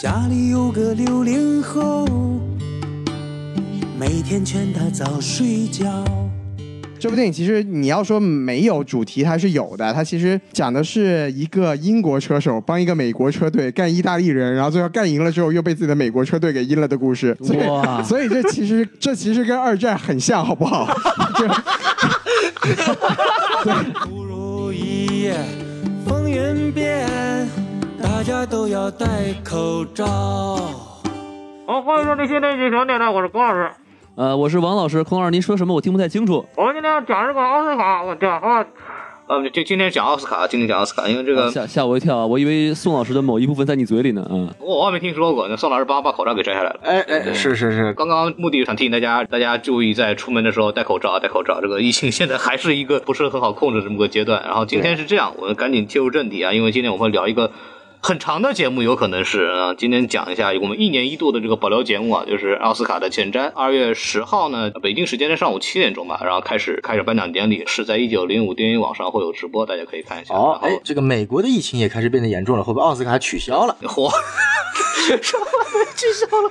家里有个六零后，每天劝他早睡觉。这部电影其实你要说没有主题，它是有的。它其实讲的是一个英国车手帮一个美国车队干意大利人，然后最后干赢了之后又被自己的美国车队给阴了的故事。所哇以，所以这其实这其实跟二战很像，好不好？ 不如一夜风云变，大家都要戴口罩。好，欢迎收听新的一期小电台，我是郭老师。呃，我是王老师，孔老师您说什么我听不太清楚。我们今天要讲这个奥斯卡，我讲啊，呃，就今天讲奥斯卡，今天讲奥斯卡，因为这个哦吓吓我一跳，啊我以为宋老师的某一部分在你嘴里呢。嗯，我我没听说过，那宋老师帮我把口罩给摘下来了。哎哎，是是是，刚刚目的想提醒大家，大家注意在出门的时候戴口罩，戴口罩。这个疫情现在还是一个不是很好控制的这么个阶段。然后今天是这样，我们赶紧切入正题啊，因为今天我们会聊一个很长的节目，有可能是啊，今天讲一下我们一年一度的这个保留节目啊，就是奥斯卡的前瞻。二月十号呢，北京时间的上午七点钟吧，然后开始开始颁奖典礼，是在一九零五电影网上会有直播，大家可以看一下。哦，然哎后，这个美国的疫情也开始变得严重了，会不会奥斯卡取消了？嚯！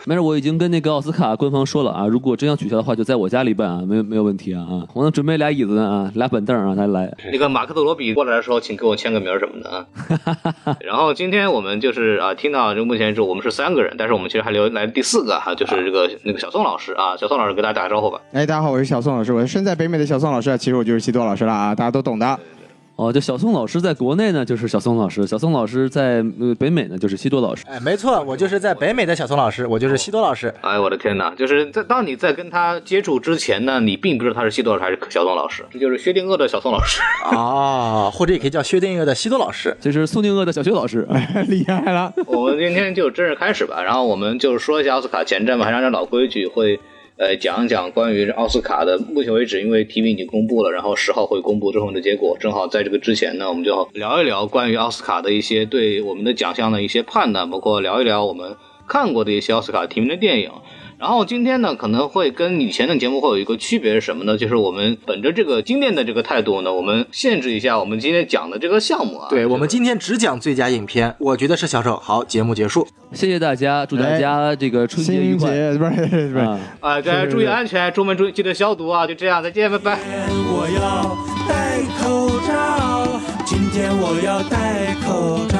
没事，我已经跟那个奥斯卡官方说了啊，如果真要取消的话，就在我家里办啊，没有没有问题啊啊，我能准备俩椅子呢啊，俩板凳啊，咱来。那个马克·特罗比过来的时候，请给我签个名儿什么的啊。然后今天我们就是啊，听到就目前是我们是三个人，但是我们其实还留来了第四个哈、就是这个那个小宋老师啊，小宋老师给大家打个招呼吧。哎，大家好，我是小宋老师，我是身在北美的小宋老师啊，其实我就是西多老师了啊，大家都懂的。哦，就小宋老师在国内呢，就是小宋老师；小宋老师在呃北美呢，就是西多老师。哎，没错，我就是在北美的小宋老师，我就是西多老师。哎，我的天哪！就是在当你在跟他接触之前呢，你并不知道他是西多老师还是小宋老师，这就是薛定谔的小宋老师。啊， 或者也可以叫薛定谔的西多老师。这是宋定谔的小薛老师，啊 厉害了， 我们今天就正式开始吧，然后我们就说一下奥斯卡前瞻吧，还是按照老规矩会。呃，讲一讲关于奥斯卡的，目前为止，因为提名已经公布了，然后十号会公布最后的结果。正好在这个之前呢，我们就聊一聊关于奥斯卡的一些对我们的奖项的一些判断，包括聊一聊我们看过的一些奥斯卡提名的电影。然后今天呢，可能会跟以前的节目会有一个区别是什么呢？就是我们本着这个经验的这个态度呢，我们限制一下我们今天讲的这个项目啊。对我们今天只讲最佳影片，我觉得是小丑。好，节目结束。谢谢大家，祝大家这个春节愉哎新快。节不是不是不是啊，啊，大家注意安全，出门注意记得消毒啊，就这样，再见，拜拜。我要戴口罩，今天我要戴口罩。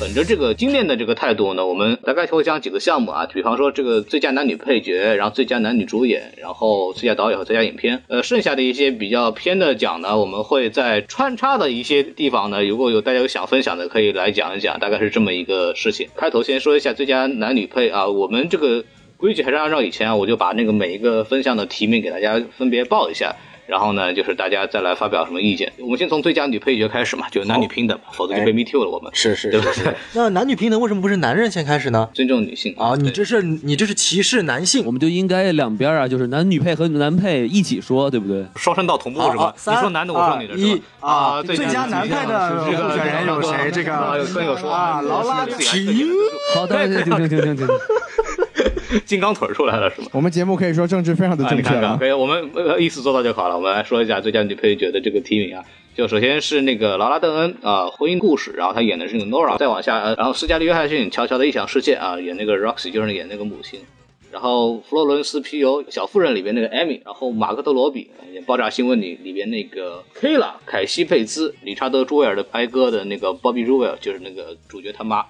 本着这个精炼的这个态度呢，我们大概会讲几个项目啊，比方说这个最佳男女配角，然后最佳男女主演，然后最佳导演和最佳影片。呃，剩下的一些比较偏的奖呢，我们会在穿插的一些地方呢，如果有大家有想分享的，可以来讲一讲，大概是这么一个事情。开头先说一下最佳男女配啊，我们这个规矩还是按照以前啊，我就把那个每一个分项的提名给大家分别报一下。然后呢，就是大家再来发表什么意见。我们先从最佳女配角开始嘛，就男女平等嘛，否则就被 me too 了。我们是哎是对不对？那男女平等为什么不是男人先开始呢？尊重女性啊，你对这是你这是歧视男我性。们就应该两边啊，就是男女配和男配一起说，对不对？双声道同步是啊吧啊？你三说男的，我说女的二是一吧？啊对最佳对男对配的是这个候选人有谁这个啊有更有说啊劳拉的奇好的，停停停停停。金刚腿出来了是吗？我们节目可以说政治非常的啊，正你确看了看，可。以，我们呃依次做到就好了。我们来说一下最佳女配角的这个提名啊，就首先是那个劳拉·邓恩啊，《婚姻故事》，然后她演的是那个 Nora，再往下，呃然后斯嘉丽·约翰逊《悄悄的异想世界》啊，演那个 Roxy，就是演那个母亲。然后佛罗伦斯皮尤《小妇人》里边那个 Amy，然后马克·特罗比演《爆炸新闻》里里边那个 Kayla，凯西·佩兹，理查德·朱维尔的哀歌的那个 Bobby r u w e l 就是那个主角他妈。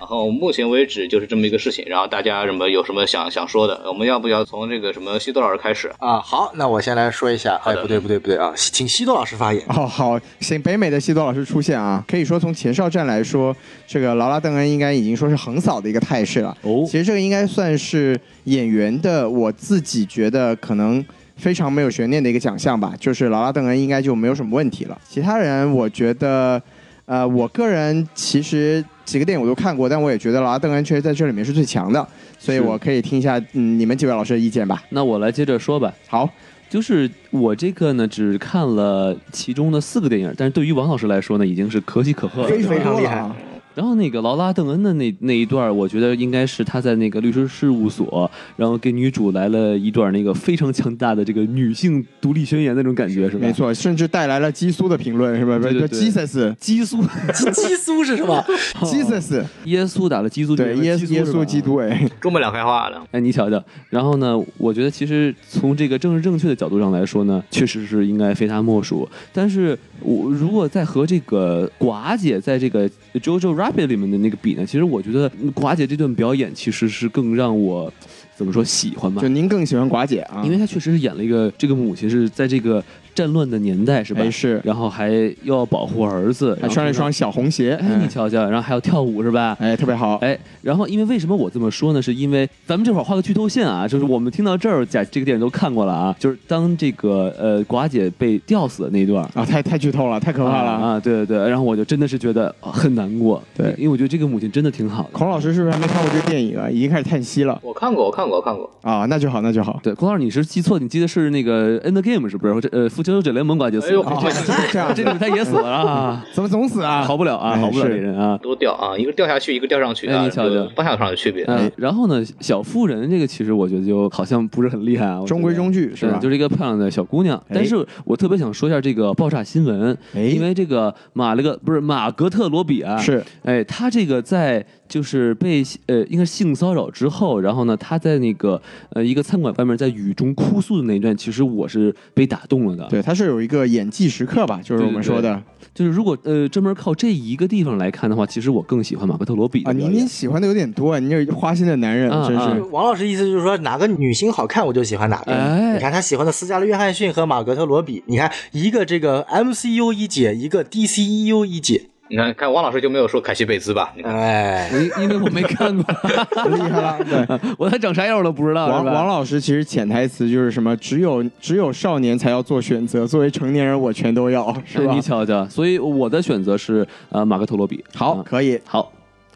然后目前为止就是这么一个事情，然后大家什么有什么想想说的，我们要不要从这个什么西多老师开始？啊，好，那我先来说一下。哎，的不对不对不对啊，请西多老师发言。哦，好，请北美的西多老师出现啊！可以说从前哨战来说，这个劳拉·邓恩应该已经说是横扫的一个态势了。哦其实这个应该算是演员的，我自己觉得可能非常没有悬念的一个奖项吧，就是劳拉·邓恩应该就没有什么问题了。其他人，我觉得，呃，我个人其实几个电影我都看过，但我也觉得劳拉·邓恩确实在这里面是最强的，所以是我可以听一下嗯你们几位老师的意见吧。那我来接着说吧。好，就是我这个呢，只看了其中的四个电影，但是对于王老师来说呢，已经是可喜可贺了。非常常多厉了害啊。然后那个劳拉·邓恩的那那一段儿，我觉得应该是他在那个律师事务所，然后给女主来了一段那个非常强大的这个女性独立宣言那种感觉，是吧？没。错，甚至带来了基苏的评论，是吧？对对对 Jesus，基督，基苏是 什么？ Jesus，哦耶稣打了基督，对耶耶稣基。督，哎，中不了开化了。哎，你瞧瞧，然后呢？我觉得其实从这个政治正确的角度上来说呢，确实是应该非他莫属。但是我如果再和这个寡姐在这个《JoJo Rabbit》里面的那个比呢，其实我觉得寡姐这段表演其实是更让我怎么说喜欢吧就，您更喜欢寡姐啊？因为她确实是演了一个这个母亲是在这个战乱的年代是吧？哎是然后还又要保护儿子，还穿了一双小红鞋，嗯然后哎，你瞧瞧，然后还要跳舞是吧？哎，特别好。哎，然后因为为什么我这么说呢？是因为咱们这会儿画个剧透线啊，就是我们听到这儿，假这个电影都看过了啊，就是当这个呃寡姐被吊死的那一段儿。啊，太太剧透了，太可怕了！啊啊！对对对，然后我就真的是觉得啊很难过，对因为我觉得这个母亲真的挺好的。孔老师是不是还没看过这个电影啊？已经开始叹息了我看过，我看过，我看过。啊？那就好，那就好。对，郭老师，你是记错，你记得是那个《End Game》是不是？这呃，《复仇者联盟》寡姐死哎呦了，啊啊，这样 这里面她也死 了啊，怎么总死啊？逃不了啊，哎逃不了是这人啊。多掉啊，一个掉下去，一个掉上去哎啊，你瞧瞧这个方向上的区别。哎嗯，然后呢，小妇人这个其实我觉得就好像不是很厉害啊，我觉得中规中矩是吧对就是一个漂亮的小姑娘。哎但是我特别想说一下这个爆炸新闻，哎因为这个马了个不是马格特罗比啊，是哎，她这个在就是被呃应该是性骚扰之后，然后呢，她在那个呃一个餐馆外面在雨中哭诉的那一段，其实我是被打动了的。对，他是有一个演技时刻吧，就是我们说的就是如果呃专门靠这一个地方来看的话，其实我更喜欢马格特罗比的啊。表您演您喜欢的有点多，您这花心的男人啊真啊是。王老师意思就是说，哪个女星好看我就喜欢哪个。哎你看他喜欢的斯嘉丽·约翰逊和玛格特·罗比，你看一个这个 MCU 一姐，一个 DCEU 一姐，你看，看王老师就没有说凯西贝兹吧？你看，嗯哎，因因为我没 看过，厉害了，对，我他长啥样我都不知道。王啊是吧王老师其实潜台词就是什么？只有只有少年才要做选择，作为成年人我全都要，是哎吧你？瞧瞧，所以我的选择是呃马克托罗比。好，啊可以好，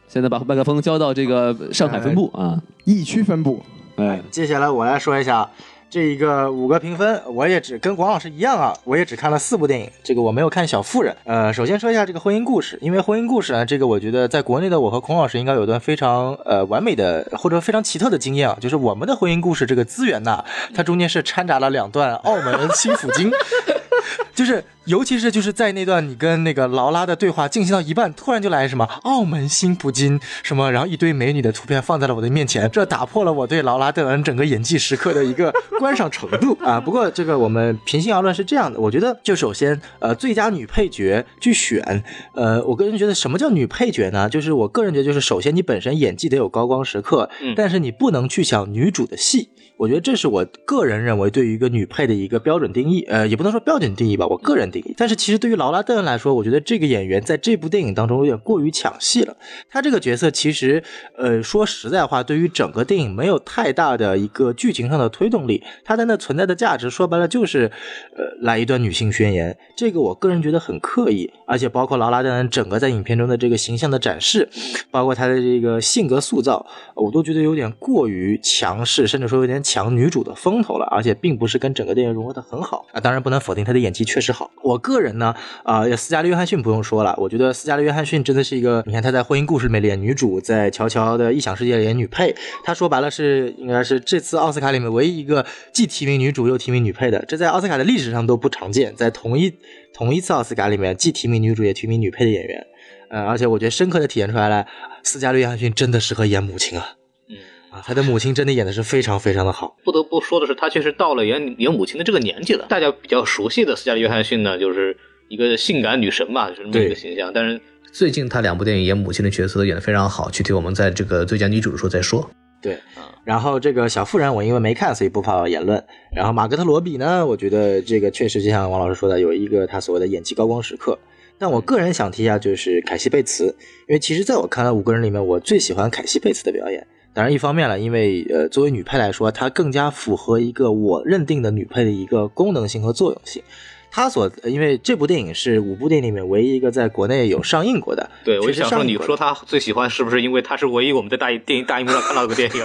现在把麦克风交到这个上海分部啊，一区分布，哎，接下来我来说一下这一个五个评分，我也只跟王老师一样啊，我也只看了四部电影，这个我没有看《小妇人》。呃，首先说一下这个婚姻故事，因为婚姻故事呢，这个我觉得在国内的我和孔老师应该有段非常呃完美的或者非常奇特的经验啊，就是我们的婚姻故事这个资源呐，它中间是掺杂了两段澳门新抚经。就是，尤其是就是在那段你跟那个劳拉的对话进行到一半，突然就来什么澳门新葡京什么，然后一堆美女的图片放在了我的面前，这打破了我对劳拉邓恩整个演技时刻的一个观赏程度啊。不过这个我们平心而论是这样的，我觉得就首先呃最佳女配角去选，呃我个人觉得什么叫女配角呢？就是我个人觉得就是首先你本身演技得有高光时刻，嗯但是你不能去抢女主的戏。我觉得这是我个人认为对于一个女配的一个标准定义，呃，也不能说标准定义吧，我个人定义。但是其实对于劳拉·邓恩来说，我觉得这个演员在这部电影当中有点过于抢戏了。她这个角色其实，呃，说实在话，对于整个电影没有太大的一个剧情上的推动力。她在那存在的价值，说白了就是，呃，来一段女性宣言。这个我个人觉得很刻意，而且包括劳拉·邓恩整个在影片中的这个形象的展示，包括她的这个性格塑造，我都觉得有点过于强势，甚至说有点抢女主的风头了，而且并不是跟整个电影融合的很好啊。当然不能否定她的演技确实好。我个人呢，啊、斯嘉丽·约翰逊不用说了，我觉得斯嘉丽·约翰逊真的是一个，你看她在《婚姻故事》里面演女主，在《乔乔的异想世界》里演女配，她说白了是应该是这次奥斯卡里面唯一一个既提名女主又提名女配的，这在奥斯卡的历史上都不常见，在同一同一次奥斯卡里面既提名女主也提名女配的演员。呃，而且我觉得深刻的体现出来了，斯嘉丽·约翰逊真的适合演母亲啊！嗯啊，她的母亲真的演的是非常非常的好。不得不说的是，他确实到了演演母亲的这个年纪了。大家比较熟悉的斯嘉丽·约翰逊呢，就是一个性感女神嘛，就是这么一对个形象。但是最近她两部电影演母亲的角色都演得非常好，具体我们在这个最佳女主的时候再说。对，然后这个小妇人我因为没看，所以不发表言论。然后马格特罗比呢，我觉得这个确实就像王老师说的，有一个他所谓的演技高光时刻。但我个人想提一下就是凯西贝茨，因为其实在我看来五个人里面，我最喜欢凯西贝茨的表演。当然，一方面呢，因为呃，作为女配来说，她更加符合一个我认定的女配的一个功能性和作用性。她所呃因为这部电影是五部电影里面唯一一个在国内有上映过的，对，我就确实想说，上映你过的说他最喜欢是不是因为他是唯一我们在大电影大荧幕上看到的电 影？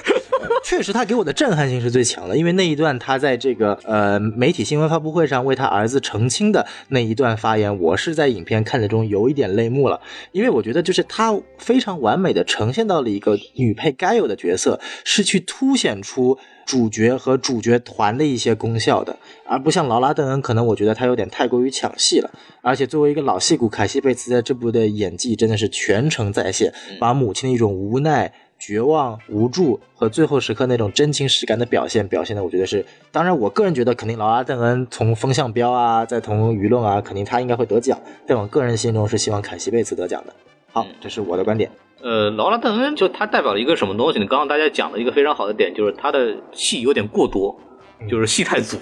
确实，他给我的震撼性是最强的，因为那一段他在这个呃媒体新闻发布会上为他儿子澄清的那一段发言，我是在影片看的中有一点泪目了，因为我觉得就是他非常完美的呈现到了一个女配该有的角色，是去凸显出主角和主角团的一些功效的，而不像劳拉·邓恩，可能我觉得他有点太过于抢戏了。而且作为一个老戏骨，凯西·贝茨在这部的演技真的是全程在线，把母亲的一种无奈、绝望、无助和最后时刻那种真情实感的表现，表现的我觉得是，当然我个人觉得肯定劳拉·邓恩从风向标啊，再从舆论啊，肯定他应该会得奖，但我个人心中是希望凯西·贝茨得奖的。好嗯，这是我的观点。呃，劳拉·邓恩就他代表了一个什么东西呢？刚刚大家讲了一个非常好的点，就是他的戏有点过多，嗯就是戏太足。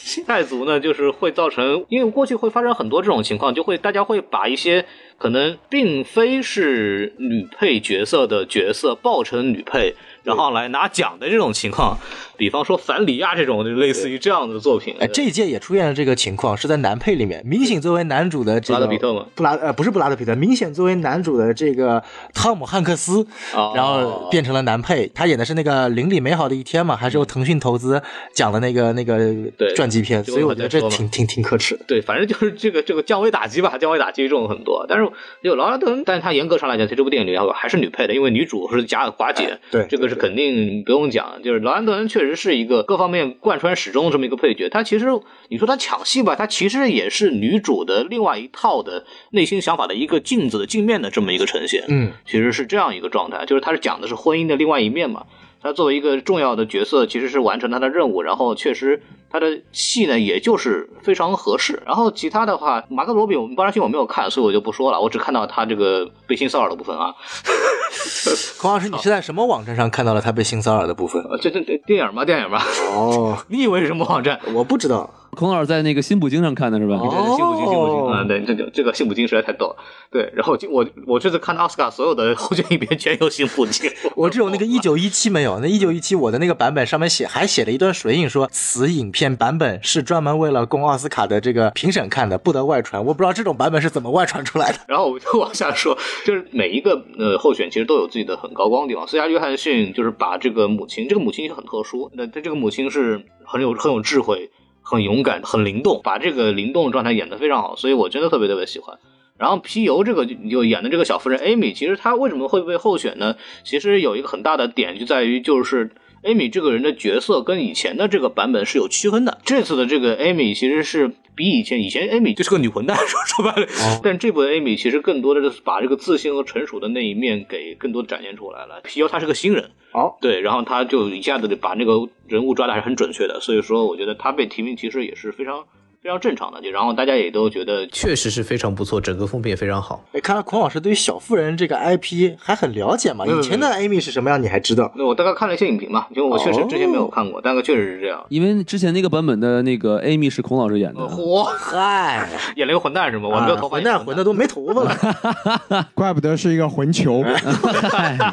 戏太足呢，就是会造成，因为过去会发生很多这种情况，就会大家会把一些可能并非是女配角色的角色爆成女配，然后来拿奖的这种情况。比方说凡里亚这种，就类似于这样的作品。哎，这一届也出现了这个情况，是在男配里面，明显作为男主的这个布拉德皮特吗布拉呃不是布拉德皮特，明显作为男主的这个汤姆汉克斯，哦然后变成了男配，他演的是那个《邻里美好的一天》嘛，还是由腾讯投资讲的那个那个嗯对传记片，就所以我觉得这我在说挺挺挺可耻的。对，反正就是这个这个降维打击吧，降维打击这种很多。但是有劳拉·邓恩，但是她严格上来讲，在这部电影里还是女配的，因为女主是贾寡姐，对这个是肯定不用讲。就是劳拉·邓恩确实是一个各方面贯穿始终这么一个配角。她其实你说她抢戏吧，她其实也是女主的另外一套的内心想法的一个镜子的镜面的这么一个呈现。嗯，其实是这样一个状态，就是他是讲的是婚姻的另外一面嘛。他作为一个重要的角色，其实是完成他的任务，然后确实他的戏呢，也就是非常合适。然后其他的话，马克罗比，我们《巴拉逊》我没有看，所以我就不说了，我只看到他这个被性骚扰的部分啊。孔老师，你是在什么网站上看到了他被性骚扰的部分？呃这这这电影嘛，电影嘛，哦， 你以为是什么网站？我不知道。孔老师在那个新捕鲸上看的是吧？哦对对，幸福精，幸福精哦啊！对，这个这个幸福精实在太逗了。对，然后就我我这次看奥斯卡所有的候选影片全有幸福精， 我只有那个一九一七没有，那一九一七我的那个版本上面写还写了一段水印说，此影片版本是专门为了供奥斯卡的这个评审看的，不得外传。我不知道这种版本是怎么外传出来的。 然后我就往下说，就是每一个呃候选其实都有自己的很高光的地方。虽然约翰逊就是把这个母亲，这个母亲很特殊，那这这个母亲是很有很有智慧、很勇敢、很灵动，把这个灵动的状态演得非常好，所以我真的特别特别喜欢。然后皮尤这个就就演的这个小妇人 Amy，其实她为什么会被候选呢？其实有一个很大的点就在于就是。Amy 这个人的角色跟以前的这个版本是有区分的。这次的这个 Amy 其实是比以前，以前 Amy 就是个女混蛋，说说白了。但这部的 Amy 其实更多的是把这个自信和成熟的那一面给更多地展现出来了。皮尤他是个新人，好对，然后他就一下子就把那个人物抓的还是很准确的。所以说，我觉得他被提名其实也是非常非常正常的。就然后大家也都觉得确实是非常不错，整个封面也非常好。哎，看来孔老师对于小妇人这个 IP 还很了解嘛？没有以前的 Amy 是什么样，你还知道？那我大概看了一些影评嘛，因为我确实哦之前没有看过，但确实是这样。因为之前那个版本的那个 Amy 是孔老师演的，哦 嚯，嗨，演了个混蛋是吗？我没啊有头发啊混也是蛋，混混蛋，蛋都没头发了。怪不得是一个混球。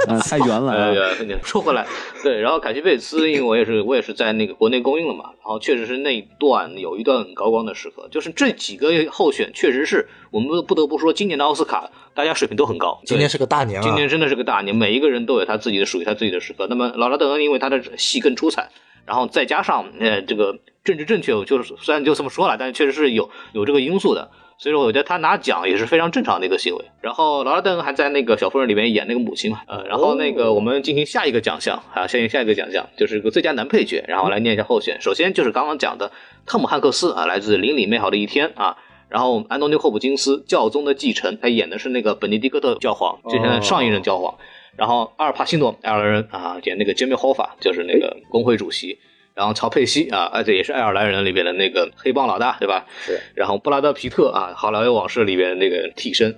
嗯太圆了哎啊。呃，呃说回来，对，然后凯西贝斯，因为我也是我也是在那个国内公映了嘛，然后确实是那一段有一段很高光的时刻，就是这几个候选确实是我们不得不说，今年的奥斯卡大家水平都很高，今对年是个大年啊，今年真的是个大年，每一个人都有他自己的属于他自己的时刻。那么劳拉·邓恩因为他的戏更出彩，然后再加上呃这个政治正确，我就是虽然就这么说了，但是确实是有有这个因素的。所以说，我觉得他拿奖也是非常正常的一个行为。然后劳拉·邓恩还在那个《小妇人》里面演那个母亲嘛，呃，然后那个哦我们进行下一个奖项啊，下一下一个奖项就是个最佳男配角，然后来念一下候选。首先就是刚刚讲的汤姆·汉克斯啊，来自《邻里美好的一天》啊。然后安东尼·霍普金斯《教宗的继承》，他演的是那个本尼迪克特教皇，之前的上一任教哦皇。然后阿尔帕西诺，爱尔兰人啊，演那个 Jimmy Hoffa，就是那个工会主席。然后乔佩西啊，而且也是爱尔兰人里边的那个黑帮老大，对吧？是。然后布拉德皮特啊，《好莱坞往事》里边那个替身。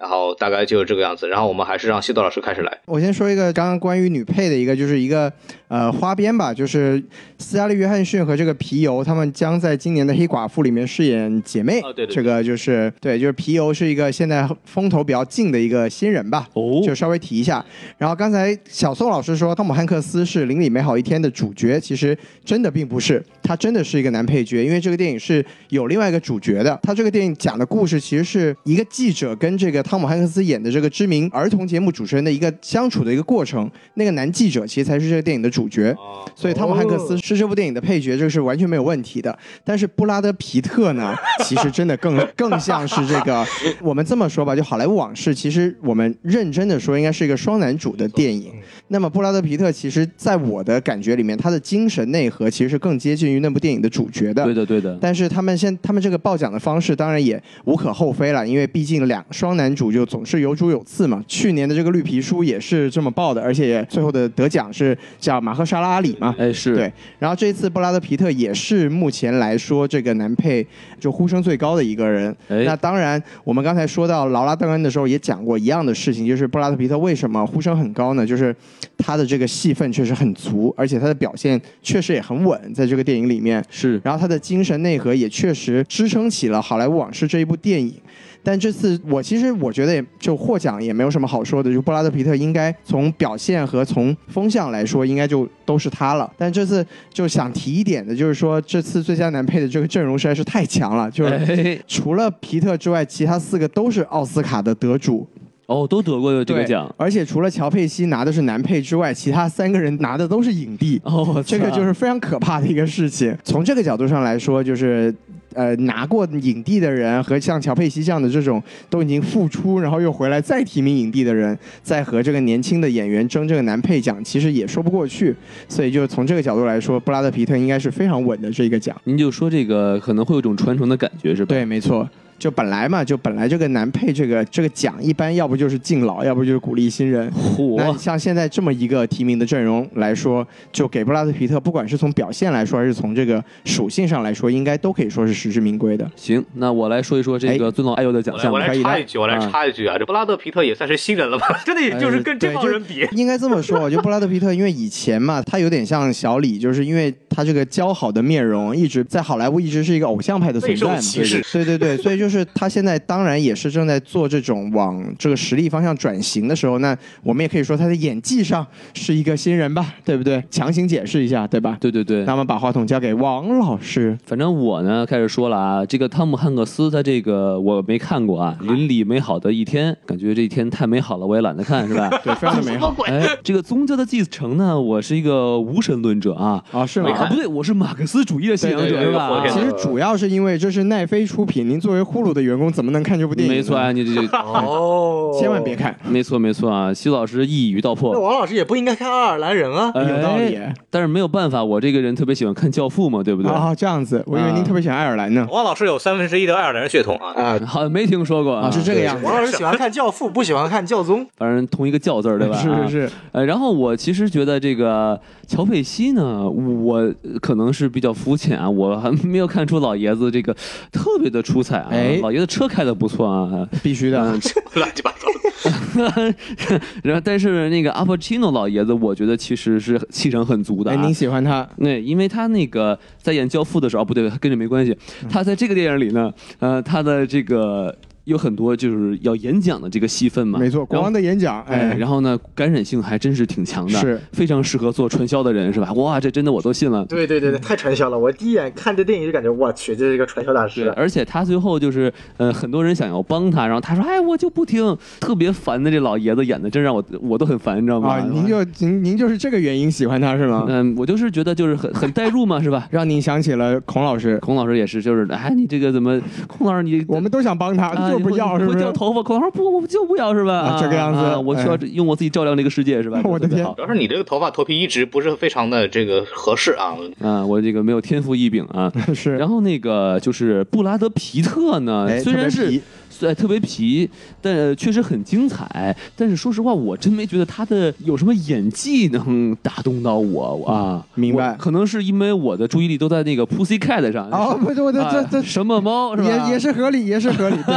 然后大概就是这个样子。然后我们还是让西多老师开始来。 我先说一个刚刚关于女配的一个，就是一个呃花边吧，就是斯嘉丽·约翰逊和这个皮尤，他们将在今年的《黑寡妇》里面饰演姐妹。哦对对这个就是对，就是皮尤是一个现在风头比较劲的一个新人吧，哦就稍微提一下。然后刚才小宋老师说汤姆汉克斯是《邻里美好一天》的主角，其实真的并不是，他真的是一个男配角，因为这个电影是有另外一个主角的。他这个电影讲的故事其实是一个记者跟这个汤姆汉克斯演的这个知名儿童节目主持人的一个相处的一个过程。那个男记者其实才是这个电影的主角。哦，所以汤姆汉克斯是这部电影的配角，这个是完全没有问题的。但是布拉德皮特呢，其实真的更更像是这个，我们这么说吧，就《好莱坞往事》，其实我们认真的说，应该是一个双男主的电影。那么布拉德皮特其实在我的感觉里面，他的精神内核其实是更接近于那部电影的主角的。对的，对的，但是他们现他们这个报奖的方式当然也无可厚非了，因为毕竟两双男主就总是有主有次嘛。去年的这个绿皮书也是这么报的，而且也最后的得奖是叫马赫沙拉阿里嘛。哎，是，对，然后这次布拉德皮特也是目前来说这个男配就呼声最高的一个人。哎那当然，我们刚才说到劳拉·邓恩的时候也讲过一样的事情，就是布拉德皮特为什么呼声很高呢？就是他的这个戏份确实很足，而且他的表现确实也很稳，在这个电影里面。是，然后他的精神内核也确实支撑起了《好莱坞往事》这一部电影。但这次我其实我觉得也就获奖也没有什么好说的，就布拉德皮特应该从表现和从风向来说，应该就都是他了。但这次就想提一点的，就是说这次最佳男配的这个阵容实在是太强了，就是哎，除了皮特之外，其他四个都是奥斯卡的得主。哦，都得过这对个奖，而且除了乔佩西拿的是男配之外，其他三个人拿的都是影帝。哦，我这个操就是非常可怕的一个事情。从这个角度上来说，就是呃，拿过影帝的人和像乔佩西这样的这种都已经复出，然后又回来再提名影帝的人，再和这个年轻的演员争这个男配奖，其实也说不过去。所以，就从这个角度来说，布拉德皮特应该是非常稳的这一个奖。您就说这个可能会有种传承的感觉，是吧？对，没错。就本来嘛，就本来这个男配这个这个奖，一般要不就是敬老，要不就是鼓励新人。那火你，像现在这么一个提名的阵容来说，就给布拉德皮特，不管是从表现来说，还是从这个属性上来说，应该都可以说是实至名归的。行，那我来说一说哎这个尊老爱幼的奖项我吧来，可以的插一句，我来啊插一句啊，这布拉德皮特也算是新人了吧？ 真的也哎就是跟这帮人比，呃应该这么说，我觉得布拉德皮特，因为以前嘛，他有点像小李，就是因为他这个姣好的面容，一直在好莱坞一直是一个偶像派的存在备嘛受，歧对视对对对，所以就是他现在当然也是正在做这种往这个实力方向转型的时候，那我们也可以说他的演技上是一个新人吧，对不对？强行解释一下，对吧？对对对那。么把话筒交给王老 师。反正我呢开始说了啊，这个汤姆汉克斯他这个我没看过啊，《邻里美好的一天》，感觉这一天太美好了，我也懒得看，是 吧？对，非常的美 好哎，这个宗教的继承呢，我是一个无神论者啊，啊，是吗没？啊看不对，我是马克思主义的信仰对者对对是吧我？其天实哪主要是因为这是奈飞出品，您作为呼噜的员工怎么能看这部电影？没错，啊，，你这这哦千万别看。没错没错啊，徐老师一语道那破。王老师也不应该看爱尔兰人啊。有道理哎但是没有办法，我这个人特别喜欢看《教父》嘛，对不对？啊，这样子，我以为您特别喜欢爱尔兰呢。王老师有三分之一的爱尔兰血统啊。 啊，好像没听说过啊，是这个样子王。老师喜欢看《教父》，不喜欢看《教宗》。反正同一个教字 儿，对吧？是是是，呃，然后我其实觉得这个乔佩西呢，我可能是比较肤浅啊，我还没有看出老爷子这个特别的出彩啊。哎老爷子车开的不错啊， 必须的。乱七八糟。然后但是那个阿波奇诺老爷子，我觉得其实是气场很足的、哎，啊您。喜欢他？那、因为他那个在演《教父》的时候，啊不对，跟这没关系。嗯他在这个电影里呢，呃，他的这个有很多就是要演讲的这个戏份嘛，没错，国然后王的演讲，嗯哎，哎，然后呢，感染性还真是挺强的，是非常适合做传销的人，是吧？哇，这真的我都信了。对对对对，太传销了！我第一眼看这电影就感觉，我去，这是一个传销大啊对，。而且他最后就是，呃，很多人想要帮他，然后他说：“哎，我就不听。”特别烦的这老爷子演的，真让我我都很烦，你知道吗？啊，您就您您就是这个原因喜欢他是吗？嗯，我就是觉得就是很很代入嘛，是 吧？让您想起了孔老师，孔老师也是，就是哎，你这个怎么，孔老师你我们都想帮他，啊，就你不会要，你是不会掉是？头发，孔老师不，我就不要是吧？啊这个样子啊我需要哎？用我自己照亮这个世界是吧 我的特别天好主要是你这个头发头皮一直不是非常的这个合适啊， 啊，我这个没有天赋异禀啊。是然，后那个就是布拉德皮特呢，哎虽然特别是皮虽哎特别皮，但呃确实很精彩。但是说实话，我真没觉得他的有什么演技能打动到我啊。嗯明白我可能是因为我的注意力都在那个 Pussy Cat 上。哦，不是，我的啊这这什么猫是吧？ 也也是合理，也是合理。对，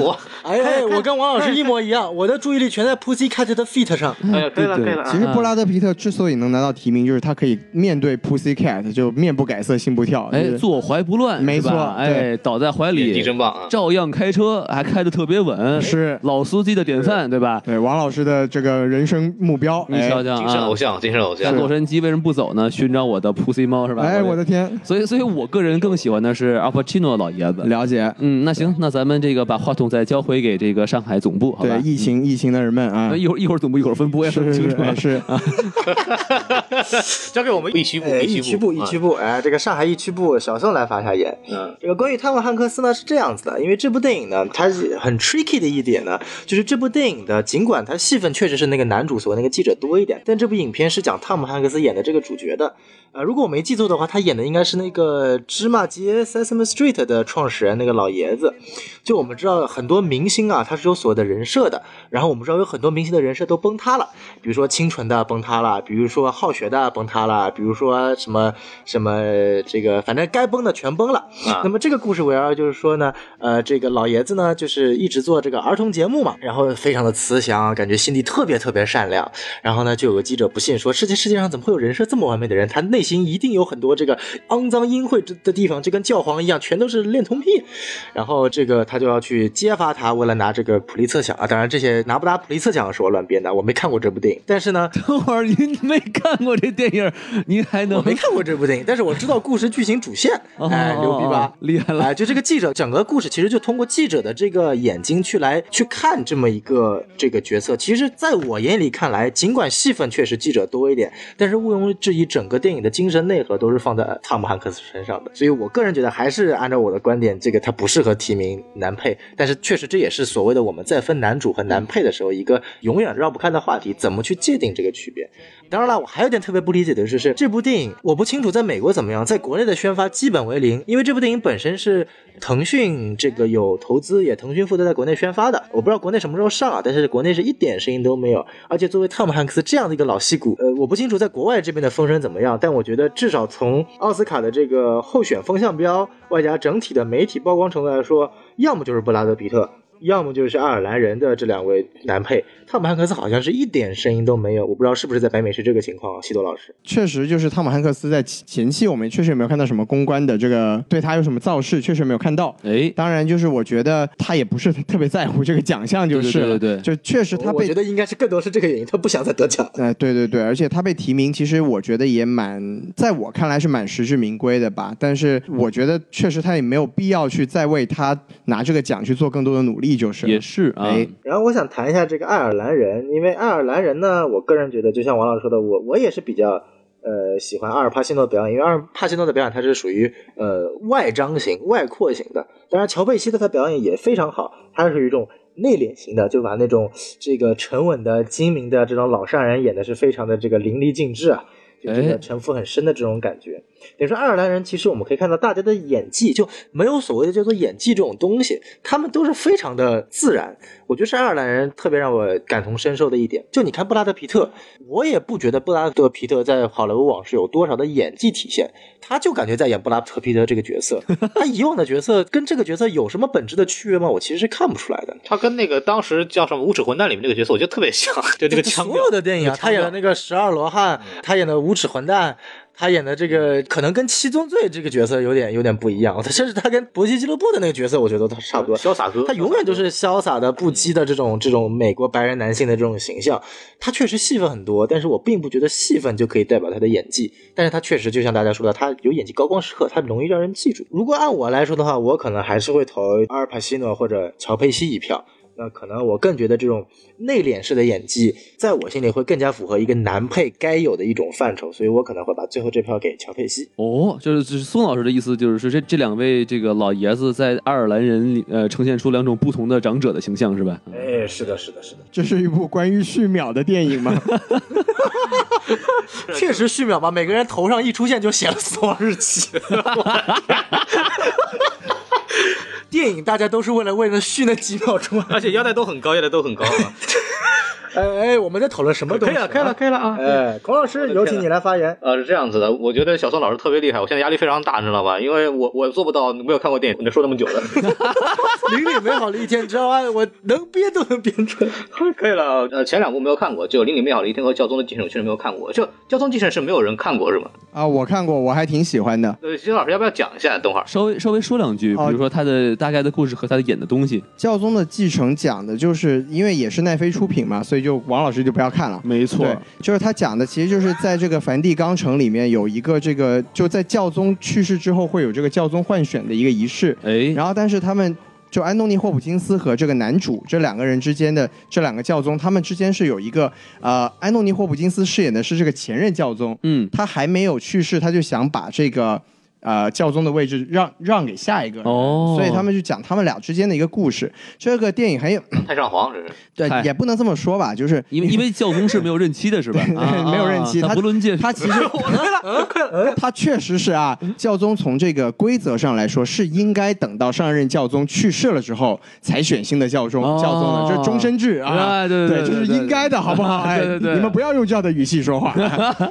我哎哎，我跟王老师一模一样，我的注意力全在 Pussy Cat 的 feet 上。哎呀，可以了，可以了其啊。实布拉德皮特之所以能拿到提名，就是他可以面对 Pussy Cat 就面不改色心不跳，哎就，是坐怀不乱，没错是吧哎，对倒在怀里，地震棒啊照样开车，还开的特别稳，哎是哎老司机的典范，对吧？对王老师的这个人生目标。你瞧哎，瞧精神啊偶，像，精神偶在像。洛杉矶为什么不走呢？寻找我的 Pussy 猫是吧？哎，我的。天，所以，所以我个人更喜欢的是阿帕奇诺老爷子。了解。嗯，那行，那咱们这个把话筒再交回给这个上海总部，好吧？嗯哎对，疫情疫情的人们啊那，一会儿一会儿总部一会儿分拨呀，是分不是清是楚啊哎 是，交给我们哎一区部，疫区部，部，疫啊区部，哎，这个上海疫区部，小宋来发一下言。嗯，这个关于《汤姆汉克斯》呢是这样子的，因为这部电影呢，它是很 tricky 的一点呢，就是这部电影的尽管它戏份确实是那个男主所谓那个记者多一点，但这部影片是讲汤姆汉克斯演的这个主角的。呃，如果我没记错的话，他演的应该是那个芝麻街 Sesame Street 的创始人那个老爷子。就我们知道很多明星啊，他是有所谓的人设的，然后我们知道有很多明星的人设都崩塌了，比如说清纯的崩塌了，比如说好学的崩塌了，比如说什么什么这个，反正该崩的全崩了。啊那么这个故事围绕就是说呢，呃，这个老爷子呢，就是一直做这个儿童节目嘛，然后非常的慈祥，感觉心地特别特别善良。然后呢，就有个记者不信说，世界世界上怎么会有人设这么完美的人？他内心一定有很多这个肮脏阴晦之的地方，就跟教皇一样，全都是恋童癖。然后这个他就要去揭发他，为了拿这个普利策奖啊，当然这些拿不拿普利策奖是我乱编的，我没看过这部电影。但是呢，等会儿您没看过这电影，您还能我没看过这部电影，但是我知道故事剧情主线，哦哎，牛逼吧？厉害了哎，就这个记者，整个故事其实就通过记者的这个眼睛去来去看这么一个这个角色。其实，在我眼里看来，尽管戏份确实记者多一点，但是毋庸置疑，整个电影的精神内核都是放在呃汤姆汉克斯身上的。所以我个人觉得，还是按照我的观点，这个他不适合提名男配。但是确实，这也是所谓的我们在分男主和男配的时候，一个永远绕不开的话题，怎么去界定这个区别？当然了，我还有点特别不理解的就是这部电影，我不清楚在美国怎么样，在国内的宣发基本为零，因为这部电影本身是腾讯这个有投资，也腾讯负责在国内宣发的。我不知道国内什么时候上啊，但是国内是一点声音都没有。而且作为汤姆汉克斯这样的一个老戏骨，呃，我不清楚在国外这边的风声怎么样，但我觉得至少从奥斯卡的这个候选风向标，外加整体的媒体曝光程度来说，要么就是布拉德皮特，要么就是爱尔兰人的这两位男配，汤姆汉克斯好像是一点声音都没有，我不知道是不是在北美是这个情况啊，西多老师。确实就是汤姆汉克斯在前前期我们确实也没有看到什么公关的这个对他有什么造势，确实没有看到。哎，当然，就是我觉得他也不是特别在乎这个奖项，就是了对对对对就确实他我被觉得应该是更多是这个原因，他不想再得奖。呃，对对对，而且他被提名，其实我觉得也蛮，在我看来是蛮实至名归的吧。但是我觉得确实他也没有必要去再为他拿这个奖去做更多的努力，就是了也是啊，哎然后我想谈一下这个爱尔兰人，因为爱尔兰人呢，我个人觉得就像王老师说的，我我也是比较呃喜欢阿尔帕西诺的表演，因为阿尔帕西诺的表演他是属于呃外张型、外扩型的。当然，乔贝西的他表演也非常好，他是一种内敛型的，就把那种这个沉稳的、精明的这种老善人演的是非常的这个淋漓尽致啊。就这哎个城府很深的这种感觉，等于说爱尔兰人其实我们可以看到大家的演技就没有所谓的叫做演技这种东西，他们都是非常的自然，我觉得是爱尔兰人特别让我感同身受的一点，就你看布拉德皮特，我也不觉得布拉德皮特在好莱坞往事有多少的演技体现，他就感觉在演布拉德皮特这个 角色，他以往的角色跟这个角色有什么本质的区别吗？我其实是看不出来的。他跟那个当时叫什么《无耻混蛋》里面那个角色，我觉得特别 像，就那个腔所调嗯有。的电影啊，他演的那个十二罗汉，他演的无耻混蛋，他演的这个可能跟七宗罪这个角色有点有点不一样， 他甚至他跟搏击俱乐部的那个角色，我觉得都差不多。嗯潇洒哥，他永远都是潇洒的、不羁的这种这种美国白人男性的这种形象。他确实戏份很多，但是我并不觉得戏份就可以代表他的演技。但是他确实就像大家说的，他有演技高光时刻，他容易让人记住。如果按我来说的话，我可能还是会投阿尔帕西诺或者乔佩西一票。那可能我更觉得这种内敛式的演技，在我心里会更加符合一个男配该有的一种范畴，所以我可能会把最后这票给乔佩西。哦，就是就是宋老师的意思，就是说这这两位这个老爷子在爱尔兰人里呃呈现出两种不同的长者的形象是吧？哎，是的，是的，是的，这是一部关于续秒的电影 吗？确实续秒吧，每个人头上一出现就写了死亡日期。 电影大家都是为了为了续那几秒钟，而且腰带都很高，腰带都很高啊。哎哎，我们在讨论什么东可以西、了，可以了，可以了啊！哎，孔老师，有请你来发言。 呃，是这样子的，我觉得小宋老师特别厉害，我现在压力非常大，你知道吧？因为我我做不到没有看过电影，能说那么 久的。 邻里美好的一天，你知道吗？我能编都能编出来。可以了，呃，前两部没有看过，就《邻里面好的一天》和《教宗的继承》，我确实没有看过。就《教宗继承》是没有人看过是吗？啊，我看过，我还挺喜欢的。呃，金老师要不要讲一下？等会儿，稍微稍微说两句，比哦如说他的大概的故事和他的演的东西。教宗的继承讲的就是，因为也是奈飞出品嘛，所以就王老师就不要看了。没对，就是他讲的，其实就是在这个梵蒂冈城里面有一个这个，就在教宗去世之后会有这个教宗换选的一个仪式。哎，然后，但是他们就安东尼·霍普金斯和这个男主这两个人之间的这两个教宗，他们之间是有一个呃，安东尼·霍普金斯饰演的是这个前任教宗，嗯，他还没有去世，他就想把这个呃教宗的位置让让给下一个人。哦，所以他们就讲他们俩之间的一个故事，这个电影很有太上皇这是。对嗨，也不能这么说吧，就是因为 因为教宗是没有任期的，是吧？啊没有任期啊他不论界他其实他确实是啊，教宗从这个规则上来说是应该等到上任教宗去世了之后才选新的教宗，哦教宗的，这是终身制啊。哎对对，对，这是应该的，好不好？哎，对对对，你们不要用这样的语气说话，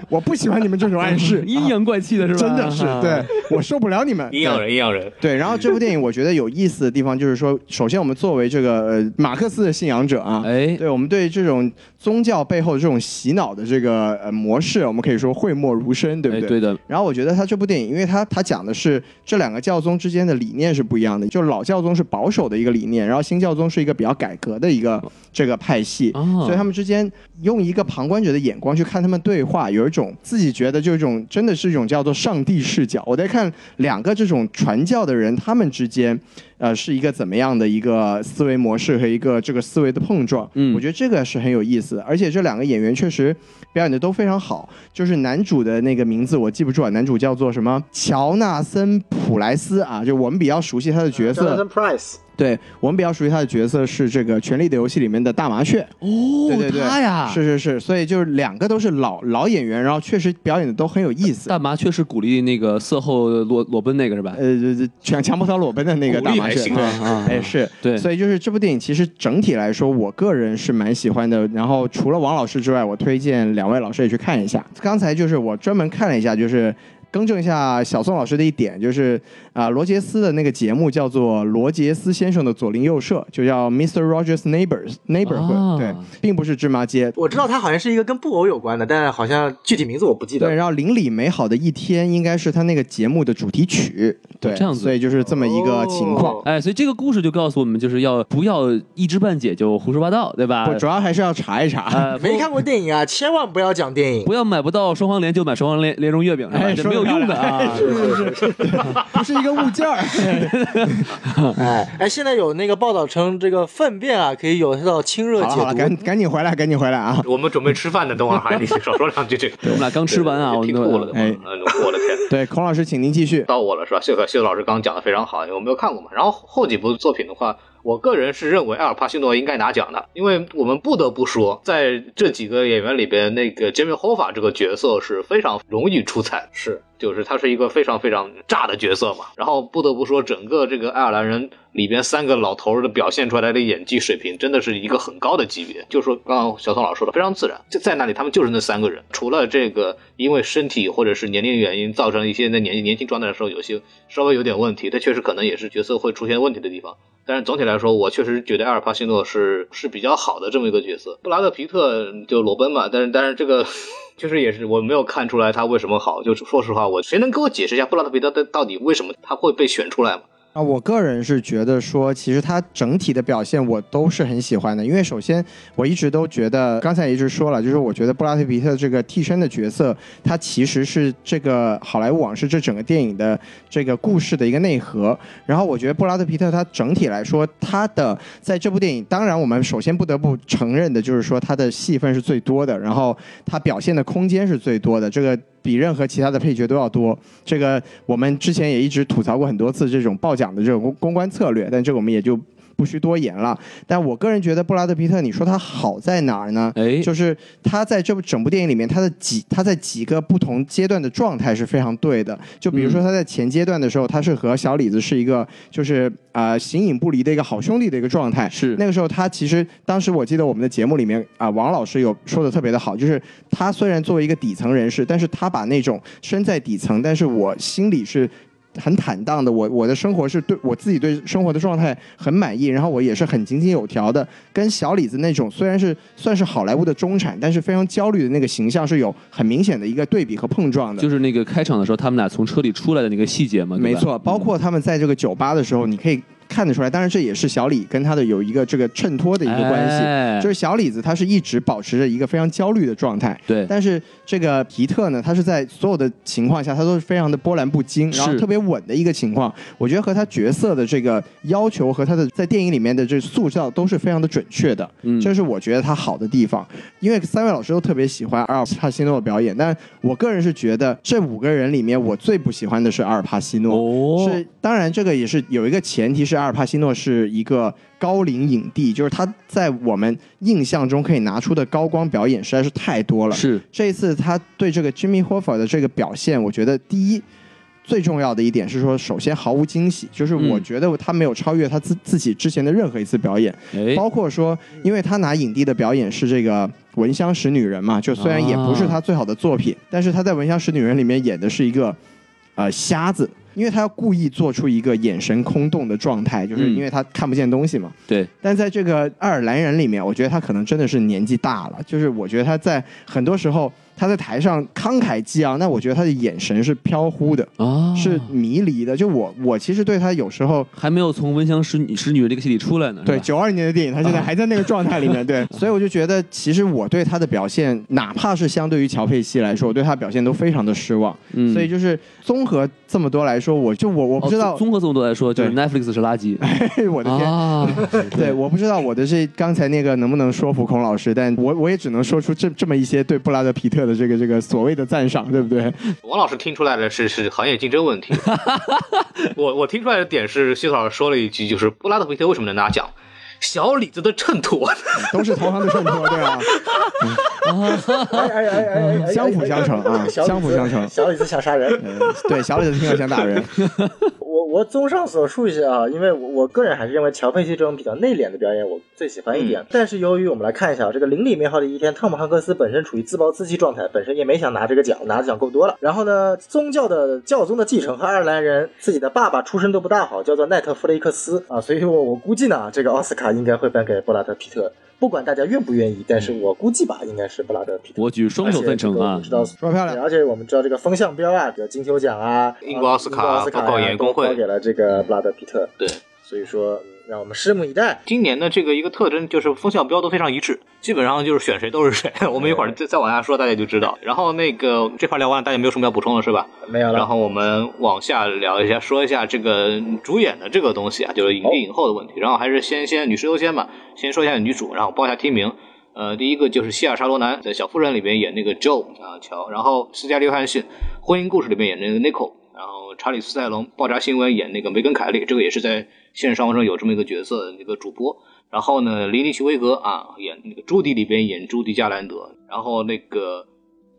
我不喜欢你们这种暗示阴阳怪气的是吧？真的是，啊对我受不了你们。阴阳人，阴阳人。对，然后这部电影我觉得有意思的地方就是说，首先我们作为这个呃马克思的信仰者啊，哎， 对我们对这种宗教背后的这种洗脑的这个呃模式，我们可以说讳莫如深，对不哎对？对的，然后我觉得他这部电影，因为他他讲的是这两个教宗之间的理念是不一样的，就是老教宗是保守的一个理念，然后新教宗是一个比较改革的一个这个派系，嗯哦所以他们之间用一个旁观者的眼光去看他们对话，有一种自己觉得就一种真的是一种叫做上帝视角。我在看两个这种传教的人，他们之间呃是一个怎么样的一个思维模式和一个这个思维的碰撞，嗯我觉得这个是很有意思的，而且这两个演员确实表演的都非常好。就是男主的那个名字我记不住啊，男主叫做什么？乔纳森·普莱斯啊，就我们比较熟悉他的角色， Price，对我们比较熟悉他的角色是这个《权力的游戏》里面的大麻雀，哦，对对对，他呀，是是是，所以就是两个都是老老演员，然后确实表演的都很有意思。大麻确实鼓励那个色后裸裸奔那个是吧？呃，强强迫他裸奔的那个大麻雀，鼓励还行对啊 啊哎，是对所以就是这部电影，其实整体来说，我个人是蛮喜欢的。然后除了王老师之外，我推荐两位老师也去看一下。刚才就是我专门看了一下，就是。更正一下小宋老师的一点，就是啊、罗杰斯的那个节目叫做《罗杰斯先生的左邻右舍》，就叫 Mr. Rogers Neighbors Neighborhood，、啊对，并不是芝麻街。我知道他好像是一个跟布偶有关的，但好像具体名字我不记得对，。然后《邻里美好的一天》应该是他那个节目的主题曲，对，这样子所以就是这么一个情况。哦哎，所以这个故事就告诉我们，就是要不要一知半解就胡说八道，对吧？不，主要还是要查一查。呃，没不看过电影啊，千万不要讲电影。不要买不到双黄连就买双黄连莲蓉月饼，是吧哎这说没得有用的啊。不是一个物件儿。哎哎，现在有那个报道称，这个粪便啊可以有效清热好了解好了，赶毒。赶紧回来，赶紧回来啊！我们准备吃饭呢，等会儿还得少说两句 这个。我们俩刚吃完啊，我听吐了，都等会儿嗯，我的天。对，孔老师，请您继续。到我了是吧？谢谢谢谢老师刚刚讲的非常好，因为我没有看过嘛。然后后几部作品的话，我个人是认为埃尔帕西诺应该拿奖的，因为我们不得不说，在这几个演员里边，那个杰米·霍法这个角色是非常容易出彩，是，就是他是一个非常非常炸的角色嘛。然后不得不说，整个这个爱尔兰人里边三个老头儿的表现出来的演技水平，真的是一个很高的级别。就说刚刚小宋老师说的，非常自然，就在那里他们就是那三个人，除了这个因为身体或者是年龄原因造成一些在年年轻状态的时候有些稍微有点问题，这确实可能也是角色会出现问题的地方。但是总体来说，我确实觉得埃尔帕西诺是是比较好的这么一个角色。布拉德皮特就裸奔嘛，但是但是这个确实也是我没有看出来他为什么好。就是说实话，我谁能给我解释一下布拉德皮特到到底为什么他会被选出来吗？啊，我个人是觉得说，其实他整体的表现我都是很喜欢的，因为首先我一直都觉得，刚才也一直说了，就是我觉得布拉德皮特这个替身的角色，他其实是这个好莱坞往事这整个电影的这个故事的一个内核。然后我觉得布拉德皮特他整体来说，他的在这部电影，当然我们首先不得不承认的就是说他的戏份是最多的，然后他表现的空间是最多的，这个比任何其他的配角都要多。这个我们之前也一直吐槽过很多次这种报奖的这种公公关策略，但这个我们也就。不需多言了。但我个人觉得布拉德皮特，你说他好在哪儿呢？哎就是他在这部整部电影里面，他的几他在几个不同阶段的状态是非常对的。就比如嗯说他在前阶段的时候，他是和小李子是一个就是啊、呃形影不离的一个好兄弟的一个状态。是那个时候他其实当时我记得我们的节目里面啊、王老师有说的特别的好，就是他虽然作为一个底层人士，但是他把那种身在底层，但是我心里是。很坦荡的，我我的生活是对我自己对生活的状态很满意，然后我也是很井井有条的，跟小李子那种虽然是算是好莱坞的中产，但是非常焦虑的那个形象是有很明显的一个对比和碰撞的。就是那个开场的时候，他们俩从车里出来的那个细节嘛，对没吧错，包括他们在这个酒吧的时候，你可以看得出来，当然这也是小李跟他的有一个这个衬托的一个关系，哎就是小李子他是一直保持着一个非常焦虑的状态。对但是这个皮特呢，他是在所有的情况下，他都是非常的波澜不惊，然后是特别稳的一个情况。我觉得和他角色的这个要求和他的在电影里面的这塑造都是非常的准确的，嗯这是我觉得他好的地方。因为三位老师都特别喜欢阿尔帕西诺的表演，但我个人是觉得这五个人里面，我最不喜欢的是阿尔帕西诺。哦，是，当然这个也是有一个前提是阿尔帕西诺是一个高龄影帝，就是他在我们印象中可以拿出的高光表演实在是太多了。是这一次他对这个 Jimmy Hoffa 的这个表现，我觉得第一最重要的一点是说，首先毫无惊喜，就是我嗯觉得他没有超越他自自己之前的任何一次表演，哎，包括说，因为他拿影帝的表演是这个《闻香识女人》嘛，就虽然也不啊是他最好的作品，但是他在《闻香识女人》里面演的是一个呃瞎子，因为他要故意做出一个眼神空洞的状态，就是嗯因为他看不见东西嘛。对，但在这个爱尔兰人里面，我觉得他可能真的是年纪大了，就是我觉得他在很多时候他在台上慷慨激昂，那我觉得他的眼神是飘忽的。啊，是迷离的，就我我其实对他有时候还没有从温香使女使女这个戏里出来呢，是对，吧九二年的电影，他现在还在那个状态里 面，对，啊所以我就觉得，其实我对他的表现，哪怕是相对于乔佩西来说，我对他表现都非常的失望。嗯所以就是综合这么多来说，我就我我不知道哦、，综综合这么多来说，就是对 Netflix 是 垃圾。我的天，啊，对，我不知道我的这刚才那个能不能说服孔老师，但我我也只能说出这这么一些对布拉德皮特的这个这个所谓的赞赏，对不 对？王老师听出来的是是行业竞争问题。我我听出来的点是，西索老师说了一句，就是布拉德皮特为什么能拿奖？小李子的衬托，都是同行的衬托，对 啊，哎哎哎哎哎嗯相辅相成啊小李子相辅相成小李子想杀人，嗯，对，小李子听了想 打人，我我综上所述一下啊，因为我我个人还是认为乔佩西这种比较内敛的表演我最喜欢一嗯点。但是由于我们来看一下啊这个《邻里美好的一天》，汤姆汉克斯本身处于自暴自弃状态，本身也没想拿这个奖，拿的奖够多了。然后呢，宗教的教宗的继承和爱尔兰人自己的爸爸出身都不大好，叫做奈特·弗雷克斯啊，所以我我估计呢，这个奥斯卡应该会颁给布拉德·皮特，不管大家愿不愿意，但是嗯我估计吧，应该是布拉德·皮特。我举双手赞成而且这个 我啊们知！道说漂亮对。而且我们知道这个风向标啊，比如金球奖啊、英国奥斯卡英国奥斯卡呀包括演员工会嗯都交给了这个布拉德皮特。对，所以说，嗯让我们拭目以待。今年的这个一个特征就是风向标都非常一致，基本上就是选谁都是谁。我们一会儿再再往下说，大家就知道。然后那个这块聊完了，大家没有什么要补充的是吧？没有然了，后我们往下聊一下，说一下这个主演的这个东西啊，就是影帝影后的问题。然后还是先先女士优先吧，先说一下女主，然后报一下提名。呃，第一个就是希尔莎罗南在《小妇人》里边演那个 Joe 啊乔，然后斯嘉丽约翰逊《婚姻故事》里面演那个 Nico，然后查理斯泰龙《爆炸新闻》演那个梅根凯利，这个也是在现实生活中有这么一个角色的一个主播。然后呢，林尼奇威格啊演那个朱迪里边演朱迪加兰德，然后那个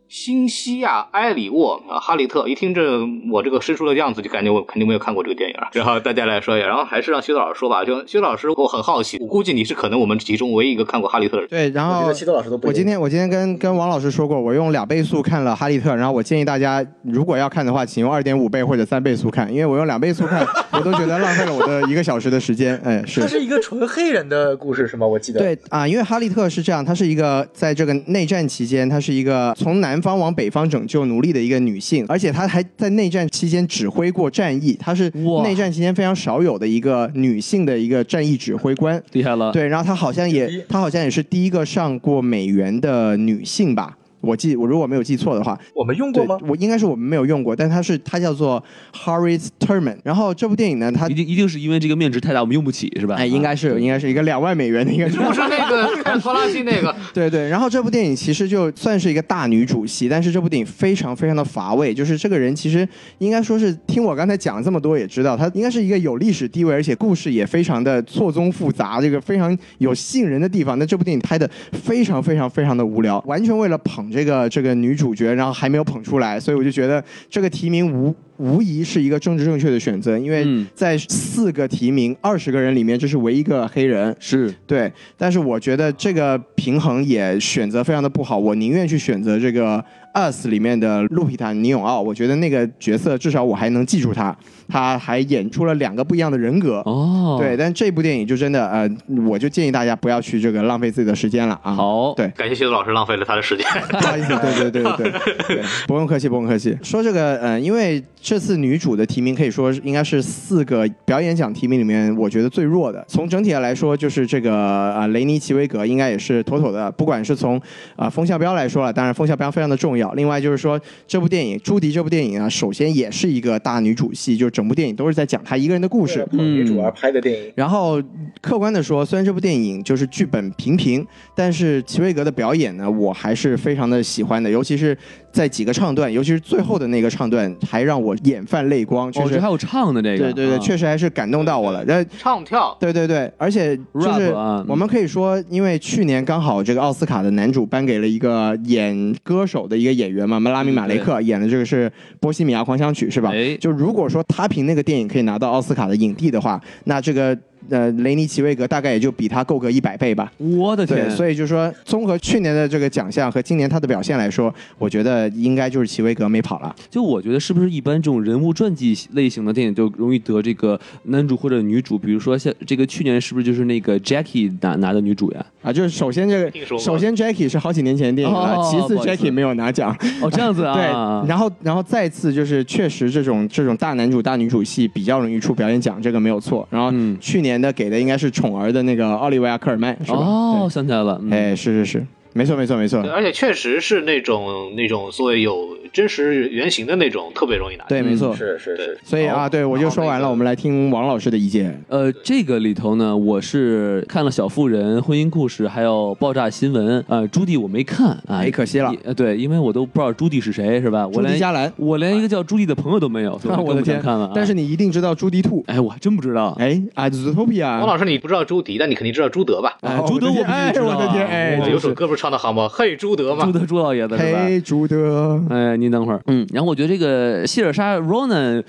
新西亚埃里沃啊，哈利特，一听这我这个生疏的样子，就感觉我肯定没有看过这个电影啊。 然后大家来说一下，然后还是让薛老师说吧。就薛老师，我很好奇，我估计你是可能我们其中唯一一个看过哈 利特的人。对，然我觉后得七多老师都不我今一样天我今天跟跟王老师说过，我用两倍速看了《哈利特》，然后我建议大家如果要看的话，请用二点五倍或者三倍速看，因为我用两倍速 看，我都觉得浪费了我的一个小时的时间。哎，它是。是一个纯黑人的故事是吗？我记得。对啊，因为哈利特是这样，她是一个在这个内战期间，她是一个从南方往北方拯救奴隶的一个女性，而且她还在内战期间指挥过战役，她是哇内战期间非常少有的一个女性的一个战役指挥官。厉害了， 对，然后她好像第一也，她好像也是第一个上过美元的女性吧。我记我如果没有记错的话，我们用过对吗？我应该是我们没有用过，但它是它叫做 Harry's Turman。然后这部电影呢，它一定一定是因为这个面值太大，我们用不起是吧？啊哎应该是应该是一个两万美元的一个。不是那 个看拖拉机那个，对对，然后这部电影其实就算是一个大女主戏，但是这部电影非常非常的乏味。就是这个人其实应该说是听我刚才讲了这么多，也知道她应该是一个有历史地位，而且故事也非常的错综复杂，这个非常有吸引人的地方。那这部电影拍的非常非常非常的无聊，完全为了捧这个这个女主角，然后还没有捧出来，所以我就觉得这个提名无。无疑是一个政治正确的选择，因为嗯在四个提名二十个人里面，这是唯一一个黑人，是对，但是我觉得这个平衡也选择非常的不好，我宁愿去选择这个《Us》里面的路皮塔尼永奥，我觉得那个角色至少我还能记住他，他还演出了两个不一样的人格。哦，对，，但这部电影就真的呃，我就建议大家不要去这个浪费自己的时间了啊。，好，对感谢谢子老师浪费了他的时间。不好意思，对对对对对，对不用客气，不用客气。说这个，嗯、因为这次女主的提名可以说是应该是四个表演奖提名里面，我觉得最弱的。从整体来说，就是这个呃雷尼奇维格应该也是妥妥的，不管是从啊、风向标来说了，当然风向标非常的重要。另外就是说，这部电影《朱迪》这部电影啊，首先也是一个大女主戏，就整部电影都是在讲她一个人的故事。嗯女主而拍的电影，然后客观的说，虽然这部电影就是剧本平平，但是齐威格的表演呢，我还是非常的喜欢的，尤其是在几个唱段，尤其是最后的那个唱段，还让我眼泛泪光，确哦，实，这还有唱的这对个，对对，啊确实还是感动到我了。那 唱跳，对对对，而且就是 Rap 啊嗯我们可以说，因为去年刚好这个奥斯卡的男主颁给了一个演歌手的一个演员嘛，拉米马雷克演的这个是《波西米亚狂想曲》是吧哎？就如果说他凭那个电影可以拿到奥斯卡的影帝的话，那这个呃雷尼奇维格大概也就比他够个一百倍吧。我的对，天，所以就说综合去年的这个奖项和今年他的表现来说，我觉得应该就是奇维格没跑了。就我觉得是不是一般这种人物传记类型的电影就容易得这个男主或者女主，比如说像这个去年是不是就是那个 Jackie 拿拿的女主呀？啊，就是首先这听个，说过首先 Jackie 是好几年前的电影了，哦其次不好意思 Jackie 没有拿奖，哦，这样子啊， 对，然后然后再次就是确实这种这种大男主大女主戏比较容易出表演奖，这个没有错。然后嗯去年的给的应该是宠儿的那个奥利维亚科尔曼是吧？哦，想起来了，对，嗯哎，是是是，没错没错没错对，而且确实是那种那种所谓有真实原型的那种，特别容易拿。对，嗯没错。是是对是，所以啊，对我就说完了，我们来听王老师的意见。呃，这个里头呢，我是看了《小妇人》《婚姻故事》，还有《爆炸新闻》。呃，朱棣我没看啊，哎可惜了也呃，对，因为我都不知道朱棣是谁，是吧？我朱迪连加兰，我连一个叫朱棣的朋友都没有，所以啊 我我更的不想天看了啊。！但是你一定知道朱迪兔，哎，我还真不知道。哎啊王，Zootopia。老师你不知道朱迪，但你肯定知道朱德吧？哎哦，朱德我我的不天知道哎啊我的天哎我就有是首歌不是唱的好吗？嘿，朱德嘛朱。德朱老爷子是吧？嘿，朱德，哎，你等会儿，嗯，然后我觉得这个谢尔莎 Ronan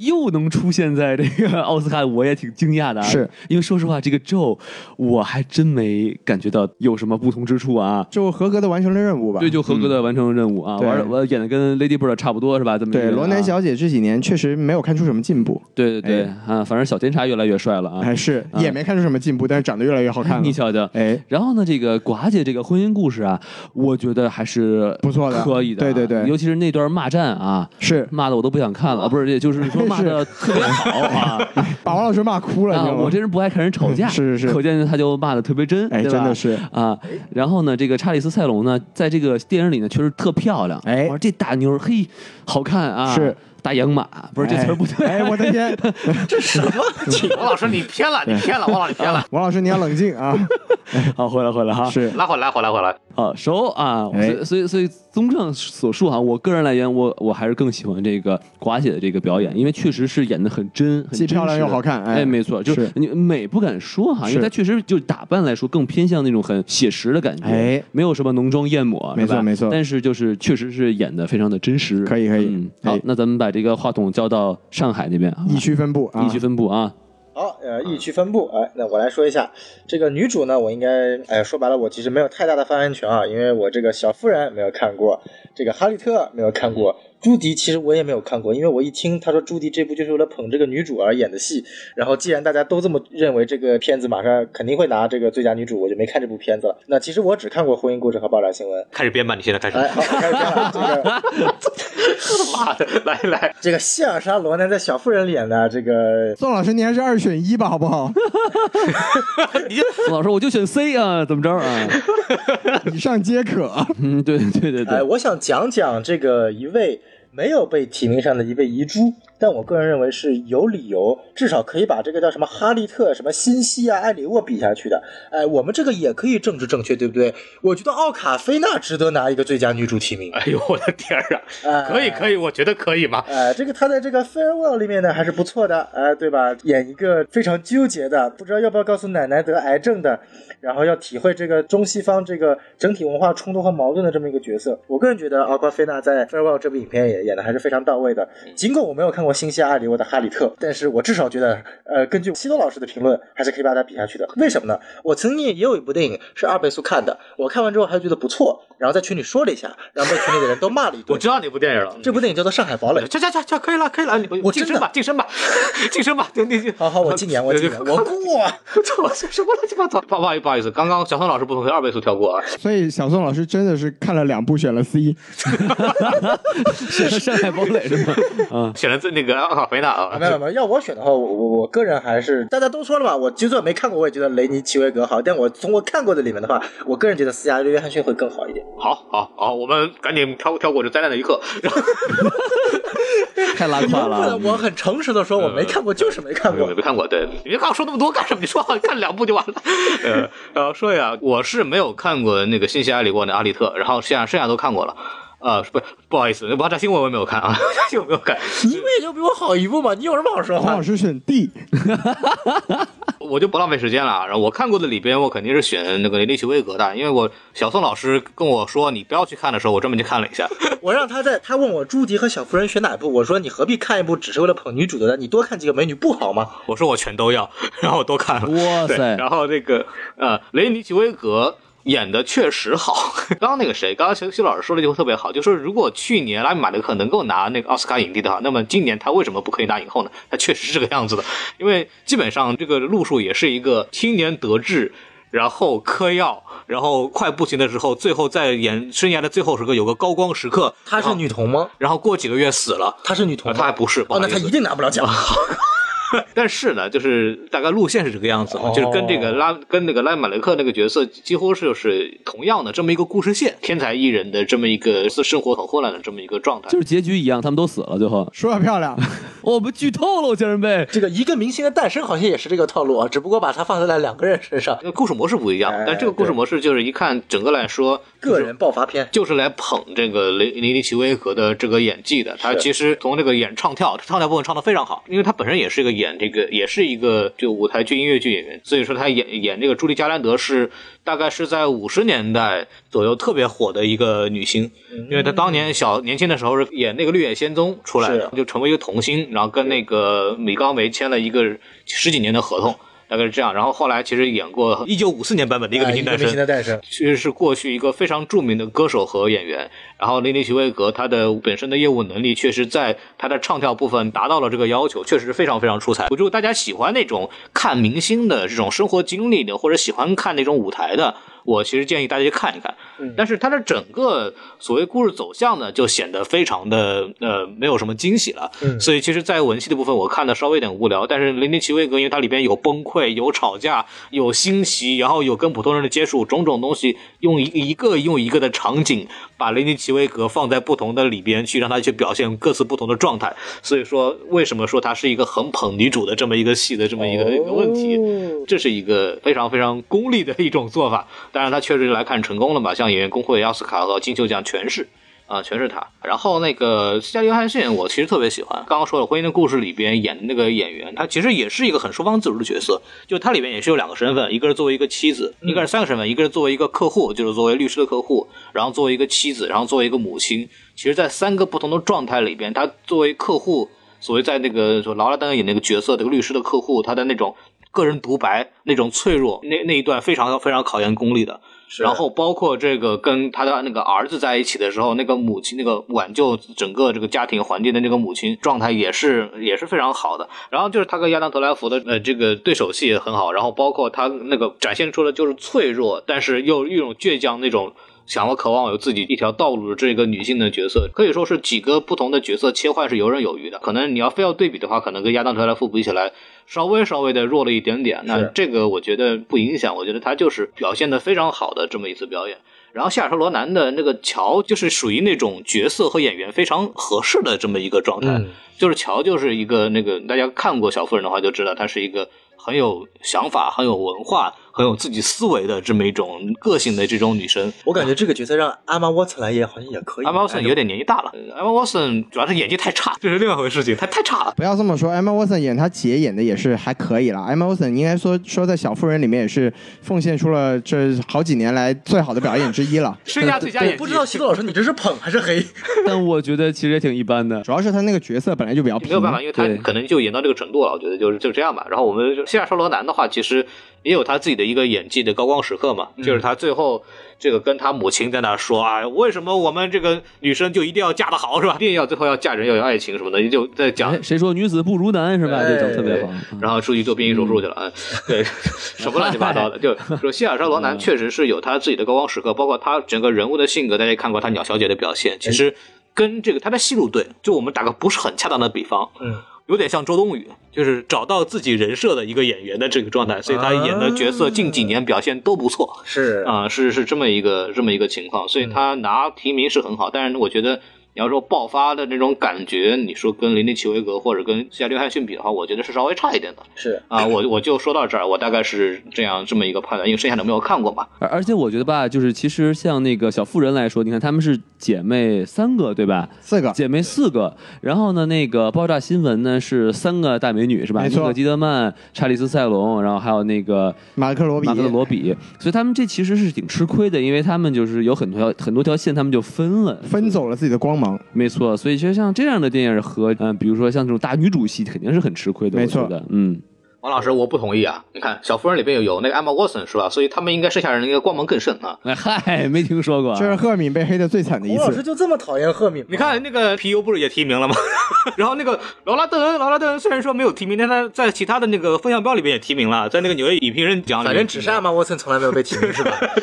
又能出现在这个奥斯卡，我也挺惊讶的、啊，是因为说实话，这个 Joe 我还真没感觉到有什么不同之处啊。就合格的完成了任务吧。嗯对，就合格的完成任务啊，对玩儿我演的跟 Lady Bird 差不多是吧？这么一个对，人啊罗南，小姐这几年确实没有看出什么进步，对对对哎啊，反正小天差越来越帅了啊，还哎是啊也没看出什么进步，但是长得越来越好看了。 你瞧瞧。哎，然后呢，这个寡姐这个婚姻故事啊，我觉得还是不错的可以的啊，对对对尤其是那段骂战啊，是骂的我都不想看了，啊不是，也就是 说骂的特别好啊。把王老师骂哭了，你知啊，道吗？我这人不爱看人吵 架，是是是可见他就骂的特别真，哎，对真吧的是，啊。然后呢，这个查理斯·塞隆呢，在这个电影里呢，确实特漂亮，哎我说这大妞儿嘿，好看啊，是大洋马， 不是这词儿不对，哎，哎我的天， 王老师你偏了，你偏了，王老师你偏 了，王老师你要冷静 啊！ 好，回来回来哈，是拉回来，拉回来，拉回来。啊，熟啊，所哎以所以所以，综上所述哈，我个人来言，我我还是更喜欢这个寡姐的这个表演，因为确实是演的很真，很既漂亮真实又好看哎哎，没错，就是你美不敢说哈，因是为她确实就是打扮来说更偏向那种很写实的感觉，哎，没有什么浓妆艳抹，没错是吧没错但是就是确实是演的非常的真实，可以可以嗯，好哎，那咱们把这个话筒交到上海那边啊，疫区分布啊，地区分布啊，好，呃，疫区分布，哎，那我来说一下这个女主呢，我应该，哎，说白了，我其实没有太大的发言权啊，因为我这个小妇人没有看过，这个哈利特没有看过，朱迪其实我也没有看过，因为我一听他说朱迪这部就是为了捧这个女主而演的戏，然后既然大家都这么认为这个片子马上肯定会拿这个最佳女主，我就没看这部片子了。那其实我只看过《婚姻故事》和《爆炸新闻》。开始编吧，你现在开始。哎，好，开始讲了这个妈的， 来来，这个谢尔莎·罗南在《小妇人》里演的这个宋老师，您还是二选一吧，好不好？ 宋老师，我就选 C 啊，怎么着啊？以上皆可。嗯，对对对哎，对，我想讲讲这个一位没有被提名上的一位遗珠，但我个人认为是有理由，至少可以把这个叫什么哈利特、什么辛西啊、埃里沃比下去的。哎，我们这个也可以政治正确，对不对？我觉得奥卡菲娜值得拿一个最佳女主提名。哎呦我的天儿哎啊！可以可以，我觉得可以吧。哎，这个她在这个《Farewell》里面呢还是不错的，哎，对吧？演一个非常纠结的，不知道要不要告诉奶奶得癌症的，然后要体会这个中西方这个整体文化冲突和矛盾的这么一个角色。我个人觉得奥瓜菲娜在《Farewell》这部影片也演的还是非常到位的。嗯尽管我没有看过《新西亚里沃的哈里特》，但是我至少觉得，呃，根据西多老师的评论，还是可以把它比下去的。为什么呢？我曾经也有一部电影是二倍速看的，我看完之后还觉得不错，然后在群里说了一下，然后被群里的人都骂了一顿我。知道哪部电影了，嗯这部电影叫做《上海堡垒》，这这这这可以了，可以了，你我晋真的升吧，晋升吧，晋升吧，对对对， 好好，我禁言，我禁言，我啊过。这我什么乱七八糟？不不好意思，不好意思，刚刚小宋老师不同意，二倍速跳过啊。所以小宋老师真的是看了两部，选了 C。是上海堡垒是吗？啊，选了自那个奥卡菲娜啊没，有没有，要我选的话，我我我个人还是大家都说了吧，我就算没看过，我也觉得雷尼·奇维格好。但我从我看过的里面的话，我个人觉得斯嘉丽·约翰逊会更好一点。好好好，我们赶紧跳跳过这灾难的一刻。然后太拉胯了啊。我很诚实的说，我没看过，就是没看没有没有没看过，嗯对，你别看我说那么多干什么？你说好，你看两部就完了。呃，然后说一下，我是没有看过那个新西兰里过的阿利特，然后剩下剩下都看过了。啊，不，不好意思，那爆炸新闻我也没有看啊， 有没有看？你不也就比我好一步嘛，你有什么好说黄话嗯老？师选 D，我就不浪费时间了啊。然后我看过的里边，我肯定是选那个《雷奇威格》的，因为我小宋老师跟我说你不要去看的时候，我专门去看了一下。我让他在，他问我朱迪和小妇人选哪部，我说你何必看一部只是为了捧女主的呢？你多看几个美女不好吗？我说我全都要， 然后我都看了。哇对，塞！然后那个呃，雷尼奇威格。演的确实好， 刚刚那个谁，刚刚徐徐老师说了一句话特别好，就说如果去年拉米马德克能够拿那个奥斯卡影帝的话，那么今年他为什么不可以拿影后呢？他确实是这个样子的， 因为基本上这个路数也是一个青年得志，然后嗑药，然后快不行的时候，最后在演生涯的最后时刻有个高光时刻，她是女童吗？然后过几个月死了，她是女啊童他还吗？不是，不哦，好那意她思一定拿不了 奖。但是呢，就是大概路线是这个样子嘛，哦就是跟这个拉跟那个拉马雷克那个角色几乎是就是同样的这么一个故事线，天才艺人的这么一个私生活很混乱的这么一个状态就。是结局一样，他们都死了，最后说的漂 亮。我们剧透了，我竟然被这个一个明星的诞生好像也是这个套路啊，只不过把它放在了两个人身上，那呃个故事模式不一样哎，但这个故事对模式就是一看整个来说，个人爆发片。就是来捧这个雷尼尼奇威格的这个演技的。他其实从这个演唱跳，唱跳部分唱得非常好，因为他本身也是一个演这个，也是一个就舞台剧、音乐剧演员，所以说他演演这个朱莉·加兰德是大概是在五十年代左右特别火的一个女星，因为她当年小年轻的时候是演那个《绿野仙踪》出来的，是就成为一个童星，然后跟那个米高梅签了一个十几年的合同。大概是这样，然后后来其实演过一九五四年版本的一个明星啊诞一个生明星，的诞生，其实是过去一个非常著名的歌手和演员。然后林尼奇威格他的本身的业务能力，确实在他的唱跳部分达到了这个要求，确实非常非常出彩。我觉得大家喜欢那种看明星的这种生活经历的，或者喜欢看那种舞台的，我其实建议大家去看一看。但是它的整个所谓故事走向呢，就显得非常的呃没有什么惊喜了。嗯所以其实，在文戏的部分，我看的稍微有点无聊。但是《林尼奇威格》因为它里边有崩溃、有吵架、有新奇，然后有跟普通人的接触，种种东西，用一一个用一个的场景，把林尼奇威格放在不同的里边去，让他去表现各自不同的状态。所以说，为什么说它是一个很捧女主的这么一个戏的这么一个、一个问题？嗯这是一个非常非常功利的一种做法。当然，他确实来看成功了嘛，像演员工会、奥斯卡和金球奖全是。啊，全是他。然后那个斯嘉丽·约翰逊，我其实特别喜欢。刚刚说了，《婚姻的故事》里边演的那个演员，他其实也是一个很收放自如的角色。就他里边也是有两个身份，一个是作为一个妻子，一个是三个身份，一个是作为一个客户，就是作为律师的客户，然后作为一个妻子，然后作为一个母亲。其实，在三个不同的状态里边，他作为客户，所谓在那个说劳拉·丹恩演那个角色，这个律师的客户，他的那种个人独白、那种脆弱，那那一段非常非常考验功力的。然后包括这个跟他的那个儿子在一起的时候，那个母亲那个挽救整个这个家庭环境的那个母亲状态也是也是非常好的。然后就是他跟亚当德莱福的呃这个对手戏也很好，然后包括他那个展现出了就是脆弱，但是又一种倔强那种。想要渴望有自己一条道路的这个女性的角色，可以说是几个不同的角色切换是游刃有余的。可能你要非要对比的话，可能跟亚当·德莱夫比起来，稍微稍微的弱了一点点。那这个我觉得不影响，我觉得他就是表现的非常好的这么一次表演。然后夏尔特罗南的那个乔就是属于那种角色和演员非常合适的这么一个状态，嗯就是乔就是一个那个大家看过小妇人的话就知道，他是一个很有想法、很有文化、很有自己思维的这么一种个性的这种女生。我感觉这个角色让阿玛沃特来演好像也可以。艾玛沃森有点年纪大了，艾玛沃森主要是演技太差，这是另外一回事情，她太差了。不要这么说，Emma Watson 演她姐演的也是还可以啦。Emma Watson 应该说说在《小妇人》里面也是奉献出了这好几年来最好的表演之一了。生涯最佳演技，不知道西多老师你这是捧还是黑？但我觉得其实也挺一般的。主要是她那个角色本来就比较没有平，办法，因为他对可能就演到这个程度了，我觉得就是就这样吧。然后我们就希尔沙罗南的话，其实也有他自己的一个演技的高光时刻嘛，就是他最后这个跟他母亲在那说啊，为什么我们这个女生就一定要嫁得好是吧？一定要最后要嫁人要有爱情什么的，就在讲哎，谁说女子不如男是吧？哎这讲得特别好。嗯然后出去做变异手术去了，嗯， 对，什么乱七八糟的，就说希尔莎罗南确实是有他自己的高光时刻，包括他整个人物的性格，大家也看过他鸟小姐的表现，其实跟这个他的戏路对，就我们打个不是很恰当的比方，嗯，有点像周冬雨，就是找到自己人设的一个演员的这个状态，所以他演的角色近几年表现都不错，是啊、是是这么一个这么一个情况，所以他拿提名是很好，但是我觉得。你要说爆发的那种感觉，你说跟林尼奇维格或者跟西亚约翰逊比的话，我觉得是稍微差一点的是，啊。我我就说到这儿，我大概是这样这么一个判断，因为剩下的没有看过嘛。而而且我觉得吧，就是其实像那个小妇人来说，你看她们是姐妹三个对吧？四个姐妹四个，然后呢，那个爆炸新闻呢是三个大美女是吧？没错尼可基德曼、查理斯塞隆，然后还有那个马克罗比马格德罗比，所以他们这其实是挺吃亏的，因为他们就是有很多条很多条线，他们就分了，分走了自己的光芒。没错。所以其实像这样的电影和嗯、呃比如说像这种大女主戏，肯定是很吃亏的，没错我觉得，嗯，王老师，我不同意啊！你看《小妇人》里边有有那个 Emma Watson 是吧？所以他们应该剩下人应该光芒更盛啊。哎嗨， 没听说过啊，这是赫敏被黑的最惨的一吴老师次。就这么讨厌赫敏？你看那个皮尤不是也提名了吗？ 然后那个劳拉·邓恩，劳拉·邓恩虽然说没有提名，但他在其他的那个风向标里边也提名了，在那个纽约影评人奖里面提名，反正只是阿玛沃森从来没有被提名是吧？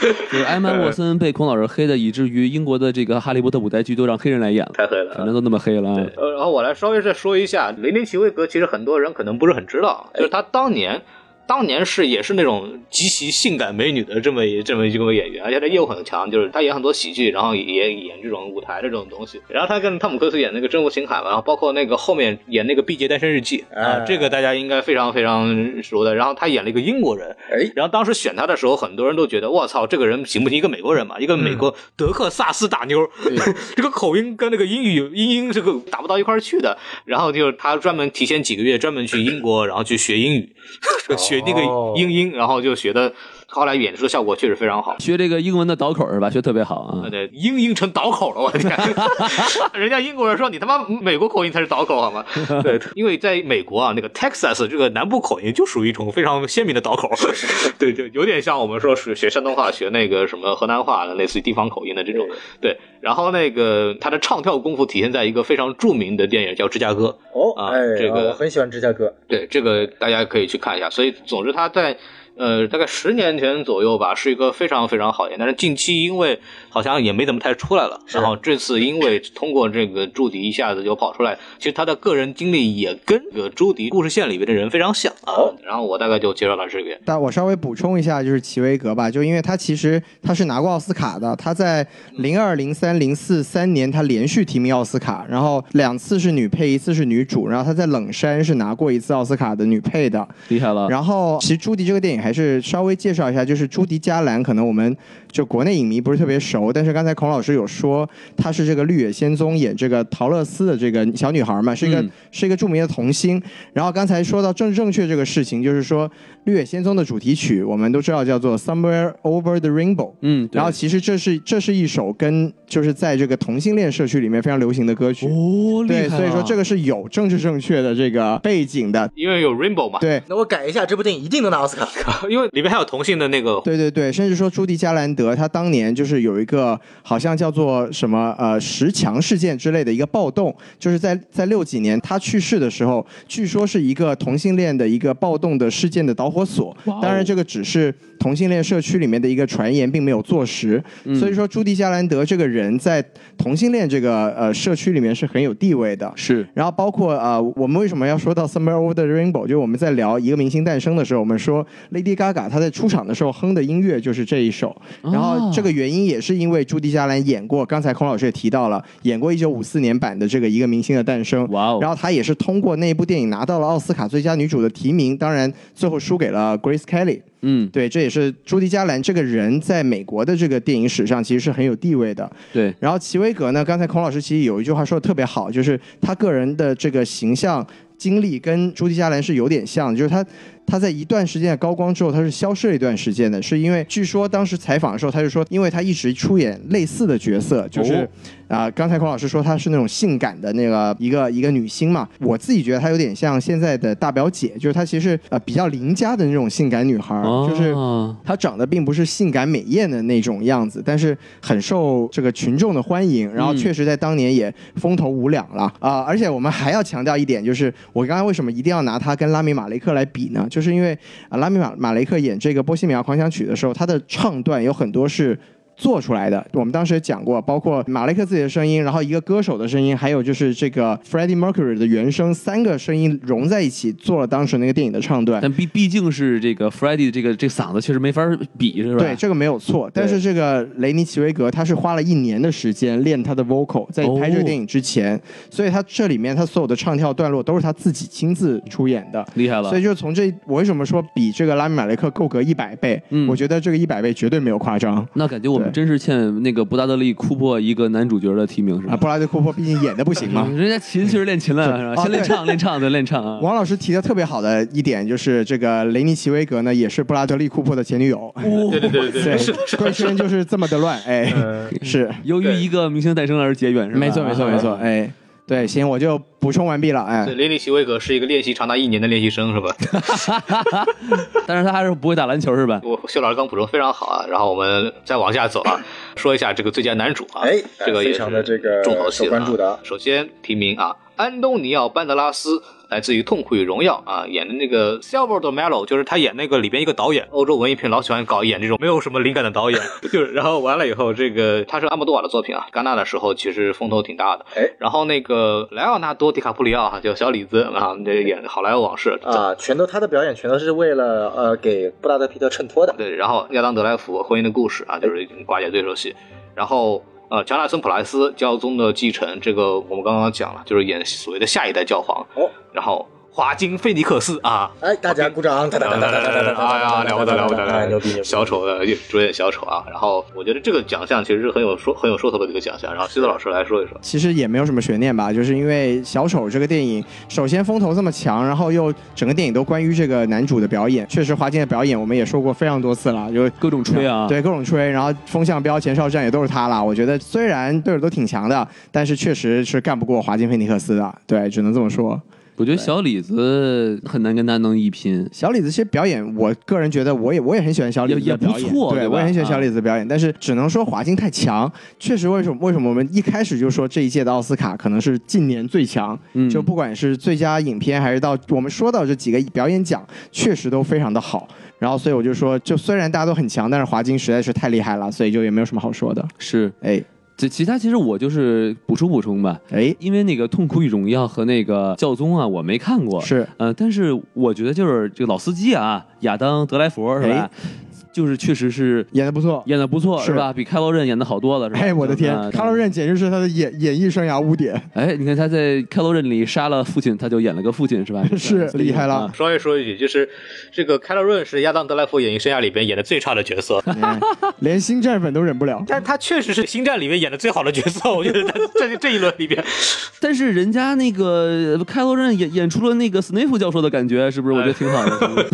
就是艾曼沃森被孔老师黑的，以至于英国的这个《哈利波特》舞台剧都让黑人来演了，太黑呃了啊反正都那么黑了啊。呃，然后我来稍微再说一下，雷尼奇维格其实很多人可能不是很知道，就是他当年。当年是也是那种极其性感美女的这么一这么一个演员，而且他业务很强，就是他演很多喜剧，然后也演这种舞台这种东西。然后他跟汤姆克鲁斯演那个《征服情海》嘛，然后包括那个后面演那个《毕节单身日记》啊、哎这个大家应该非常非常熟的。然后他演了一个英国人，哎然后当时选他的时候，很多人都觉得我操，这个人行不行？一个美国人嘛，一个嗯美国德克萨斯大妞儿， 这个口音跟那个英语英英这个打不到一块儿去的。然后就是他专门提前几个月专门去英国，然后去学英语， 学那个英英，然后就学的，后来演出效果确实非常好。学这个英文的倒口是吧？学特别好啊呃啊，。对，英英成倒口了，我的天！人家英国人说你他妈美国口音才是倒口好吗？对，因为在美国啊，那个 Texas 这个南部口音就属于一种非常鲜明的倒口， 对，就有点像我们说是学山东话、学那个什么河南话，类似于地方口音的这种。对，然后那个他的唱跳功夫体现在一个非常著名的电影叫《芝加哥》，哦，啊哎，这个啊我很喜欢芝加哥。对，这个大家可以去看一下。所以，总之他在呃大概十年前左右吧，是一个非常非常好演，但是近期因为好像也没怎么太出来了，然后这次因为通过这个朱迪一下子就跑出来，其实他的个人经历也跟这个朱迪故事线里边的人非常像啊。然后我大概就介绍到这边。但我稍微补充一下，就是齐维格吧，就因为他其实他是拿过奥斯卡的，他在零二、零三、零四三年他连续提名奥斯卡，然后两次是女配，一次是女主，然后他在《冷杉》是拿过一次奥斯卡的女配的，厉害了。然后，其实朱迪这个电影还是稍微介绍一下，就是朱迪·加兰，可能我们就国内影迷不是特别熟，但是刚才孔老师有说，她是这个《绿野仙踪》演这个陶乐斯的这个小女孩嘛，是一个、嗯是一个著名的童星。然后刚才说到政治正确这个事情，就是说《绿野仙踪》的主题曲我们都知道叫做《Somewhere Over the Rainbow》。嗯，对然后其实这是这是一首跟就是在这个同性恋社区里面非常流行的歌曲，哦，对，所以说这个个是有政治正确的这个背景的，因为有 Rainbow 嘛，对，那我改一下，这部电影一定能拿奥斯卡。因为里面还有同性的那个对对对，甚至说朱迪·加兰德他当年就是有一个好像叫做什么呃十强事件之类的一个暴动，就是在在六几年他去世的时候，据说是一个同性恋的一个暴动的事件的导火索。当然，这个只是同性恋社区里面的一个传言，并没有坐实。所以说，朱迪·加兰德这个人在同性恋这个呃社区里面是很有地位的。是然后包括呃，我们为什么要说到《Somewhere Over the Rainbow》？就是我们在聊一个明星诞生的时候，我们说 Lady Gaga 她在出场的时候哼的音乐就是这一首。啊然后这个原因也是因为朱迪·加兰演过，刚才孔老师也提到了，演过1954年版的这个《一个明星的诞生》。哇哦然后她也是通过那部电影拿到了奥斯卡最佳女主的提名，当然最后输给了 Grace Kelly。嗯对，这也是朱迪·加兰这个人在美国的这个电影史上其实是很有地位的。对然后齐威格呢，刚才孔老师其实有一句话说的特别好，就是他个人的这个形象经历跟朱迪·加兰是有点像，就是他他在一段时间的高光之后，他是消失了一段时间的，是因为据说当时采访的时候，他就说，因为他一直出演类似的角色，就是哦啊、刚才孔老师说她是那种性感的那个一个一个女星嘛，我自己觉得她有点像现在的大表姐，就是她其实呃比较邻家的那种性感女孩儿，啊哦就是她长得并不是性感美艳的那种样子，但是很受这个群众的欢迎，然后确实在当年也风头无两了啊、而且我们还要强调一点，就是我刚才为什么一定要拿她跟拉米马雷克来比呢？就是因为啊，拉米马马雷克演这个《波西米亚狂想曲》的时候，他的唱段有很多是。做出来的，我们当时也讲过，包括马雷克自己的声音，然后一个歌手的声音，还有就是这个 Freddie Mercury 的原声，三个声音融在一起做了当时那个电影的唱段。但毕毕竟是这个 f r e d d y 这个这嗓子确实没法比，是吧？对，这个没有错。但是这个雷尼·奇维格他是花了一年的时间练他的 vocal，在拍这个电影之前，所以他这里面他所有的唱跳段落都是他自己亲自出演的。厉害了所以。就是从这，我为什么说比这个拉米·马雷克够格一百倍？嗯我觉得这个一百倍绝对没有夸张。那感觉我们真是欠那个布达德利·库珀一个男主角的提名，是吧？啊，布拉德·库珀毕竟演的不行嘛嗯。人家琴其实练琴了，是吧？啊先练对唱，练唱，再练唱啊！王老师提的特别好的一点就是，这个雷尼·奇维格呢，也是布拉德利·库珀的前女友。对对对对对，贵圈就是这么的乱，哎，是，由于对一个明星诞生而结缘，是吧？啊嗯没错，没错，没错，哎，对，行，我就补充完毕了，哎对，，雷利·席维格是一个练习长达一年的练习生，是吧？但是他还是不会打篮球，是吧？我谢老师刚补充非常好啊。然后我们再往下走啊，说一下这个最佳男主啊，哎这个也非常的这个重头戏了啊受关注的啊首先提名啊，安东尼奥·班德拉斯。来自于《痛苦与荣耀》啊，演的那个 Salvador Melo，就是他演那个里边一个导演，欧洲文艺片老喜欢搞演这种没有什么灵感的导演， 就是然后完了以后，这个他是阿莫多瓦的作品啊，戛纳的时候其实风头挺大的，哎，然后那个莱昂纳多·迪卡普里奥啊，就小李子啊，那个演《好莱坞往事》啊，全都他的表演全都是为了呃给布拉德皮特衬托的。对，然后亚当·德莱福《婚姻的故事》啊，就是寡姐对手戏，然后呃，乔纳森·普莱斯《教宗的继承》，这个我们刚刚讲了，就是演所谓的下一代教皇，哦，然后华金·菲尼克斯啊。哎，大家鼓掌！哒哒哒哒哒哒哒！哎呀，了不得了不得哎了！牛逼牛逼！ 小丑的主演小丑啊，然后我觉得这个奖项其实是很有说很有说头的一个奖项，然后西子老师来说一说。其实也没有什么悬念吧，就是因为《小丑》这个电影，首先风头这么强，然后又整个电影都关于这个男主的表演，确实华金的表演我们也说过非常多次了，就各种吹啊！，对各种吹，然后风向标、前哨战也都是他啦。我觉得虽然对手都挺强的，但是确实是干不过华金菲尼克斯的，对，只能这么说。我觉得小李子很难跟他能一拼。小李子其实表演，我个人觉得我也我也很喜欢小李子也也的不表演，错对对吧啊我也很喜欢小李子的表演，但是只能说华金太强，确实为什么为什么我们一开始就说这一届的奥斯卡可能是近年最强，嗯就不管是最佳影片还是到我们说到这几个表演奖，确实都非常的好。然后所以我就说，就虽然大家都很强，但是华金实在是太厉害了，所以就也没有什么好说的。是，哎这其他其实我就是补充补充吧，哎，因为那个《痛苦与荣耀》和那个《教宗》啊，我没看过。是呃，但是我觉得就是这个老司机啊，亚当·德莱佛是吧？就是确实是哎演的不错。演的不错，是是吧？比开罗任演的好多了，是吧？哎，我的天嗯，卡洛。任简直是他的演演艺生涯污点， 哎，你看他在开罗任里杀了父亲，他就演了个父亲，是吧？ 是所以厉害了啊稍微说一句，就是这个凯勒润是亚当·德莱福演艺生涯里边演的最差的角色， 哎连星战粉都忍不了。但他确实是《星战》里面演的最好的角色，我觉得他这这一轮里边，但是人家那个开罗任演 演出了那个斯内夫教授的感觉，是不是？我觉得挺好的。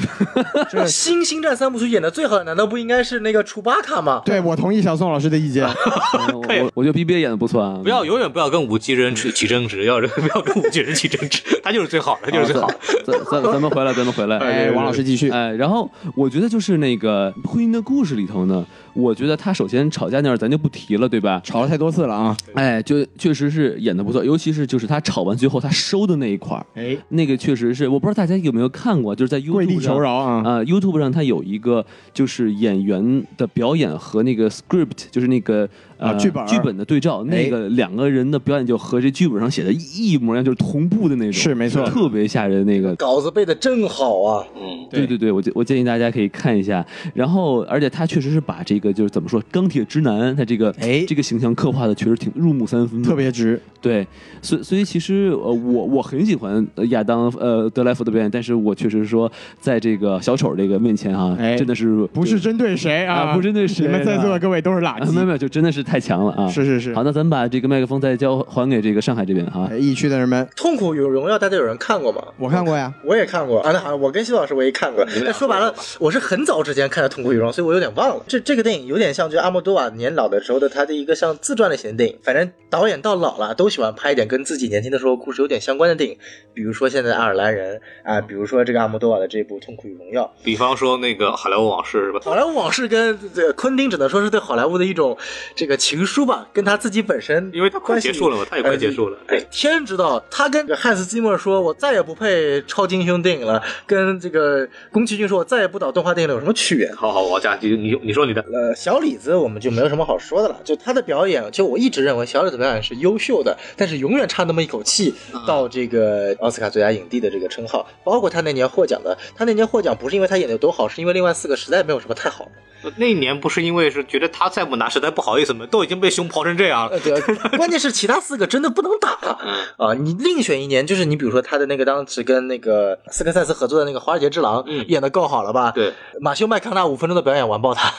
是不是新《星战三部曲》演的最好的难道不应该是那个楚巴卡吗？对，我同意小宋老师的意 见。哎嗯我我我觉得 BBA 演的不错啊，不要永远不要跟无机人起起争执，要不要跟无机人起争执， 他就是最好的，他就是最好啊的。咱咱咱们回来，咱们回来。哎，王老师继续。哎，然后我觉得就是那个婚姻的故事里头呢，我觉得他首先吵架那儿咱就不提了，对吧？吵了太多次了啊！哎，就确实是演的不错，尤其是就是他吵完最后他收的那一块儿，哎，那个确实是，我不知道大家有没有看过，就是在跪地 YouTube 求上。饶啊！啊、y o u t u b e 上它有一个就是演员的表演和那个 script，就是那个呃啊剧本儿哎剧本的对照，那个两个人的表演就和这剧本上写的一模一样，就是同步的那种，是没错特别吓人那个。稿子背的真好啊！嗯，对对对，我建我建议大家可以看一下，然后而且他确实是把这个就是怎么说钢铁直男他这个哎这个形象刻画的确实挺入木三分的，特别值。对，所以所以其实呃，我我很喜欢呃亚当呃德莱福的表演，但是我确实说，在这个小丑这个面前啊，哎真的是不是针对谁啊？啊不针对谁你们在座的各位都是垃啊，没有没圾。有，就真的是太强了啊！是是是好，那咱们把这个麦克风再交还给这个上海这边哈、啊哎。疫区的人们，痛苦与荣耀，大家有人看过吗？我看过呀。我也看过啊，那好，我跟西老师我也看过。但说白了，我是很早之前看的《痛苦与荣耀》，所以我有点忘了。这这个电影有点像，就阿莫多瓦年老的时候的他的一个像自传类型的电影。反正导演到老了都喜欢拍一点跟自己年轻的时候故事有点相关的电影，比如说现在的爱尔兰人啊，比如说这个阿莫多瓦的这部《痛苦与荣耀》。比方说那个好莱坞往事是吧？好莱坞往事跟这个昆汀只能说是对好莱坞的一种这个情书吧，跟他自己本身因为他快关系结束了嘛他也快结束了哎，天知道，他跟这个汉斯季默说：“我再也不配超级英雄电影了。”跟这个宫崎骏说：“我再也不导动画电影了。”有什么区别？啊好好，王佳，你你你说你的，呃，小李子我们就没有什么好说的了。就他的表演，就我一直认为小李子表演是优秀的，但是永远差那么一口气到这个奥斯卡最佳影帝的这个称号。包括他那年获奖的，他那年获奖不是因为他演的有多好，是因为另外四个实在没有什么太好的。那一年不是因为是觉得他再不拿实在不好意思吗？都已经被熊刨成这样了 呃，，对， 关键是其他四个真的不能打嗯啊！你另选一年，就是你比如说他的那个当时跟那个斯科塞斯合作的那个《华尔街之狼》嗯演的够好了吧？对，嗯马修麦康纳五分钟的表演完爆他，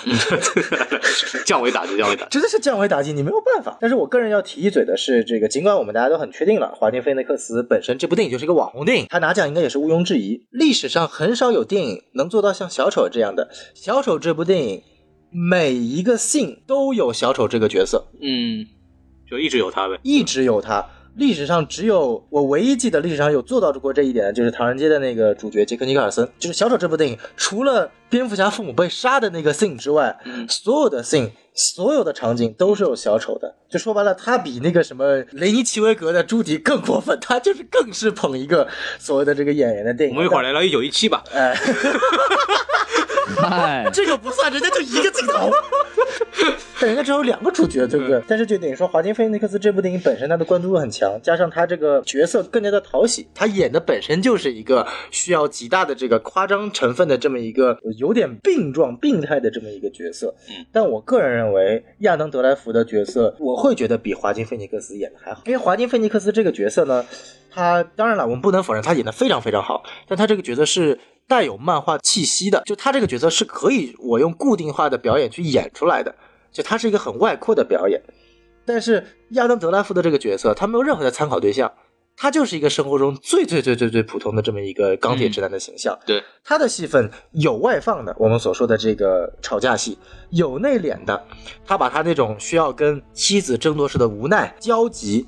降维打击，降维打击。 真的是降维打击，你没有办法。但是我个人要提一嘴的是，这个尽管我们大家都很确定了，《华金菲内克斯》本身这部电影就是一个网红电影，它拿奖应该也是毋庸置疑。历史上很少有电影能做到像《小丑》这样的，《小丑》这部电影。每一个 scene 都有小丑这个角色，嗯，就一直有他呗。嗯一直有他。历史上只有我唯一记得历史上有做到过这一点的，就是《唐人街》的那个主角杰克尼克尔森，就是《小丑》这部电影，除了蝙蝠侠父母被杀的那个 scene 之外，嗯所有的 scene。所有的场景都是有小丑的，就说白了，他比那个什么雷尼奇维格的朱迪更过分，他就是更是捧一个所谓的这个演员的电我影。们一会儿来聊一九一七吧。哎，嗨，这个不算，人家就一个镜头。哎 嗯但人家只有两个主角，对不对？但是就等于说，华金菲尼克斯这部电影本身它的关注度很强，加上他这个角色更加的讨喜，他演的本身就是一个需要极大的这个夸张成分的这么一个有点病状、病态的这么一个角色。嗯，但我个人认为，亚当·德莱福的角色，我会觉得比华金菲尼克斯演的还好，因为华金菲尼克斯这个角色呢，他当然了，我们不能否认他演的非常非常好，但他这个角色是带有漫画气息的，就他这个角色是可以我用固定化的表演去演出来的，就他是一个很外扩的表演。但是亚当·德莱夫的这个角色，他没有任何的参考对象，他就是一个生活中最最最最最普通的这么一个钢铁直男的形象。对，他的戏份有外放的，我们所说的这个吵架戏，有内敛的，他把他那种需要跟妻子争夺时的无奈、焦急，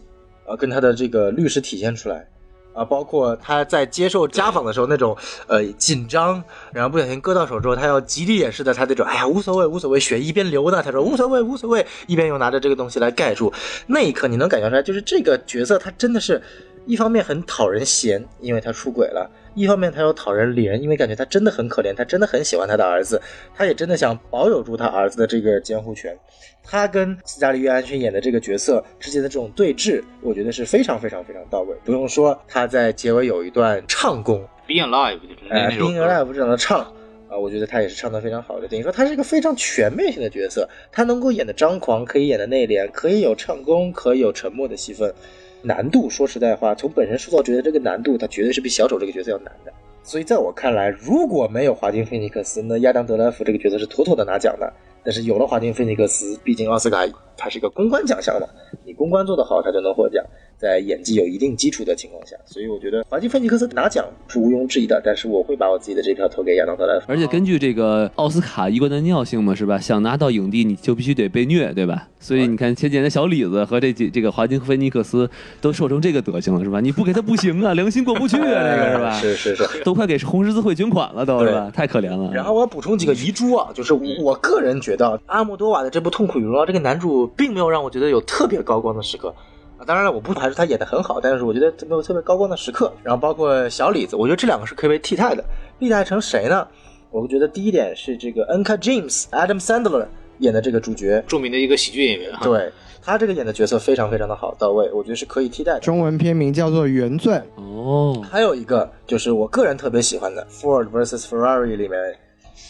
呃，跟他的这个律师体现出来。啊，包括他在接受家访的时候那种呃紧张，然后不小心割到手之后，他要极力掩饰的他那种哎呀无所谓无所谓，血一边流呢，他说无所谓无所谓，一边又拿着这个东西来盖住，那一刻你能感觉出来，就是这个角色他真的是一方面很讨人嫌，因为他出轨了；一方面他又讨人怜，因为感觉他真的很可怜，他真的很喜欢他的儿子，他也真的想保有住他儿子的这个监护权。他跟斯嘉丽·约翰逊演的这个角色之间的这种对峙，我觉得是非常非常非常到位。不用说，他在结尾有一段唱功， Being Alive 就是那呃那首，Being 歌。 Alive 这样的唱啊，我觉得他也是唱的非常好的。等于说他是一个非常全面性的角色，他能够演的张狂，可以演的内敛，可以有唱功，可以有沉默的戏份。难度，说实在话，从本身塑造角色这个难度，它绝对是比小丑这个角色要难的。所以在我看来，如果没有华金菲尼克斯，那亚当德莱福这个角色是妥妥的拿奖的。但是有了华金菲尼克斯，毕竟奥斯卡它是一个公关奖项嘛，你公关做得好，它就能获奖。在演技有一定基础的情况下，所以我觉得华金·菲尼克斯拿奖是毋庸置疑的，但是我会把我自己的这票投给亚当·德莱夫。而且根据这个奥斯卡一贯的尿性嘛，是吧？想拿到影帝，你就必须得被虐，对吧？所以你看前几年的小李子和这几这个华金菲尼克斯都瘦成这个德行了，是吧？你不给他不行 啊，良心过不去啊，这个是吧？哎是是是。都快给红十字会捐款了，都是吧？太可怜了。然后我要补充几个遗珠啊，就是我个人觉得阿莫多瓦的这部《痛苦与荣耀》这个男主并没有让我觉得有特别高光的时刻。啊当然了，我不排除他演的很好，但是我觉得没有特别高光的时刻。然后包括小李子，我觉得这两个是可以被替代的。替代成谁呢？我觉得第一点是这个 Anka James Adam Sandler 演的这个主角，著名的一个喜剧演员哈。对他这个演的角色非常非常的好到位，我觉得是可以替代的。中文片名叫做《原罪》，哦，还有一个就是我个人特别喜欢的 Ford vs Ferrari 里面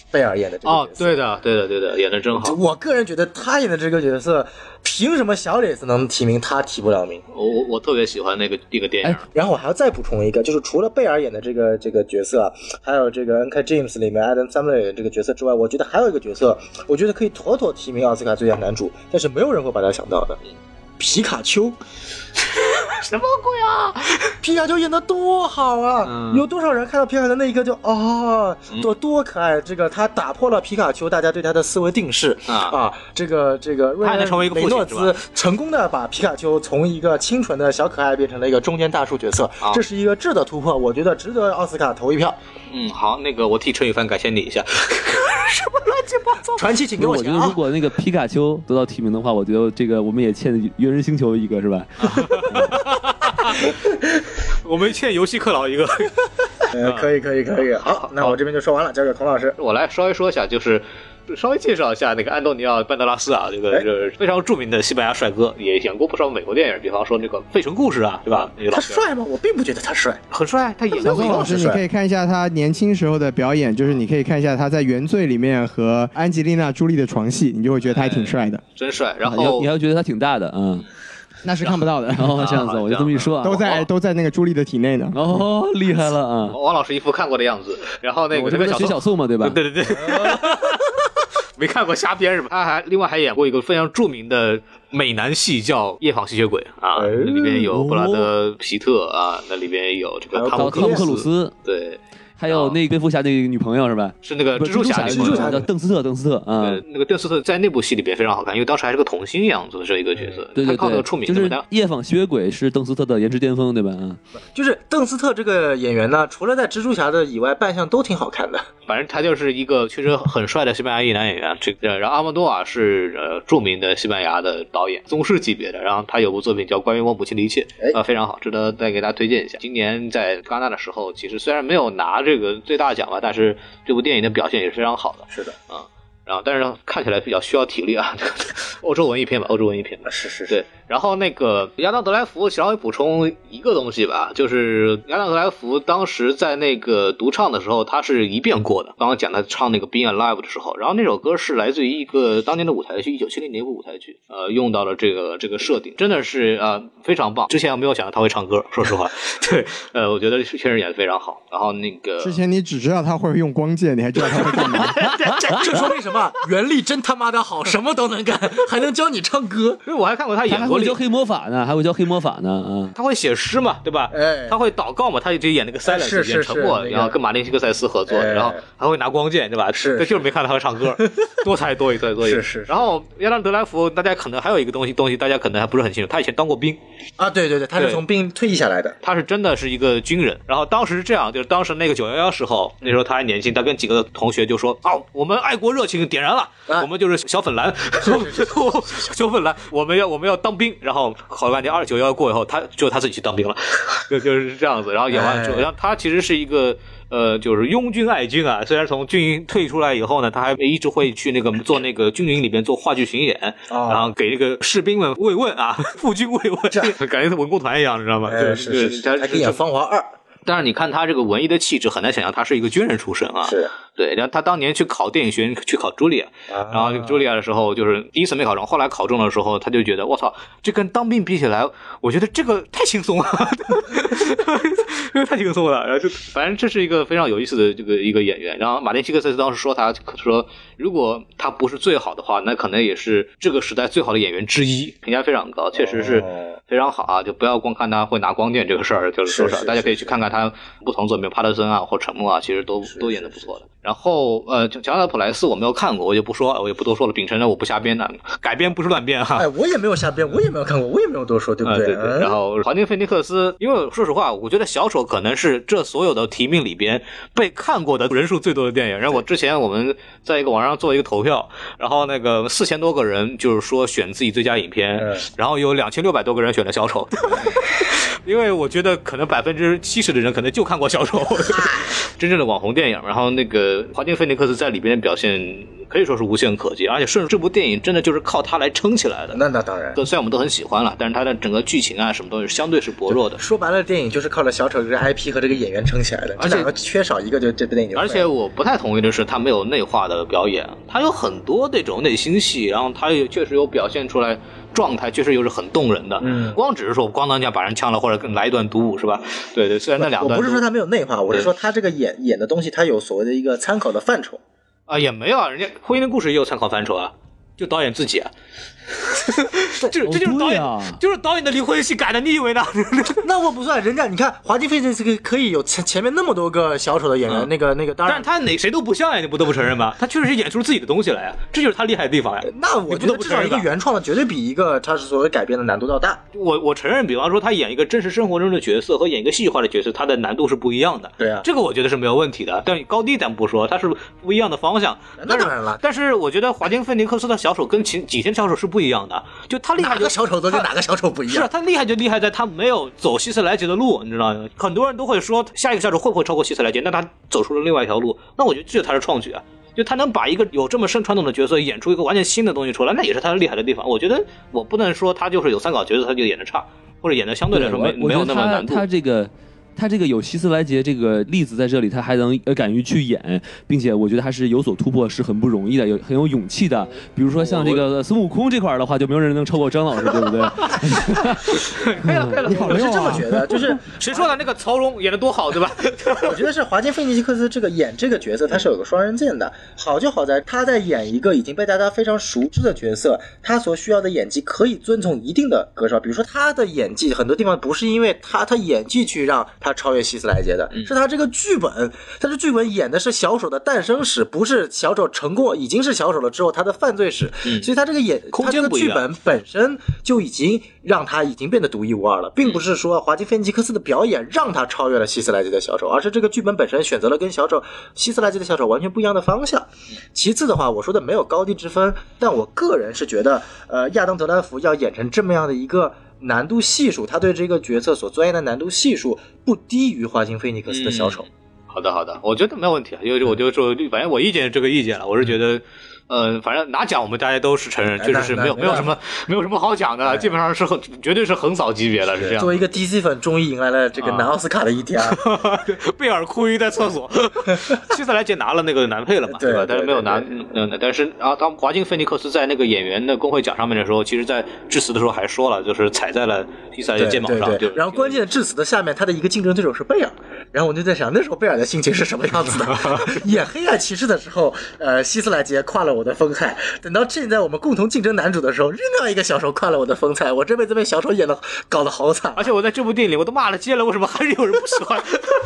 贝尔演的这个哦角，色对的，对的，对的，演的真好。我个人觉得他演的这个角色，凭什么小李子能提名，他提不了名？我我我特别喜欢那个那个电影哎，然后我还要再补充一个，就是除了贝尔演的这个这个角色啊，还有这个 N K James 里面 Adam Sandler 演的这个角色之外，我觉得还有一个角色，我觉得可以妥妥提名奥斯卡最佳男主，但是没有人会把他想到的。皮卡丘，什么鬼啊！皮卡丘演的多好啊！嗯有多少人看到皮卡丘的那一刻就哦，多多可爱！这个他打破了皮卡丘大家对他的思维定式啊啊！这个这个瑞他还恩能成为一个雷父亲诺是兹吧成功的把皮卡丘从一个清纯的小可爱变成了一个中年大叔角色，啊这是一个质的突破，我觉得值得奥斯卡投一票。嗯，好，那个我替陈羽凡感谢你一下。传奇，请给我觉钱得如啊！果那个皮卡丘得到提名的话，我觉得这个我们也欠猿人星球一个，是吧？ 我们欠游戏克劳一个。呃，可以，可以，可以。好，那我这边就说完了，交给孔老师。 我来稍微说一下，就是稍微介绍一下那个安东尼奥·班德拉斯啊，这个哎这非常著名的西班牙帅哥，也演过不少美国电影，比方说那个《费城故事》啊，对吧？那个老他片儿帅吗？我并不觉得他帅。很帅，他演小的宋老师，你可以看一下他年轻时候的表演，就是你可以看一下他在《原罪》里面和安吉丽娜·朱莉的床戏，你就会觉得他还挺帅的。真帅。啊然你还哦后你还觉得他挺大的，嗯，哎那是看不到的， 哦，这样子，我就这么一说啊，都在都在那个朱莉的体内呢。 哦，厉害了啊！王老师一副看过的样子，然后那个我这这不是个小学宋小宋嘛，对吧？对对对。没看过瞎编是吧？他还另外还演过一个非常著名的美男戏，叫《夜访吸血鬼》啊，哎那里边有布拉德皮特啊，那里边有这个还有汤还有姆汤姆克鲁斯，斯，对，还有那个蝙蝠侠那个女朋友是吧？是那个不哦呃蜘是蛛侠蜘那蛛个侠叫邓斯特，邓斯特啊。呃，那个邓斯特在那部戏里边非常好看，因为当时还是个童星样子的这一个角色，对对他靠那对，个出名就的嘛。是但夜访吸血鬼是邓斯特的颜值巅峰，对吧？啊，就是邓斯特这个演员呢，除了在蜘蛛侠的以外，扮相都挺好看的。反正他就是一个确实很帅的西班牙裔男演员。这个，然后阿莫多瓦是呃著名的西班牙的导演，宗师级别的。然后他有部作品叫《关于我母亲的一切》，哎啊、非常好，值得再给大家推荐一下。今年在戛纳的时候，其实虽然没有拿这个最大奖吧，但是这部电影的表现也是非常好的。嗯是的，然后，但是看起来比较需要体力啊， 欧洲文艺片吧，欧洲文艺片吧。是是是。对，然后那个亚当·德莱福稍微补充一个东西吧，就是亚当·德莱福当时在那个独唱的时候，他是一遍过的。刚刚讲他唱那个《Being Alive》的时候，然后那首歌是来自于一个当年的舞台剧，一九七零年一部舞台剧，呃，用到了这个这个设定，真的是呃非常棒。之前没有想到他会唱歌，说实话， 对，呃，我觉得确实演的非常好。然后那个之前你只知道他会用光剑，你还知道他会干嘛？ 这说明 什么？袁立真他妈的好，什么都能干，还能教你唱歌。因为我还看过他他演还过会另教黑魔法呢，还会教黑魔法呢啊！他会写诗嘛，对吧？哎他会祷告嘛，他就演那个 silence 是是演沉默，是那个然后跟马丁·西克塞斯合作，哎然后还会拿光剑，对吧？是这就是没看到他会唱 歌，多才多艺，多才多艺。是是是然后亚当·德莱福，大家可能还有一个东西，东西大家可能还不是很清楚，他以前当过兵，啊，对对对，他是对从兵退役下来的。他是真的是一个军人。然后当时是这样，就是当时那个九幺幺时候，那时候他还年轻，他跟几个同学就说：“哦，我们爱国热情点燃了，嗯啊我们就是小粉 蓝，小粉蓝，我们要我们要当兵。”然后好半天，二九幺过以后，他只有他自己去当兵了， 就就是这样子。然后演完之后，哎然后他其实是一个。呃，就是拥军爱军啊。虽然从军营退出来以后呢，他还一直会去那个做那个军营里边做话剧巡演，哦然后给这个士兵们 慰问啊，父军慰问，感觉是文工团一样，你知道吗？哎，是是是，他还可以演《芳华二》但是你看她这个文艺的气质，很难想象她是一个军人出身啊。是，对，然后她当年去考电影学院，去考茱莉亚，啊然后茱莉亚的时候，就是第一次没考中，后来考中的时候，她就觉得我操，这跟当兵比起来，我觉得这个太轻松了， 因为太轻松了。然后就反正这是一个非常有意思的这个一个演员。然后马丁·西克斯当时说他说，如果他不是最好的话，那可能也是这个时代最好的演员之一，评价非常高，确实是哦非常好啊。就不要光看他会拿光剑这个事儿，就是说是是大家可以去看看他不同作品，帕特森啊或沉默啊，其实都都演的不错的。然后呃，就乔纳普莱斯我没有看过，我就不说了，我就不多说了。秉承着我不瞎编的，改编不是乱编哈。哎，我也没有瞎编，我也没有看过，我也没有多说，对不啊，对嗯然后华丁·菲尼克斯，因为说实话，我觉得《小丑》可能是这所有的提名里边被看过的人数最多的电影。然后我之前我们在一个网上做一个投票，然后那个四千多个人就是说选自己最佳影片，嗯然后有两千六百多个人选了《小丑》，因为我觉得可能百分之七十的人可能就看过《小丑》啊 真正的网红电影。然后那个华丁·菲尼克斯在里边的表现可以说是无懈可击，而且顺着这部电影真的就是靠他来撑起来的。那那当然，虽然我们都很喜欢了，但是它的整个剧情啊，什么东西相对是薄弱的。说白了，电影就是靠着小丑这个 IP 和这个演员撑起来的，而且这两个缺少一个就这部电影就废而了。且我不太同意的是，他没有内化的表演，他有很多那种内心戏，然后他也确实有表现出来状态，确实又是很动人的。嗯光只是说咣当一下把人呛了，或者跟来一段独舞是吧？对对，虽然那两我段不是独舞说他没有内化，我是说他这个演演的东西，他有所谓的一个参考的范畴。啊，也没有啊，人家《婚姻的故事》也有参考范畴啊，就导演自己啊。这这 就是导演，哦对啊就是导演的离婚戏改的，你以 为呢？ 那我不算，人家你看华金费这这个可以有前前面那么多个小丑的演员，嗯那个那个当但然是他哪谁都不像呀，你不得不承认吧？他确实是演出自己的东西来呀，这就是他厉害的地方呀。呃那我觉得至少一个原创的绝对比一个他是所谓改编的难度要大。我我承认，比方说他演一个真实生活中的角色和演一个戏剧化的角色，他的难度是不一样的。对啊这个我觉得是没有问题的。但是高低咱不说，它是不一样的方向。那当然了但是但是我觉得华金·菲尼克斯的小丑跟前几天小丑是不一样的，就他厉害哪就个小丑都跟他哪个小丑不一是啊，样。他厉害就厉害在他没有走希斯莱杰的路，你知道吗？很多人都会说下一个小丑会不会超过希斯莱杰，那他走出了另外一条路，那我觉得这才是创举啊！就他能把一个有这么深传统的角色演出一个完全新的东西出来，那也是他的厉害的地方。我觉得我不能说他就是有参考角色他就演的差，或者演的相对来说没我没觉有得那么他难度。他这个。他这个有希斯莱杰这个例子在这里，他还能呃敢于去演，并且我觉得他是有所突破，是很不容易的，有很有勇气的。比如说像这个孙悟空这块儿的话，就没有人能超过张老师，对不对？ 可以了，可以了，我是这么觉得，就是谁说的那个曹荣演的多好，对吧？我觉得是华金·费尼克斯这个演这个角色，他是有个双刃剑的。好就好在他在演一个已经被大家非常熟知的角色，他所需要的演技可以遵从一定的格式。比如说他的演技很多地方不是因为他他演技去让他超越希斯莱杰的，嗯是他这个剧本，他这剧本演的是小丑的诞生史，不是小丑成功已经是小丑了之后他的犯罪史。所以他这个演嗯空他间这个不一剧样本本身就已经让他已经变得独一无二了，并不嗯是说华金·菲尼克斯的表演让他超越了希斯莱杰的小丑，而是这个剧本本身选择了跟小丑希斯莱杰的小丑完全不一样的方向。嗯其次的话，我说的没有高低之分，但我个人是觉得，呃，亚当·德兰福要演成这么样的一个。难度系数，他对这个角色所钻研的难度系数不低于华金·菲尼克斯的小丑。好的，好的，我觉得没有问题啊，因嗯为我就说，反正我意见是这个意见了，我是觉得。呃，反正拿奖我们大家都是承认，嗯哎确实是那没有那没有什么没有什么好讲的，哎基本上是很绝对是横扫级别了，是这样作。为一个 DC 粉，终于迎来了这个拿啊奥斯卡的一天啊。贝尔哭晕在厕 所，希斯莱杰拿了那个男配了嘛，对吧？对但是没有拿，对嗯，嗯但是啊，当华金·菲尼克斯在那个演员的工会奖上面的时候，其实在致辞的时候还说了，就是踩在了希斯莱杰对肩膀上，对对就然后关键的致辞的下面，他的一个竞争对手是贝尔，然后我就在想，那时候贝尔的心情是什么样子的？ 演黑暗骑士的时候，呃，希斯莱杰跨了我的风采；等到现在我们共同竞争男主的时候，另外一个小丑跨了我的风采。我这辈子被小丑演的搞得好惨。而且我在这部电影里我都骂了街了，为什么还是有人不喜欢？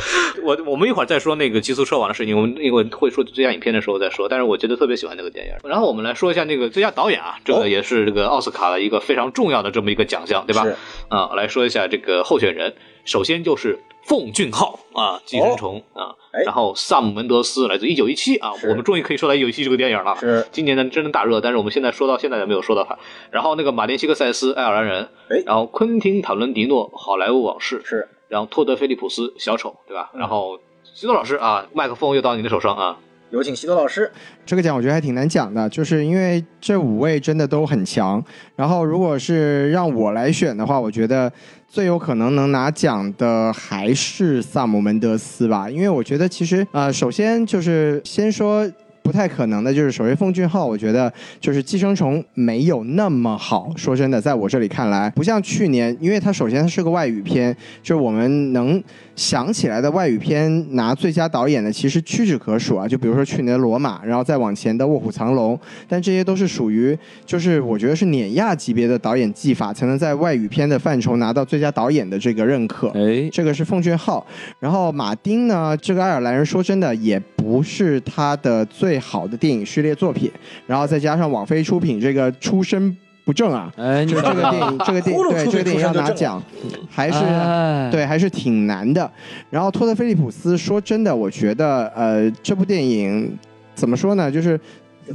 我我们一会儿再说那个《极速车王》的事情，我们一会儿会说最佳影片的时候再说。但是我觉得特别喜欢这个电影。然后我们来说一下那个最佳导演啊，这个也是这个奥斯卡的一个非常重要的这么一个奖项，对吧是？啊、来说一下这个候选人，首先就是奉俊昊啊，《寄生虫》啊哎，然后萨姆门德斯来自《一九一七》啊，是我们终于可以说到《一九一七》这个电影了。是今年呢真的大热，但是我们现在说到现在也没有说到他。然后那个马丁·西克塞斯，爱尔兰人，哎然后昆汀·塔伦迪诺，《好莱坞往事》，是，嗯然后托德·菲利普斯，小丑，对吧？然后徐诺老师啊，麦克风又到你的手上啊，有请西多老 师。这个奖我觉得还挺难讲的，就是因为这五位真的都很强。然后如果是让我来选的话，我觉得最有可能能拿奖的还是萨姆门德斯吧，因为我觉得其实呃，首先就是先说。不太可能的，就是首位奉俊昊，我觉得就是《寄生虫》没有那么好。说真的，在我这里看来，不像去年，因为它首先它是个外语片，就是我们能想起来的外语片拿最佳导演的其实屈指可数啊。就比如说去年的《罗马》，然后再往前的《卧虎藏龙》，但这些都是属于就是我觉得是碾压级别的导演技法，才能在外语片的范畴拿到最佳导演的这个认可。 哎，这个是奉俊昊。然后马丁呢，这个爱尔兰人说真的也不是他的最好的电影序列作品，然后再加上网飞出品这个出身不正啊，哎，你就这个电影影，这个电影 呼噜对出品这个电影要出身拿就正奖，还是。啊哎、对，还是挺难的。然后托德·菲利普斯，说真的，我觉得，呃，这部电影怎么说呢？就是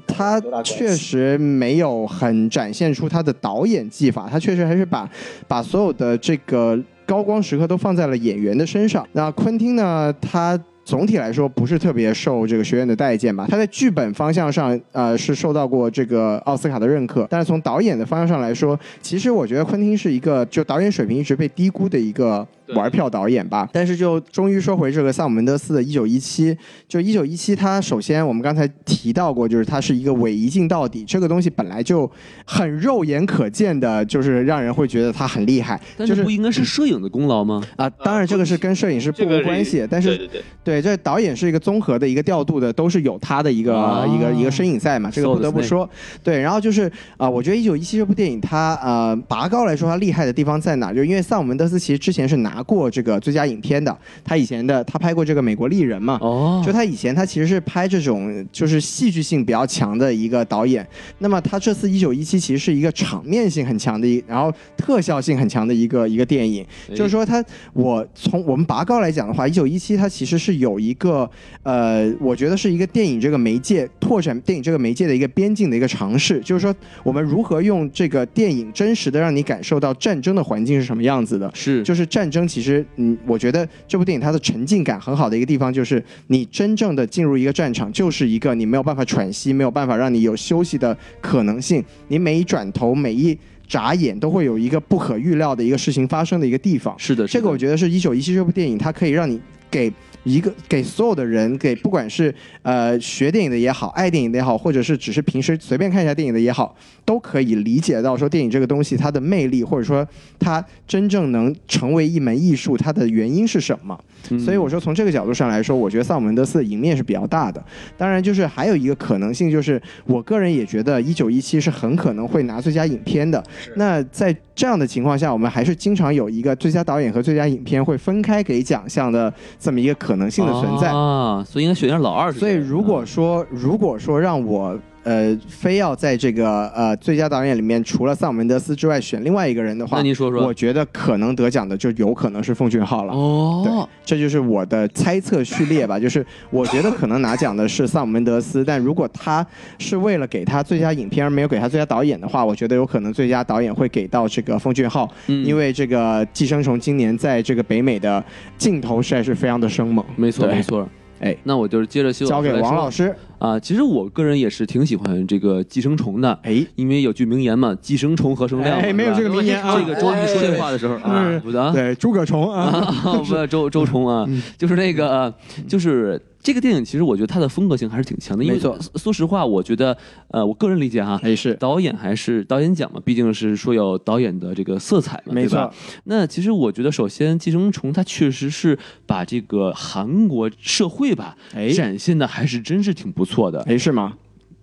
他确实没有很展现出他的导演技法，他确实还是把把所有的这个高光时刻都放在了演员的身上。那昆汀呢，他。总体来说不是特别受这个学院的待见吧，他在剧本方向上，呃，是受到过这个奥斯卡的认可，但是从导演的方向上来说，其实我觉得昆汀是一个就导演水平一直被低估的一个对玩票导演吧。但是就终于说回这个萨姆门德斯的《一九一七》，就《一九一七》，它首先我们刚才提到过，就是它是一个伪一镜到底，这个东西本来就很肉眼可见的，就是让人会觉得它很厉害。但就是嗯是不应该是摄影的功劳吗？啊，当然这个是跟摄影师不这无个关系，但是对对对，对，啊这导演是一个综合的一个调度的，都是有他的一个、啊一个一个身影在嘛，这个 So 不得不 the snake 说。对，然后就是啊、我觉得《一九一七》这部电影它呃拔高来说，它厉害的地方在哪？就因为萨姆门德斯其实之前是拿过这个最佳影片的，他以前的他拍过这个《美国丽人》嘛，哦，就他以前他其实是拍这种就是戏剧性比较强的一个导演，那么他这次《一九一七》其实是一个场面性很强的一，然后特效性很强的一个一个电影。就是说它，我从我们拔高来讲的话，一九一七它其实是有一个呃，我觉得是一个电影这个媒介拓展电影这个媒介的一个边境的一个尝试，就是说我们如何用这个电影真实的让你感受到战争的环境是什么样子的。是就是战争，其实嗯，我觉得这部电影它的沉浸感很好的一个地方，就是你真正的进入一个战场，就是一个你没有办法喘息，没有办法让你有休息的可能性。你每一转头，每一眨眼，都会有一个不可预料的一个事情发生的一个地方。是的，这个我觉得是《一九一七》这部电影，它可以让你给一个给所有的人，给不管是呃学电影的也好，爱电影的也好，或者是只是平时随便看一下电影的也好，都可以理解到说电影这个东西它的魅力，或者说它真正能成为一门艺术，它的原因是什么。得所以我说，从这个角度上来说，我觉得萨姆门德斯的赢面是比较大的。当然，就是还有一个可能性，就是我个人也觉得《一九一七》是很可能会拿最佳影片的。那在这样的情况下，我们还是经常有一个最佳导演和最佳影片会分开给奖项的这么一个可能性的存在。啊，所以应该选一下老二是所谁。嗯以，如果说如果说让我呃非要在这个呃最佳导演里面，除了萨姆门德斯之外选另外一个人的那话，您说说，我觉得可能得奖的就有可能是奉俊昊了。哦，这就是我的猜测序列吧， 就是我觉得可能拿奖的是萨姆门德斯，但如果他是为了给他最佳影片而没有给他最佳导演的话，我觉得有可能最佳导演会给到这个奉俊昊，嗯因为这个《寄生虫》今年在这个北美的镜头实在是非常的生猛。没错对没错。哎，那我就是接着修交给王老师师，啊。其实我个人也是挺喜欢这个寄生虫的，哎，因为有句名言嘛，“寄生虫何生亮”嘛。哎，没有这是吧个名言啊，哎这个周易说这话的时候啊，不的啊， 对诸葛虫啊，啊，不是周周冲啊，嗯就是那个，呃就是这个电影，其实我觉得它的风格性还是挺强的。因为没错说说实话，我觉得，呃，我个人理解哈，哎是，导演还是导演奖嘛，毕竟是说有导演的这个色彩嘛，没对吧错，那其实我觉得，首先《寄生虫》它确实是把这个韩国社会吧，哎展现的还是真是挺不错的。哎是吗？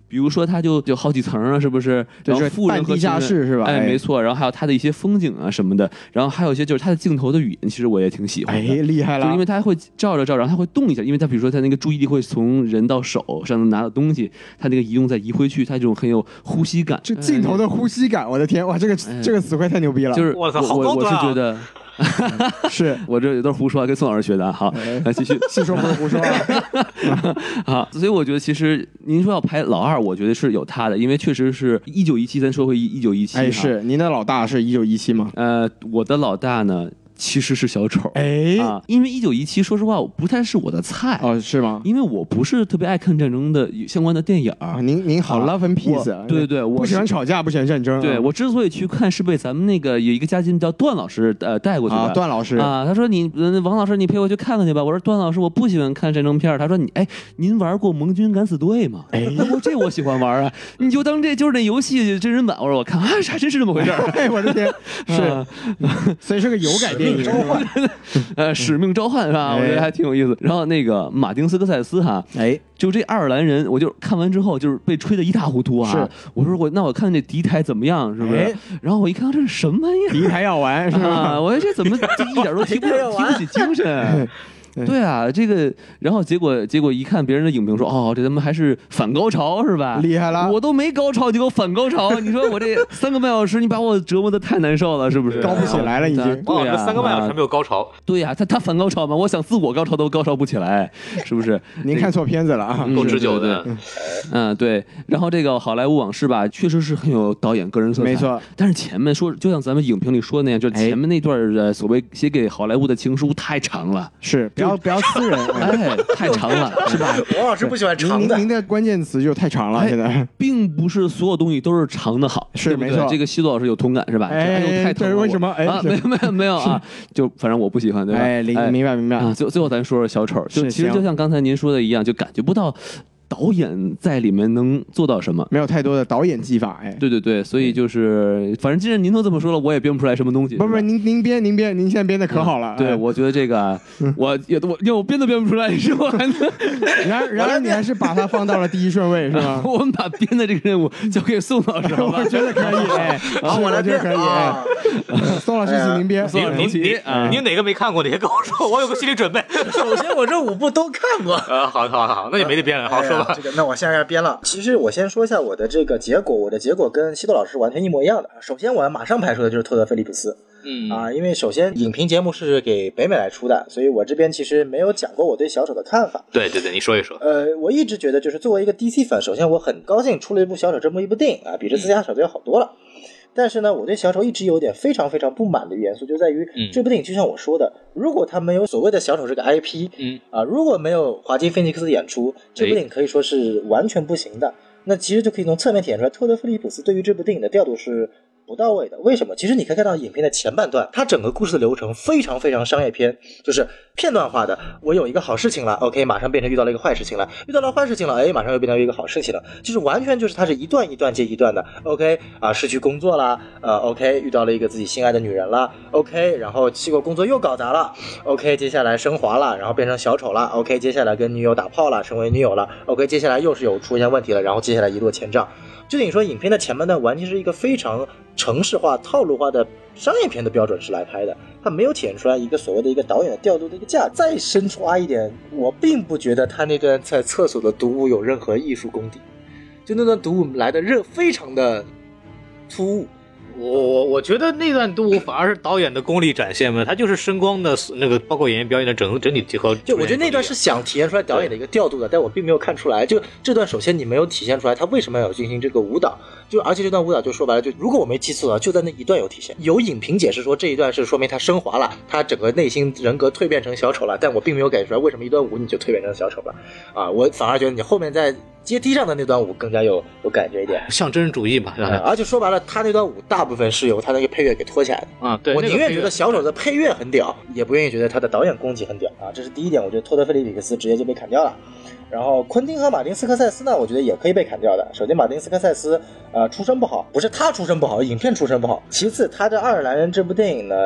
比如说，它就就好几层啊，是不是？对然后是富人和半地下穷人室是吧哎，哎没错。然后还有它的一些风景啊什么的，然后还有一些就是它的镜头的语言，其实我也挺喜欢哎，的。厉害就了因为，它会照着照，然后它会动一下，因为它比如说它那个注意力会从人到手上拿的东西，它那个移动再移回去，它这种很有呼吸感。这镜头的呼吸感，我的天，哇，这个哎这个词汇太牛逼了，就是我操好我高我是端啊觉 得是。我这都是胡说，跟宋老师学的啊。好，哎那继续 是说不是胡 说啊？啊。所以我觉得其实您说要排老二，我觉得是有他的，因为确实是一哎九一七。咱说回一九一七，啊哎，是您的老大是一九一七吗？呃，我的老大呢，其实是小丑。哎，啊，因为一九一七，说实话，不太是我的菜，哦，是吗？因为我不是特别爱看战争的相关的电影啊，儿。您您好啊，love and 我 peace，啊对对对，我不喜欢是吵架，不喜欢战争啊，对我之所以去看，是被咱们那个有一个嘉宾叫段老师呃带过去的。啊，段老师，啊，他说你呃王老师，你陪我去看看去吧。我说段老师，我不喜欢看战争片儿。他说你哎，您玩过《盟军敢死队》吗？ 哎，我这我喜欢玩啊，你就当这就是那游戏真人版。我说我看啊，还真是这么回 事儿。 哎，我的 天，是，啊所以是个有改电影，是吧呃，使命召唤是吧？我觉得还挺有意思。然后那个马丁斯科塞斯哈，哎，就这爱尔兰人，我就看完之后就是被吹得一塌糊涂啊是。我说我那我看这敌台怎么样，是不哎是？然后我一看这是什么玩意儿？敌台要 完是吧？啊，我说这怎么这一哎点都提不提 不起 精神？对啊，这个，然后结果结果一看别人的影评说，哦，这他妈还是反高潮是吧？厉害了我都没高潮，你给我反高潮，你说 我这三个半小时，你把我折磨的太难受了，是不是？高不起来了已经啊王对老呀，师三个半小时啊没有高潮，对呀，他他反高潮嘛，我想自我高潮都高潮不起来，是不是？您看错片子了啊！嗯够持久对的对。嗯，对。然后这个《好莱坞往事》吧，确实是很有导演个人色嗯彩。没错。但是前面说，就像咱们影评里说的那样，就是哎前面那段儿呃所谓写给好莱坞的情书太长 了，是，不要不要撕 人，哎哎，太长了， 是吧？王老师不喜欢您长您的，您的关键词就太长了，哎现在，并不是所有东西都是长的好，是对不对没错这个西多老师有同感是吧？哎这呦太疼这是了我为什么哎啊，是没有没有没有 啊，就反正我不喜欢，对吧？哎，明明白明白啊，最最后咱说说小丑，就是其实行就像刚才您说的一样，就感觉不到导演在里面能做到什么。没有太多的导演技法，哎，对对对，所以就是，反正既然您都这么说了，我也编不出来什么东西。不是吧不，您您编您编，您现在编的可好了，嗯对，哎，我觉得这个啊，嗯我也我要我编都编不出来，你说我还能？然而然而你还是把它放到了第一顺位，是吗？ 我们把编的这个任务交给宋老师好吧？啊 我觉得可以，哎，啊是我来觉得编可以，哎啊，宋嗯老师，请您编，宋老嗯你师你啊你哪个没看过？哪个跟我说？我有个心理准备。首先我这五部都看 过。呃，好好好，那也没得编了，好哎呀说吧这。个那我现在要编了。其实我先说一下我的这个结果，我的结果跟西多老师完全一模一样的。首先我要马上排除的就是托德·菲利普斯。嗯啊，因为首先影评节目是给北美来出的，所以我这边其实没有讲过我对小丑的看法。对对对，你说一说。呃，我一直觉得就是作为一个 DC 粉，首先我很高兴出了一部小丑这么一部电影啊，比这自家小子要好多了。但是呢，我对小丑一直有点非常非常不满的元素，就在于、嗯这部电影就像我说的，如果它没有所谓的小丑这个 IP，嗯啊，如果没有华金菲尼克斯的演出，这部哎电影可以说是完全不行的。那其实就可以从侧面体现出来，托德·菲利普斯对于这部电影的调度是不到位的。为什么？其实你可以看到影片的前半段，它整个故事的流程非常非常商业片，就是片段化的。我有一个好事情了，OK，马上变成遇到了一个坏事情了，遇到了坏事情了，哎，马上又变成一个好事情了，就是完全就是它是一段一段接一段的。OK，啊，失去工作啦，呃，OK，遇到了一个自己心爱的女人啦，OK，然后结果工作又搞砸了，OK，接下来升华了，然后变成小丑了，OK，接下来跟女友打炮了，成为女友了，OK，接下来又是有出现问题了，然后接下来一落千丈。就等于说，影片的前半段完全是一个非常程式化、套路化的商业片的标准是来拍的，它没有体现出来一个所谓的一个导演的调度的一个价值。再深挖一点，我并不觉得他那段在厕所的读物有任何艺术功底，就那段读物来的任非常的突兀。我我我我觉得那段杜反而是导演的功力展现嘛，他就是声光的那个，包括演员表演的整整体结合。就我觉得那段是想体现出来导演的一个调度的，但我并没有看出来。就这段，首先你没有体现出来他为什么要有进行这个舞蹈，就而且这段舞蹈就说白了，就如果我没记错啊，就在那一段有体现。有影评解释说这一段是说明他升华了，他整个内心人格蜕变成小丑了，但我并没有感觉出来为什么一段舞你就蜕变成小丑了啊！我反而觉得你后面在阶梯上的那段舞更加有有感觉一点。象征主义嘛，对啊吧？而且说白了，他那段舞大部分是由他那个配乐给拖起来的。啊，对，我那宁个愿配觉乐得小丑的配乐很屌，也不愿意觉得他的导演功绩很屌啊。这是第一点，我觉得托德·菲利比克斯直接就被砍掉了。然后昆汀和马丁·斯科塞斯呢，我觉得也可以被砍掉的。首先，马丁·斯科塞斯呃出身不好，不是他出身不好，影片出身不好。其次，他的《爱尔兰人》这部电影呢，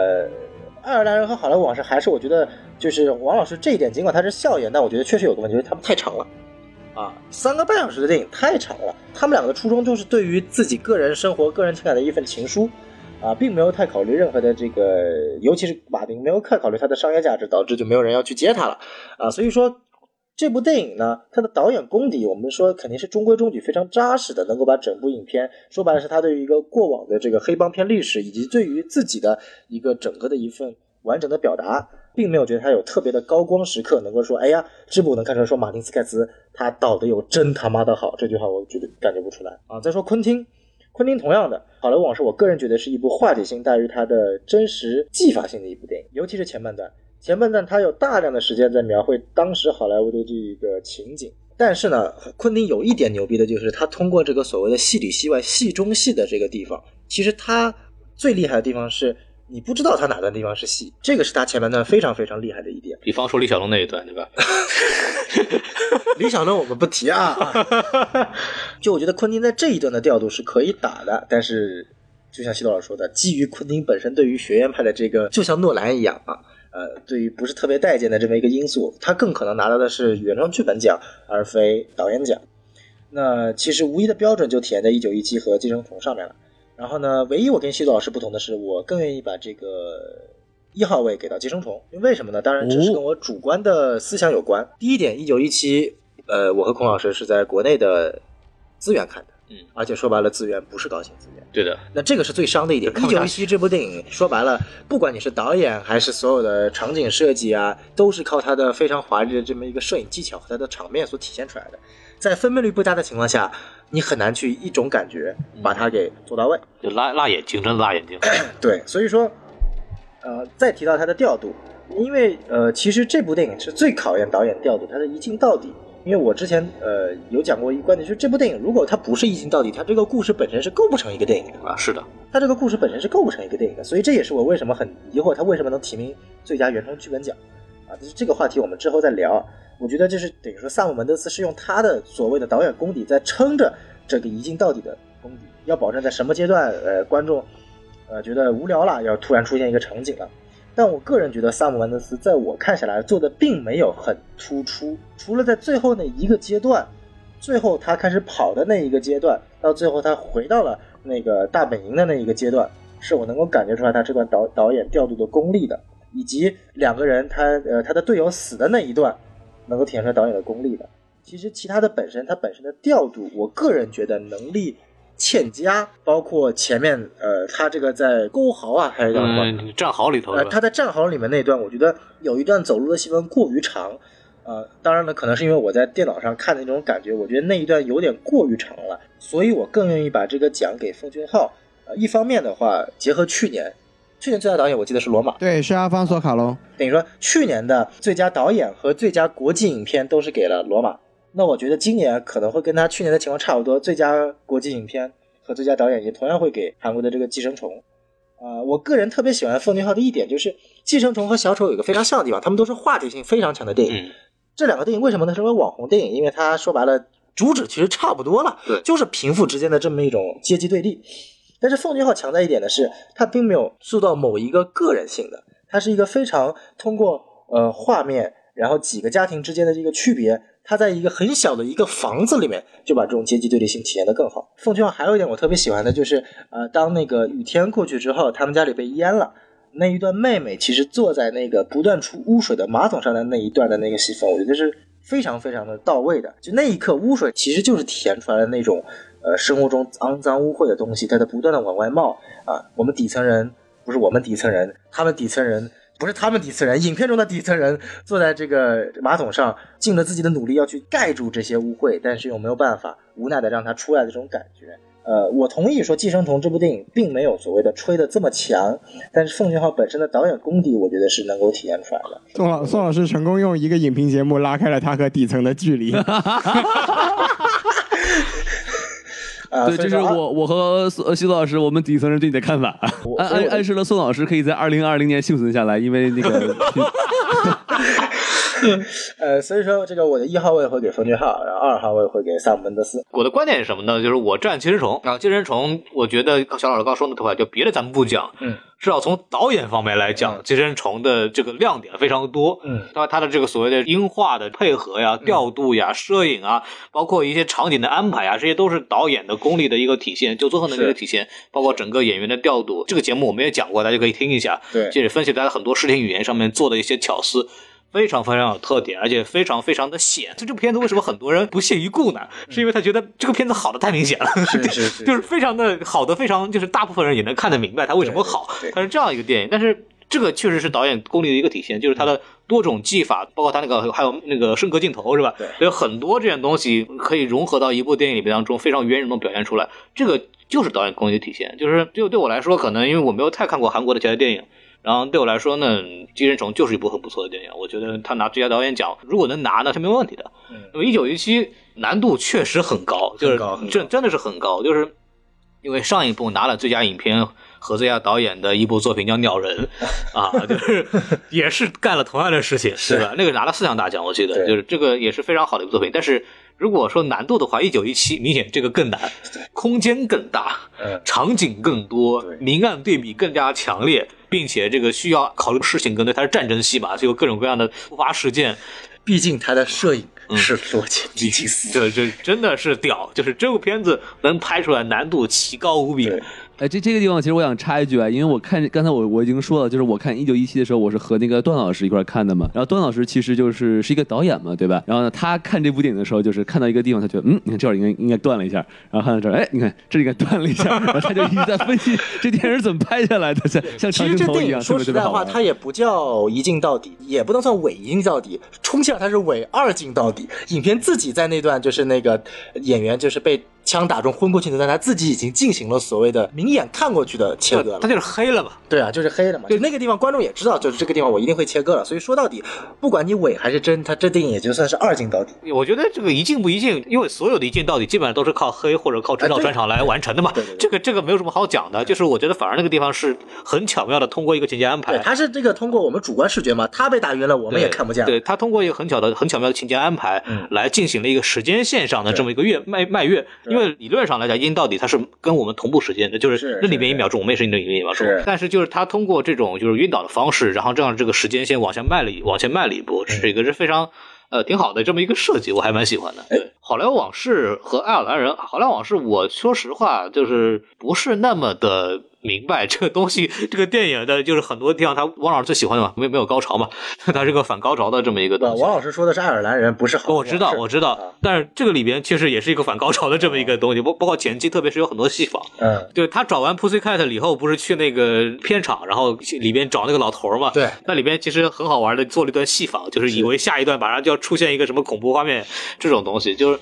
爱尔兰人和好莱坞往事还是我觉得就是王老师这一点，尽管他是笑演，但我觉得确实有个问题，就是他们太长了。啊，三个半小时的电影太长了。他们两个的初衷就是对于自己个人生活、个人情感的一份情书，啊，并没有太考虑任何的这个，尤其是马丁没有太考虑它的商业价值，导致就没有人要去接它了啊。所以说，这部电影呢，它的导演功底，我们说肯定是中规中矩、非常扎实的，能够把整部影片说白了是他对于一个过往的这个黑帮片历史，以及对于自己的一个整个的一份完整的表达。并没有觉得他有特别的高光时刻，能够说，哎呀，这部我能看出来，说马丁斯盖茨他导的有真他妈的好，这句话我觉得感觉不出来啊。再说昆汀，昆汀同样的，《好莱坞往事》我个人觉得是一部话题性大于它的真实技法性的一部电影，尤其是前半段。前半段它有大量的时间在描绘当时好莱坞的这个情景。但是呢，昆汀有一点牛逼的就是，他通过这个所谓的戏里戏外、戏中戏的这个地方，其实他最厉害的地方是你不知道他哪段地方是戏，这个是他前半段非常非常厉害的一点。比方说李小龙那一段，对吧？李小龙我们不提啊，就我觉得昆汀在这一段的调度是可以打的，但是就像西多老师说的，基于昆汀本身对于学院派的这个，就像诺兰一样啊，呃，对于不是特别待见的这么一个因素，他更可能拿到的是原创剧本奖，而非导演奖。那其实无一的标准就体现在《一九一七》和《寄生虫》上面了。然后呢，唯一我跟西多老师不同的是，我更愿意把这个一号位给到《寄生虫》，为什么呢？当然这是跟我主观的思想有关。第一点，《一九一七》呃，我和孔老师是在国内的资源看的，嗯而且说白了，资源不是高清资源。对的，那这个是最伤的一点。看一不下九一七这部电影，说白了，不管你是导演还是所有的场景设计啊，都是靠它的非常华丽的这么一个摄影技巧和它的场面所体现出来的。在分辨率不佳的情况下，你很难去一种感觉嗯把它给做到位。就辣辣眼睛，真的辣眼睛。对，所以说，呃，再提到它的调度，因为呃，其实这部电影是最考验导演调度，它是一镜到底。因为我之前呃有讲过一个观点，就是这部电影如果它不是一镜到底，它这个故事本身是构不成一个电影的。啊，是的，它这个故事本身是构不成一个电影的，所以这也是我为什么很疑惑它为什么能提名最佳原创剧本奖啊。就是这个话题我们之后再聊。我觉得就是等于说萨姆门德斯是用他的所谓的导演功底在撑着这个一镜到底的功底，要保证在什么阶段呃观众呃觉得无聊了，要突然出现一个场景了。但我个人觉得萨姆门德斯在我看下来做的并没有很突出，除了在最后那一个阶段，最后他开始跑的那一个阶段，到最后他回到了那个大本营的那一个阶段，是我能够感觉出来他这段导导演调度的功力的，以及两个人他呃他的队友死的那一段，能够体现出来导演的功力的。其实其他的本身，它本身的调度，我个人觉得能力欠佳，包括前面呃他这个在沟壕啊，还是叫什么？嗯，战壕里头呃是，吧他在战壕里面那一段，我觉得有一段走路的戏份过于长，呃，当然了，可能是因为我在电脑上看的那种感觉，我觉得那一段有点过于长了，所以我更愿意把这个奖给奉俊昊。呃，一方面的话，结合去年，去年最佳导演我记得是罗马，对，是阿方索卡隆。等于说去年的最佳导演和最佳国际影片都是给了罗马。那我觉得今年可能会跟他去年的情况差不多，最佳国际影片和最佳导演也同样会给韩国的这个《寄生虫》。呃，我个人特别喜欢奉俊昊的一点就是，《寄生虫》和《小丑》有一个非常像的地方，他们都是话题性非常强的电影。嗯，这两个电影为什么能成为网红电影？因为它说白了，主旨其实差不多了，对就是贫富之间的这么一种阶级对立。但是奉俊昊强在一点的是，他并没有塑造某一个个人性的，他是一个非常通过呃画面，然后几个家庭之间的这个区别，他在一个很小的一个房子里面就把这种阶级对立性体现得更好。奉俊昊还有一点我特别喜欢的就是，呃，当那个雨天过去之后，他们家里被淹了。那一段妹妹其实坐在那个不断出污水的马桶上的那一段的那个戏份，我觉得是非常非常的到位的。就那一刻，污水其实就是体现出来的那种呃生活中肮脏污秽的东西，它在不断的往外冒啊。我们底层人不是我们底层人，他们底层人。不是他们底层人，影片中的底层人坐在这个马桶上，尽了自己的努力要去盖住这些污秽，但是又没有办法，无奈的让它出来的这种感觉。呃，我同意说《寄生虫》这部电影并没有所谓的吹的这么强，但是奉俊昊本身的导演功底，我觉得是能够体现出来的。宋老宋老师成功用一个影评节目拉开了他和底层的距 离。啊，对，这所以是说啊我我和苏呃徐老师，我们底层人对你的看法，暗暗暗示了宋老师可以在二零二零年幸存下来，因为那 个呃，所以说这个我的一号位会给奉俊昊，然后二号位会给萨姆门德斯。我的观点是什么呢？就是我站寄生虫啊，寄生虫，我觉得小老师刚说那头发，就别的咱们不讲，嗯，至少从导演方面来讲，寄生虫的这个亮点非常多，嗯当然它的这个所谓的音画的配合呀、调度呀、摄影啊，包括一些场景的安排啊，这些都是导演的功力的一个体现，就综合能力的体现，包括整个演员的调度。这个节目我们也讲过，大家可以听一下，对 这也分析了大家很多视听语言上面做的一些巧思。非常非常有特点，而且非常非常的显。就这部片子为什么很多人不屑一顾呢？是因为他觉得这个片子好的太明显了，是是是就是非常的好的，非常就是大部分人也能看得明白它为什么好对对对，它是这样一个电影。但是这个确实是导演功力的一个体现，就是他的多种技法，包括他那个还有那个升格镜头是吧？嗯对有很多这样东西可以融合到一部电影里面当中，非常圆融的表现出来。这个。就是导演功力的体现。就是就对我来说，可能因为我没有太看过韩国的其他电影，然后对我来说呢，《寄生虫》就是一部很不错的电影。我觉得他拿最佳导演奖，如果能拿呢，是没有问题的。那么《一九一七》难度确实嗯很高，就是真真的是很高，就是因为上一部拿了最佳影片和最佳导演的一部作品叫《鸟人》 啊，就是也是干了同样的事情，是吧？那个拿了四项大奖，我记得，对就是这个也是非常好的一部作品。但是如果说难度的话，《一九一七》明显这个更难，空间更大，嗯场景更多，明暗对比更加强烈。并且这个需要考虑事情更多，它是战争戏嘛，就有各种各样的突发事件，毕竟他的摄影嗯是罗杰·狄金斯，这这真的是屌！就是这部片子能拍出来，难度奇高无比。对哎，这这个地方其实我想插一句啊，因为我看刚才我我已经说了，就是我看一九一七的时候，我是和那个段老师一块儿看的嘛。然后段老师其实就是是一个导演嘛，对吧？然后呢，他看这部电影的时候，就是看到一个地方，他觉得嗯，你看这儿应该应该断了一下，然后看到这儿，哎，你看这里应该断了一下，然后他就一直在分析这电影是怎么拍下来的，像像其长实镜这头电一样，特影说别特实别在好话，玩。它也不叫一镜到底，也不能算伪一镜到底，充其量它是伪二镜到底。影片自己在那段就是那个演员就是被枪打中昏过去那段，他自己已经进行了所谓的明眼看过去的切割了他。就是黑了嘛，对啊，就是黑的嘛，就那个地方观众也知道，就是这个地方我一定会切割了。所以说到底，不管你伪还是真，它这电影也就算是二镜到底。我觉得这个一镜不一镜，因为所有的一镜到底基本上都是靠黑或者靠指导专场来完成的嘛。哎对对对这个这个没有什么好讲的，就是我觉得反而那个地方是很巧妙的，通过一个情节安排。对，它是这个通过我们主观视觉嘛，他被打晕了，我嗯们也看不见。哎对他通过一个很巧的、很巧妙的情节安排，来进行了一个时间线上的这么一个月迈迈跃。因为理论上来讲，一镜到底它是跟我们同步时间的，就是是那里面是一秒钟，我们也是那里面一秒钟是。但是就是他通过这种就是晕倒的方式，然后让这个时间线往前迈了一往前迈了一嗯步，这个是非常。呃，挺好的这么一个设计，我还蛮喜欢的。对，好莱坞往事和爱尔兰人，好莱坞往事，我说实话就是不是那么的明白这个东西， 这个电影的就是很多地方，他王老师最喜欢的嘛，没有没有高潮嘛， 它是个反高潮的这么一个对吧，东西。王老师说的是爱尔兰人，不是好。嗯哦啊我知道，我知道，但是这个里边确实也是一个反高潮的这么一个东西，包包括前期，特别是有很多戏仿，嗯，对他找完 Pussycat 以后，不是去那个片场，然后去里边找那个老头儿嘛？对那里边其实很好玩的，做了一段戏仿，就是以为下一段马上就要出现一个什么恐怖画面，这种东西就是。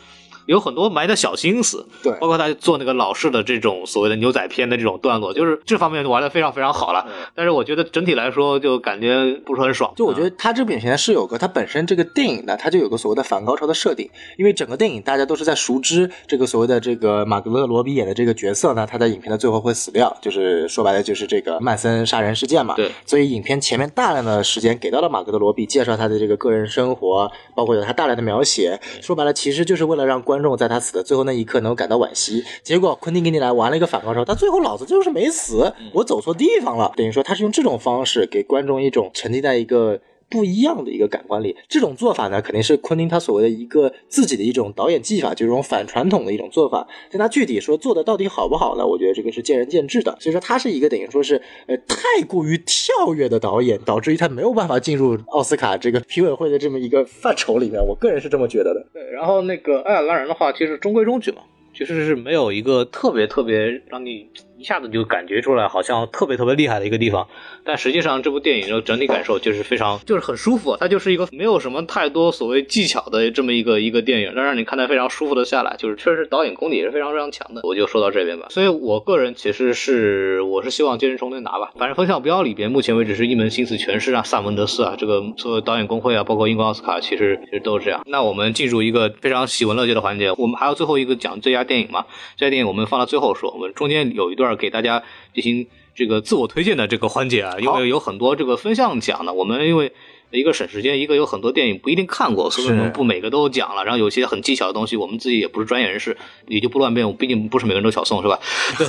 有很多埋的小心思，对包括他做那个老式的这种所谓的牛仔片的这种段落，就是这方面玩的非常非常好了。但是我觉得整体来说，就感觉不是很爽。啊就我觉得。得它这部影片是有个它本身这个电影呢，它就有个所谓的反高潮的设定，因为整个电影大家都是在熟知这个所谓的这个马格勒罗比演的这个角色呢，他在影片的最后会死掉，就是说白了就是这个曼森杀人事件嘛。对所以影片前面大量的时间给到了马格勒罗比介绍他的这个个人生活，包括有他大量的描写，说白了其实就是为了让观众在他死的最后那一刻能够感到惋惜。结果昆汀给你来玩了一个反高潮，他最后老子就是没死，我走错地方了，等于说他是用这种方式给观众一种沉浸在一个。不一样的一个感官里。这种做法呢，肯定是昆汀他所谓的一个自己的一种导演技法，就是这种反传统的一种做法。但他具体说做的到底好不好呢？我觉得这个是见仁见智的。所以说，他是一个等于说是呃太过于跳跃的导演，导致于他没有办法进入奥斯卡这个评委会的这么一个范畴里面。我个人是这么觉得的。对，然后那个爱尔兰人的话，其实中规中矩嘛，其实是没有一个特别特别让你一下子就感觉出来好像特别特别厉害的一个地方。但实际上，这部电影的整体感受就是非常就是很舒服，它就是一个没有什么太多所谓技巧的这么一个一个电影，但让你看得非常舒服的下来，就是确实导演功底也是非常非常强的。我就说到这边吧，所以我个人其实是我是希望《健身虫》能拿吧，反正《风向标》里边目前为止是一门心思全是啊，萨文德斯啊，这个所有导演工会啊，包括英国奥斯卡，其实其实都是这样。那我们进入一个非常喜闻乐见的环节，我们还有最后一个讲最佳电影嘛，这家电影我们放到最后说，我们中间有一段给大家进行这个自我推荐的这个环节啊，因为有很多这个分项讲的，我们因为一个省时间，一个有很多电影不一定看过，所以我们不每个都讲了，然后有些很技巧的东西，我们自己也不是专业人士，也就不乱编，我毕竟不是每个人都小宋是吧？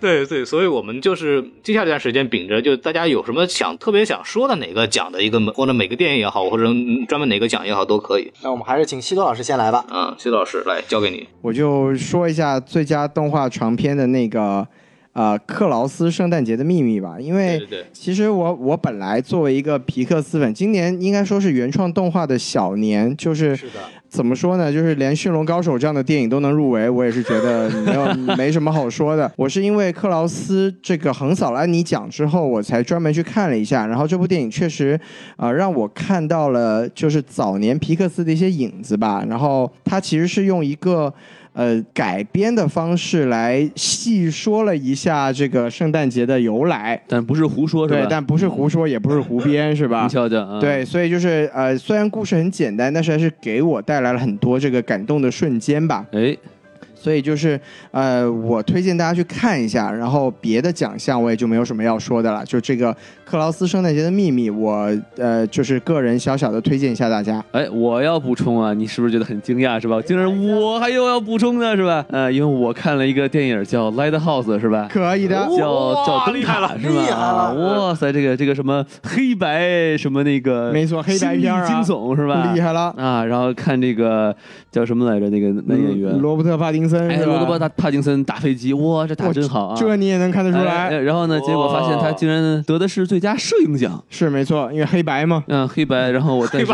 对对，所以我们就是接下来这段时间，秉着就大家有什么想特别想说的哪个奖的一个，或者每个电影也好，或者嗯专门哪个奖也好都可以。那我们还是请西多老师先来吧。嗯，谢老师来交给你。我就说一下最佳动画长片的那个呃克劳斯《圣诞节的秘密》吧，因为对对对其实我我本来作为一个皮克斯粉，今年应该说是原创动画的小年，就是怎么说呢，就是连《驯龙高手》这样的电影都能入围，我也是觉得没有没什么好说的。 我是因为克劳斯这个横扫了安妮奖之后，我才专门去看了一下，然后这部电影确实啊、呃让我看到了就是早年皮克斯的一些影子吧。然后它其实是用一个呃改编的方式来细说了一下这个圣诞节的由来。但不是胡说，是吧？对，但不是胡说，也不是胡编，是吧你？瞧瞧，啊，对，所以就是呃，虽然故事很简单，但是还是给我带来了很多这个感动的瞬间吧。哎，所以就是呃，我推荐大家去看一下，然后别的奖项我也就没有什么要说的了。就这个克劳斯圣诞节的秘密，我呃就是个人小小的推荐一下大家。哎，我要补充啊，你是不是觉得很惊讶是吧？竟然我还有要补充的是吧？呃，因为我看了一个电影叫《Lighthouse》是吧？可以哦的，叫叫灯厉害塔了是吧？厉害啊哇塞，这个这个什么黑白什么那个，没错黑白片儿啊惊悚是吧？厉害了，啊！然后看这个叫什么来着？那个男演员，嗯罗伯特·帕丁森哎，是吧？罗伯特帕帕金森打飞机，哇，这打哇真好啊！这你也能看得出哎哎来，然后呢，哇结果发现他竟然得的是最佳摄影奖。是没错，因为黑白嘛。嗯，黑白。然后我，但是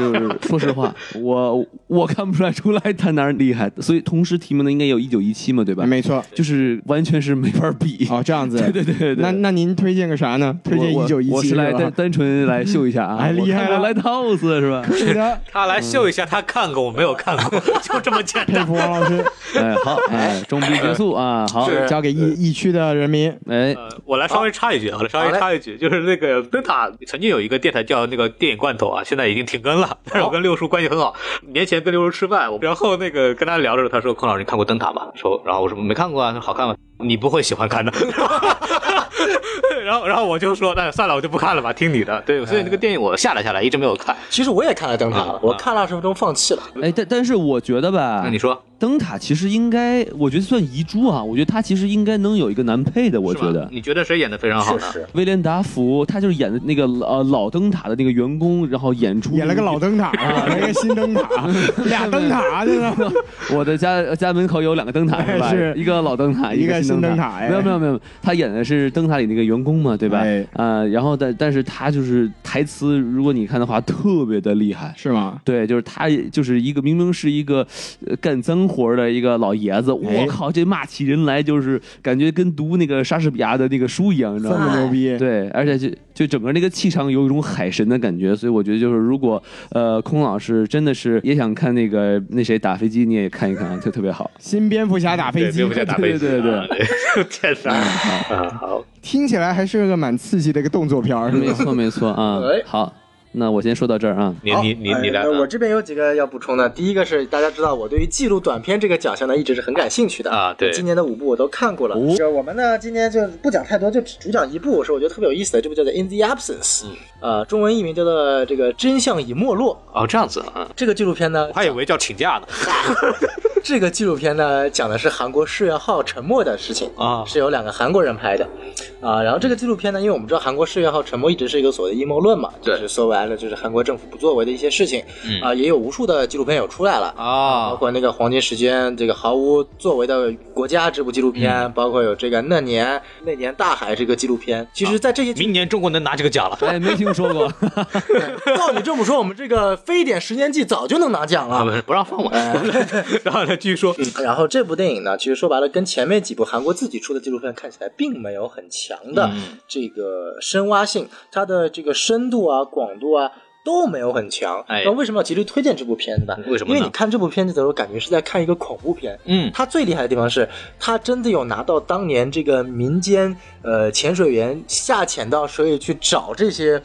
说实话，我我看不出来出来他哪儿厉害。所以同时提名的应该有一九一七嘛，对吧？没错，就是完全是没法比。哦，这样子， 对对对对对。那那您推荐个啥呢？推荐我一九一我我七是来单单纯来秀一下啊， 哎厉害了来 House 是吧？ 是的，他来秀一下，他看过，我没有看过，就这么简佩单。服王老师，哎，好，哎，中逼结束啊，好，是交给疫疫区的人民。哎，呃，我来稍微插一句，我来稍微插一句，就是那个灯塔曾经有一个电台叫那个电影罐头啊，现在已经停更了。但是我跟六叔关系很好，年前跟六叔吃饭，我然后那个跟他聊着，他说：“孔老师，你看过灯塔吗？”说，然后我说没看过啊，他说好看吗？你不会喜 欢看的。然后，然后我就说，那算了，我就不看了吧，听你的。哎对，所以那个电影我下载下来，一直没有看。其实我也看了灯塔了，我看了二十分钟放弃了。哎，但但是我觉得吧，那你说，灯塔其实应该，我觉得算遗珠啊，我觉得他其实应该能有一个男配的，我是吧觉得。你觉得谁演的非常好呢？是威廉达福，他就是演的那个呃老灯塔的那个员工，然后演出 演了个老灯塔， 来个新灯塔，俩灯塔，真的。我的家家门口有两个灯 塔是吧？是一个老灯塔，一个个新灯塔塔。哎没有没有没有，他演的是灯塔里那个员工嘛，对吧哎？啊，然后但但是他就是台词，如果你看的话，特别的厉害。 是吗？对，就是他，就是一个明明是一个呃干脏活儿的一个老爷子，我哎靠，这骂起人来就是感觉跟读那个莎士比亚的那个书一样，你 知这道吗么？牛逼，对，而且就就整个那个气场有一种海神的感觉，所以我觉得就是如果呃空老师真的是也想看那个那谁打飞机，你也看一看啊，就特别好。新蝙蝠侠打飞对，机蝙蝠，侠打飞机，对对对嗯啊对， 天哪！啊，好， 听起来还是个蛮刺激的一个动作片儿，是 没吧？错没错啊哎，好，那我先说到这儿啊。你好你你哎你来呃我啊这边有几个要补充的。第一个是大家知道，我对于记录短片这个奖项呢，一直是很感兴趣的啊对今年的五部我都看过了。哦这个我们呢，今天就不讲太多，就只主讲一部，是我觉得特别有意思的，这部叫做《In the Absence》，呃，嗯中文译名叫做这个《真相已没落哦，这样子啊，》。这个纪录片呢我，还以为叫请假呢。这个纪录片呢，讲的是韩国世越号沉没的事情啊是由两个韩国人拍的，啊，然后这个纪录片呢，因为我们知道韩国世越号沉没一直是一个所谓的阴谋论嘛，就对嗯是说白了就是韩国政府不作为的一些事情，啊，也有无数的纪录片有出来了包啊，括那个黄金时间，这个毫无作为的国家这部纪录片，嗯包括有这个那年那年大海这个纪录片，其啊实，在这些明年中国能拿这个奖了。 哎，没听说 过， 照你这么说，我们这个非典十年记早就能拿奖啊，不。了是不让放我， 然后呢，继续说，嗯然后这部电影呢，其实说白了，跟前面几部韩国自己出的纪录片看起来，并没有很强的嗯这个深挖性，它的这个深度啊、广度啊。都没有很强，哎那为什么要极力推荐这部片子呢？为什么呢因为你看这部片子的时候，感觉是在看一个恐怖片。嗯它最厉害的地方是，它真的有拿到当年这个民间呃潜水员下潜到水里去找这些。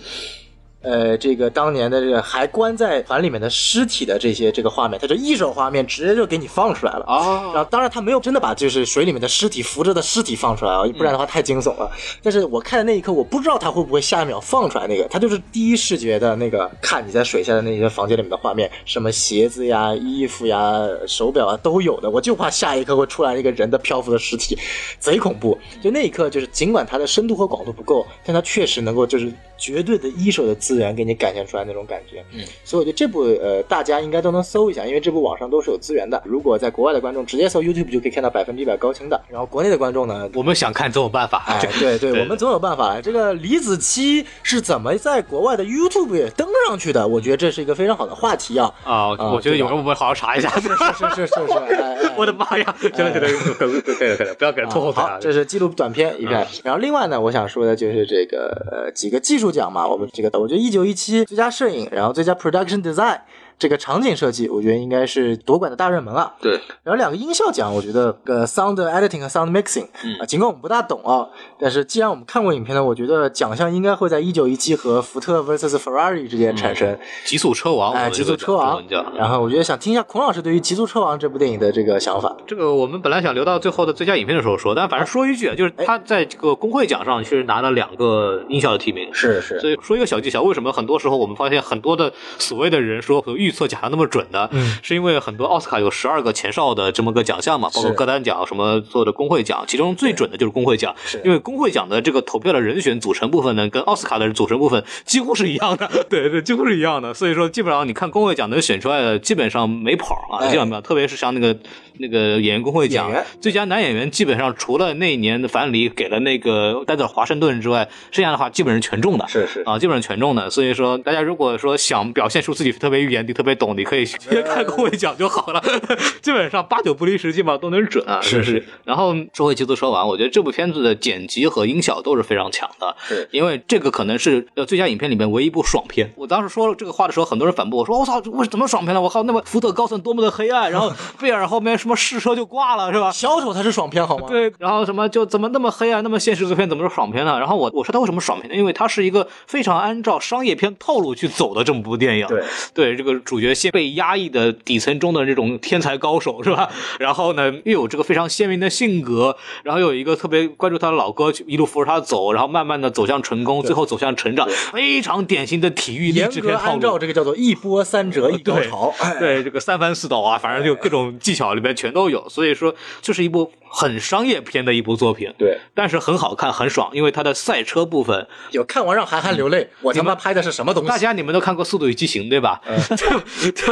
呃，这个当年的这个还关在船里面的尸体的这些这个画面，它就一手画面直接就给你放出来了哦然后当然他没有真的把就是水里面的尸体浮着的尸体放出来啊，不然的话太惊悚了。但是我看的那一刻，我不知道他会不会下一秒放出来那个，他就是第一视觉的那个看你在水下的那些房间里面的画面，什么鞋子呀、衣服呀、手表啊都有的。我就怕下一刻会出来一个人的漂浮的尸体，贼恐怖。就那一刻，就是尽管它的深度和广度不够，但它确实能够就是绝对的一手的资源给你展现出来那种感觉。所以我觉得这部呃，大家应该都能搜一下，因为这部网上都是有资源的。如果在国外的观众直接搜 YouTube 就可以看到百分之一百高清的，然后国内的观众呢，我们想看总有办法。哎，对对，对我们总有办法。这个李子柒是怎么在国外的 YouTube 也登上去的？我觉得这是一个非常好的话题啊！ 啊，啊我觉得对有吧时候我们好好查一下。是是是是是，哎哎 啊我的妈 呀！行了行了，可以可以了可以了，不要给人拖后腿啊好，这是纪录短片一嗯片。然后另外呢，我想说的就是这个呃几个技术奖嘛，我们这个我觉得一九一七最佳摄影，然后最佳 production design。这个场景设计，我觉得应该是夺冠的大热门啊了。对，然后两个音效奖，我觉得呃，sound editing 和 sound mixing 嗯啊，尽管我们不大懂啊，但是既然我们看过影片呢，我觉得奖项应该会在一九一七和福特 vs Ferrari 之间产生。极速车王，哎，我《极觉速得车王中文叫》，然后我觉得想听一下孔老师对于《极速车王》这部电影的这个想法。这个我们本来想留到最后的最佳影片的时候说，但反正说一句，就是他在这个工会奖上其实拿了两个音效的提名。是是所以说一个小技巧，为什么很多时候我们发现很多的所谓的人说预测奖项那么准呢？嗯是因为很多奥斯卡有十二个前哨的这么个奖项嘛，包括是歌单奖、什么做的工会奖，其中最准的就是工会奖是，因为工会奖的这个投票的人选组成部分呢，跟奥斯卡的组成部分几乎是一样的， 对对，几乎是一样的。所以说，基本上你看工会奖能选出来的，基本上没跑啊，哎基本上没有。特别是像那个那个演员工会奖演员，最佳男演员基本上除了那一年的樊篱给了那个丹泽尔华盛顿之外，剩下的话基本是全中的。是是啊，基本上全中的。所以说，大家如果说想表现出自己特别预言的、特别懂的，可以直接看跟我讲就好了。 基本上八九不离十，基本上都能准啊。是是。然后说回《极速车王》，我觉得这部片子的剪辑和音效都是非常强的，是因为这个可能是呃最佳影片里面唯一一部爽片。我当时说了这个话的时候，很多人反驳我说：“我操，我怎么爽片了？我靠，那么福特高层多么的黑暗，然后贝尔后面什么试车就挂了，是吧？”小丑才是爽片好吗？对，然后什么就怎么那么黑啊，那么现实制片怎么是爽片呢？然后我我说它为什么爽片呢？因为它是一个非常按照商业片套路去走的这么部电影。对对，这个主角先被压抑的底层中的这种天才高手是吧？然后呢，又有这个非常鲜明的性格，然后有一个特别关注他的老哥去一路扶着他走，然后慢慢的走向成功，最后走向成长，非常典型的体育励严志格片套按路照。这个叫做一波三折一高潮，哎，对这个三番四倒啊，反正就各种技巧里面全都有，所以说这是一部很商业片的一部作品。对，但是很好看，很爽，因为它的赛车部分，有看完让韩寒流泪，我嗯他你妈们拍的是什么东大西？家你们都看过《速度与激情》对吧？嗯 就就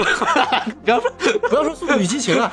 不要说不要说《速度与激情》了，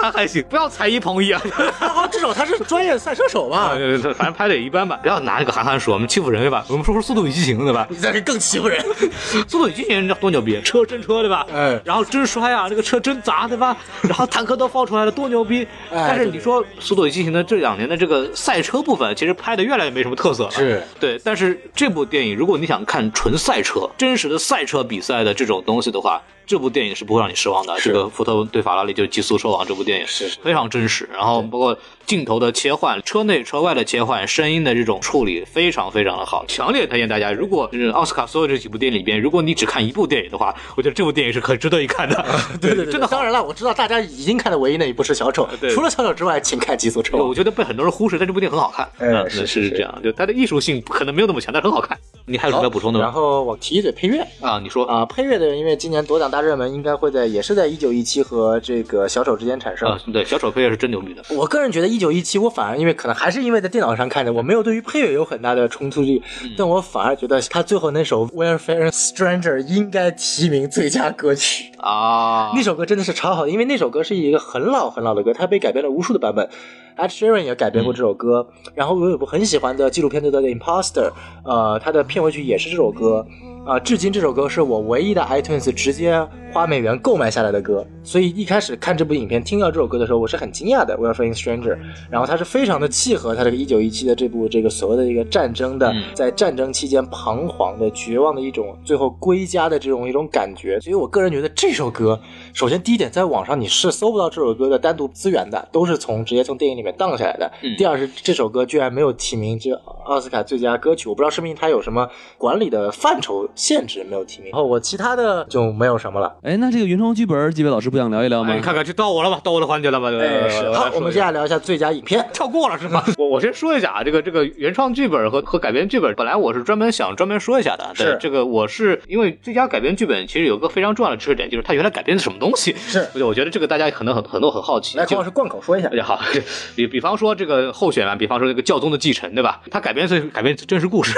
还还行，不要才艺捧一啊。 韩寒至少他是专业赛车手吧？对对对，反正拍的也一般吧，不要拿这个韩寒说，我们欺负人对吧？我们说说《速度与激情》对吧？你在这更欺负人。 《速度与激情》多牛逼，车真车对吧？哎然后真摔啊，这个车真砸对 吧？然后坦克都放出来了，多牛逼！哎但是你说《速度与激情》的这两年的这个赛车部分，其实拍的越来越没什么特色了。是对，但是这部电影，如果你想看纯赛车、真实的赛车比赛的这种东西的话，这部电影是不会让你失望的。这个福特对法拉利就是《极速车王》这部电影是非常真实，然后包括镜头的切换、车内车外的切换、声音的这种处理，非常非常的好。强烈推荐大家，如果是奥斯卡所有这几部电影里边，如果你只看一部电影的话，我觉得这部电影是很值得一看的。啊对啊对 对，真的好当然了，我知道大家已经看的唯一那一部是小丑，对除了小丑之外，请看《极速车王我》。觉得被很多人忽视，但这部电影很好看。哎嗯，是是是是这样，就它的艺术性可能没有那么强，但是很好看。你还有什么要补充的然吗？后我提一嘴配乐啊，你说。啊，配乐的人因为今年夺奖大热门，应该会在也是在一九一七和这个小丑之间产生。啊，对，小丑配乐是真牛逼的。我个人觉得一九一七，我反而因为可能还是因为在电脑上看的，我没有对于配乐有很大的冲突力，但我反而觉得他最后那首《Where Fair Stranger》应该提名最佳歌曲。啊，那首歌真的是超好的，因为那首歌是一个很老很老的歌，它被改编了无数的版本。Ed Sheeran 也改编过这首歌，然后我有部很喜欢的纪录片叫做《The Imposter》，呃，它的片尾曲也是这首歌。啊、至今这首歌是我唯一的 iTunes 直接花美元购买下来的歌，所以一开始看这部影片，听到这首歌的时候，我是很惊讶的。We Are Fighting Stranger，然后它是非常的契合它这个一九一七的这部这个所谓的一个战争的，在战争期间彷徨的、绝望的一种最后归家的这种一种感觉。所以我个人觉得这首歌，首先第一点，在网上你是搜不到这首歌的单独资源的，都是从直接从电影里面荡下来的。第二是这首歌居然没有提名这奥斯卡最佳歌曲，我不知道是不是因为它有什么管理的范畴限制没有提名。然后我其他的就没有什么了。哎，那这个原创剧本儿，几位老师不想聊一聊吗？哎你看看，就到我了吧，到我的环节了吧？对好，呃我们接下来聊一下最佳影片。跳过了是吧？哎 我我先说一下啊，这个这个原创剧本和和改编剧本，本来我是专门想专门说一下的。对是这个我是因为最佳改编剧本其实有个非常重要的知识点，就是它原来改编的什么东西。是我觉得我觉得这个大家可能很很多很好奇。来，就孔老师贯口说一下大。家好， 比比方说这个候选啊，比方说这个教宗的继承，对吧？他改编最改编真实故 事，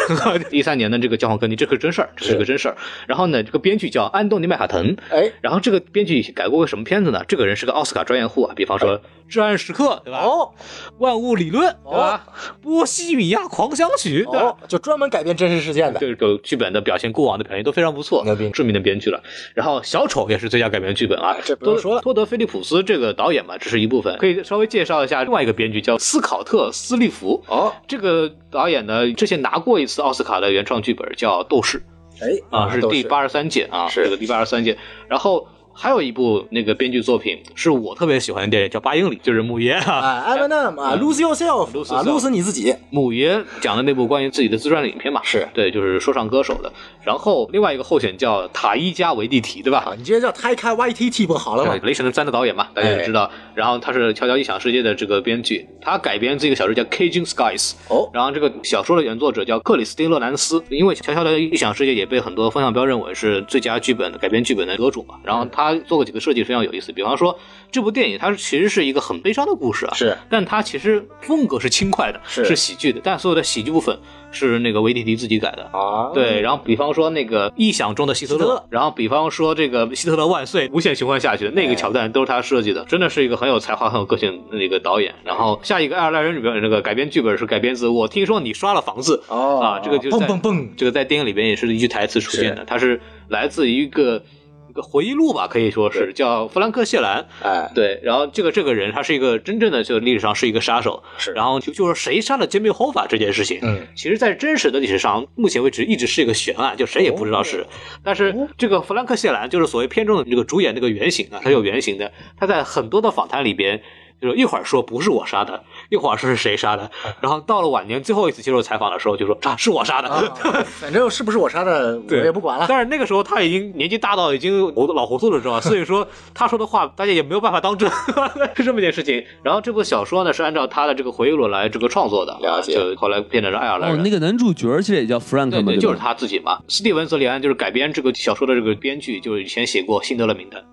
一三年的这个教皇更迭，这可是真事儿，这是个真事儿。然后呢，这个编剧叫安东尼·麦卡腾，哎，然后这个编剧改过个什么片子呢？这个人是个奥斯卡专业户啊，比方说《至暗时刻》，对吧？哦万物理论，对吧？波西米亚狂想曲， 对吧？哦，就专门改编真实事件的。这种剧本的表现，过往的表现都非常不错牛逼，著名的编剧了。然后小丑也是最佳改编剧本啊哎，这不用多说了托德·菲利普斯这个导演嘛，这是一部分，可以稍微介绍一下另外一个编剧叫斯考特·斯利弗。哦，这个导演呢，之前拿过一次奥斯卡的原创剧本叫《斗士》。哎啊，是都第是八十三届啊，是这个第八十三届。然后还有一部那个编剧作品是我特别喜欢的电影，叫《八英里》，就是木爷啊，啊，Eminem 啊，Lose Lose Yourself 啊 Yourself ，Lose 你自己，母爷讲的那部关于自己的自传的影片嘛，是对，就是说唱歌手的。然后另外一个候选叫塔伊加维蒂提，对吧啊，？你直接叫 Taika YTT 不好了对吗？雷神的三的导演嘛，大家也知道。然后他是《悄悄异想世界》的这个编剧，他改编自一个小说叫《Caging Skies》。哦然后这个小说的原作者叫克里斯汀·勒南斯，因为《悄悄的异想世界》也被很多风向标认为是最佳剧本改编剧本的得主嘛。然后他做过几个设计非常有意思，比方说这部电影它是其实是一个很悲伤的故事啊，是，但它其实风格是轻快的，是喜剧的，但所有的喜剧部分是那个维蒂迪自己改的。啊，对，然后比方说那个臆想中的希特希特勒勒，然后比方说这个希特勒万岁无限循环下去的那个桥段都是他设计的，真的是一个很有才华、很有个性的那个导演。然后下一个爱尔兰人里边那个改编剧本是改编自我听说你刷了房子哦啊，这个就蹦在蹦蹦，这个在电影里边也是一句台词出现的，它是来自于一个一个回忆录吧，可以说是叫弗兰克谢兰，哎，对，然后这个这个人他是一个真正的就历史上是一个杀手，是然后就就是谁杀了杰米·霍法这件事情，嗯，其实在真实的历史上，目前为止一直是一个悬案，就谁也不知道哦是，但是这个弗兰克·谢兰就是所谓片中的这个主演那个原型啊，他有原型的，他在很多的访谈里边。就是一会儿说不是我杀的，一会儿说是谁杀的，嗯然后到了晚年最后一次接受采访的时候就说啊是我杀的， 啊 反正是不是我杀的，我对也不管了。啊但是那个时候他已经年纪大到已经糊老糊涂了，知道吧？所以说他说的话大家也没有办法当真， 是这么一件事情。然后这部小说呢是按照他的这个回忆录来这个创作的，了解就后来变成了爱尔兰哦人。，那个男主角其实也叫 Frank 对嘛，对，吧就是。他自己嘛。斯蒂文·泽里安就是改编这个小说的这个编剧，就是以前写过《辛德勒名单》啊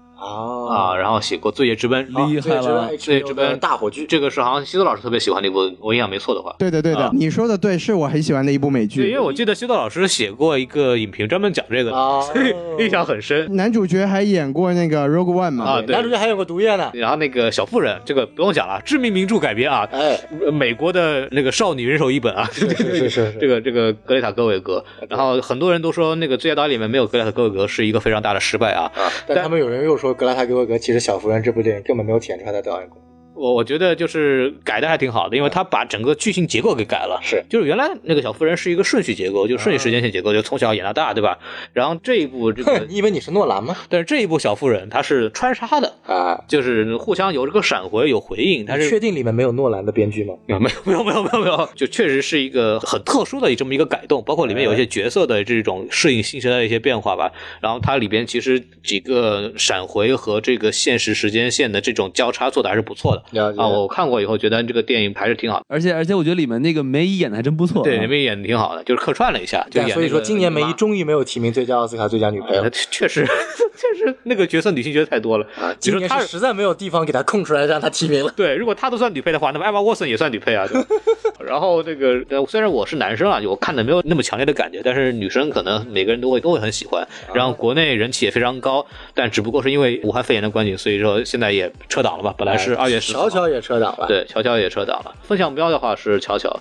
啊，然后写过《罪业之奔》厉害了对对，这这边边大火剧，这个是好像西多老师特别喜欢的一部，我印象没错的话。对的，对的，啊你说的对，是我很喜欢的一部美对，剧因为。我记得西多老师写过一个影评专门讲这个的，啊，所以 印象很深。男主角还演过那个《Rogue One》嘛？啊对男主角还有个毒液呢。然后那个小妇人，这个不用讲了，知名名著改编啊，哎，呃美国的那个少女人手一本啊，是是是 这个这个格雷塔·戈韦格。然后很多人都说那个最佳导演里面没有格雷塔·戈韦格是一个非常大的失败啊。但他们有人又说格拉塔格沃格其实《小妇人》这部电影根本没有体现出他的导 演功。我我觉得就是改的还挺好的，因为他把整个剧情结构给改了。嗯是啊就是原来那个小妇人是一个顺序结构，就顺序时间线结构，就从小演到大，对吧？然后这一部这个哼，你，以为你是诺兰吗？但是这一部小妇人她是穿插的，啊，就是互相有这个闪回，有回应，它 你是确定里面没有诺兰的编剧吗？啊，没有没有没有没有没有，就确实是一个很特殊的这么一个改动，包括里面哎有一些角色的这种适应新时代的一些变化吧。然后它里边其实几个闪回和这个现实时间线的这种交叉做的还是不错的了解啊。我看过以后觉得这个电影还是挺好的，而且而且我觉得里面那个梅姨演的还真不错啊，对，里面演的挺好的，就是客串了一下，就演、那对，个、所以说今年梅姨终于没哎有提名最佳奥斯卡最佳女配呃。了。确实， 确实，那个角色女性角色太多了啊！你今说年她是实在没有地方给她空出来让她提名了。对，如果她都算女配的话，那么艾玛沃森也算女配啊。对吧 然后那个，呃虽然我是男生啊，我看的没有那么强烈的感觉，但是女生可能每个人都会都会很喜欢。啊然后国内人气也非常高，但只不过是因为武汉肺炎的关系，所以说现在也撤档了嘛。本来 哎是二月十，乔乔也撤档了。，对，乔乔也撤档了。风向标的话是乔乔。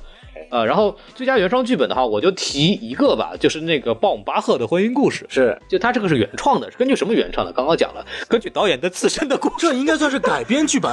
呃，然后最佳原创剧本的话，我就提一个吧，就是那个鲍姆巴赫的婚姻故事。是就他这个是原创的，是根据什么原创的？刚刚讲了，根据导演的自身的故事。这应该算是改编 剧本。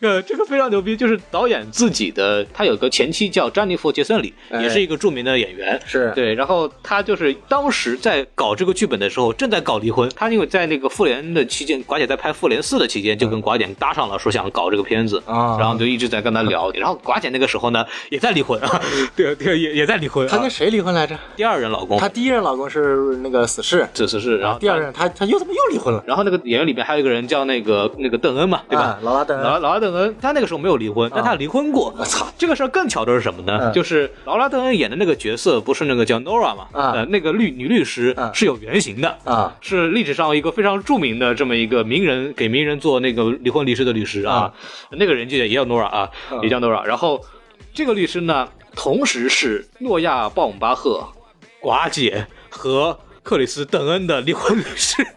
呃，这个非常牛逼，就是导演自己的，他有个前妻叫詹妮弗·杰森里，哎也是一个著名的演员。是对，然后他就是当时在搞这个剧本的时候，正在搞离婚。他因为在那个复联的期间，寡姐在拍复联四的期间，就跟寡姐搭上了，说想搞这个片子啊然后就一直在跟他聊。然后寡姐那个时候呢，也在离婚啊，对对，也也在离婚她啊跟。谁离婚来着？第二任老公，她第一任老公是那个死侍，此时是然后啊第二任她她又怎么又离婚了？然后那个演员里面还有一个人叫那个那个邓恩嘛，对吧？啊？劳拉邓恩劳劳拉·邓恩，他那个时候没有离婚，但他离婚过。我操，这个事儿更巧的是什么呢？嗯就是劳拉·邓恩演的那个角色不是那个叫 Nora 嘛？啊呃，那个律女律师啊是有原型的。啊，是历史上一个非常著名的这么一个名人，给名人做那个离婚律师的律师啊，那个人就也叫 Nora 啊，嗯也叫 Nora。然后这个律师呢，同时是诺亚·鲍姆巴赫、寡姐和 克里斯·邓恩的离婚律师。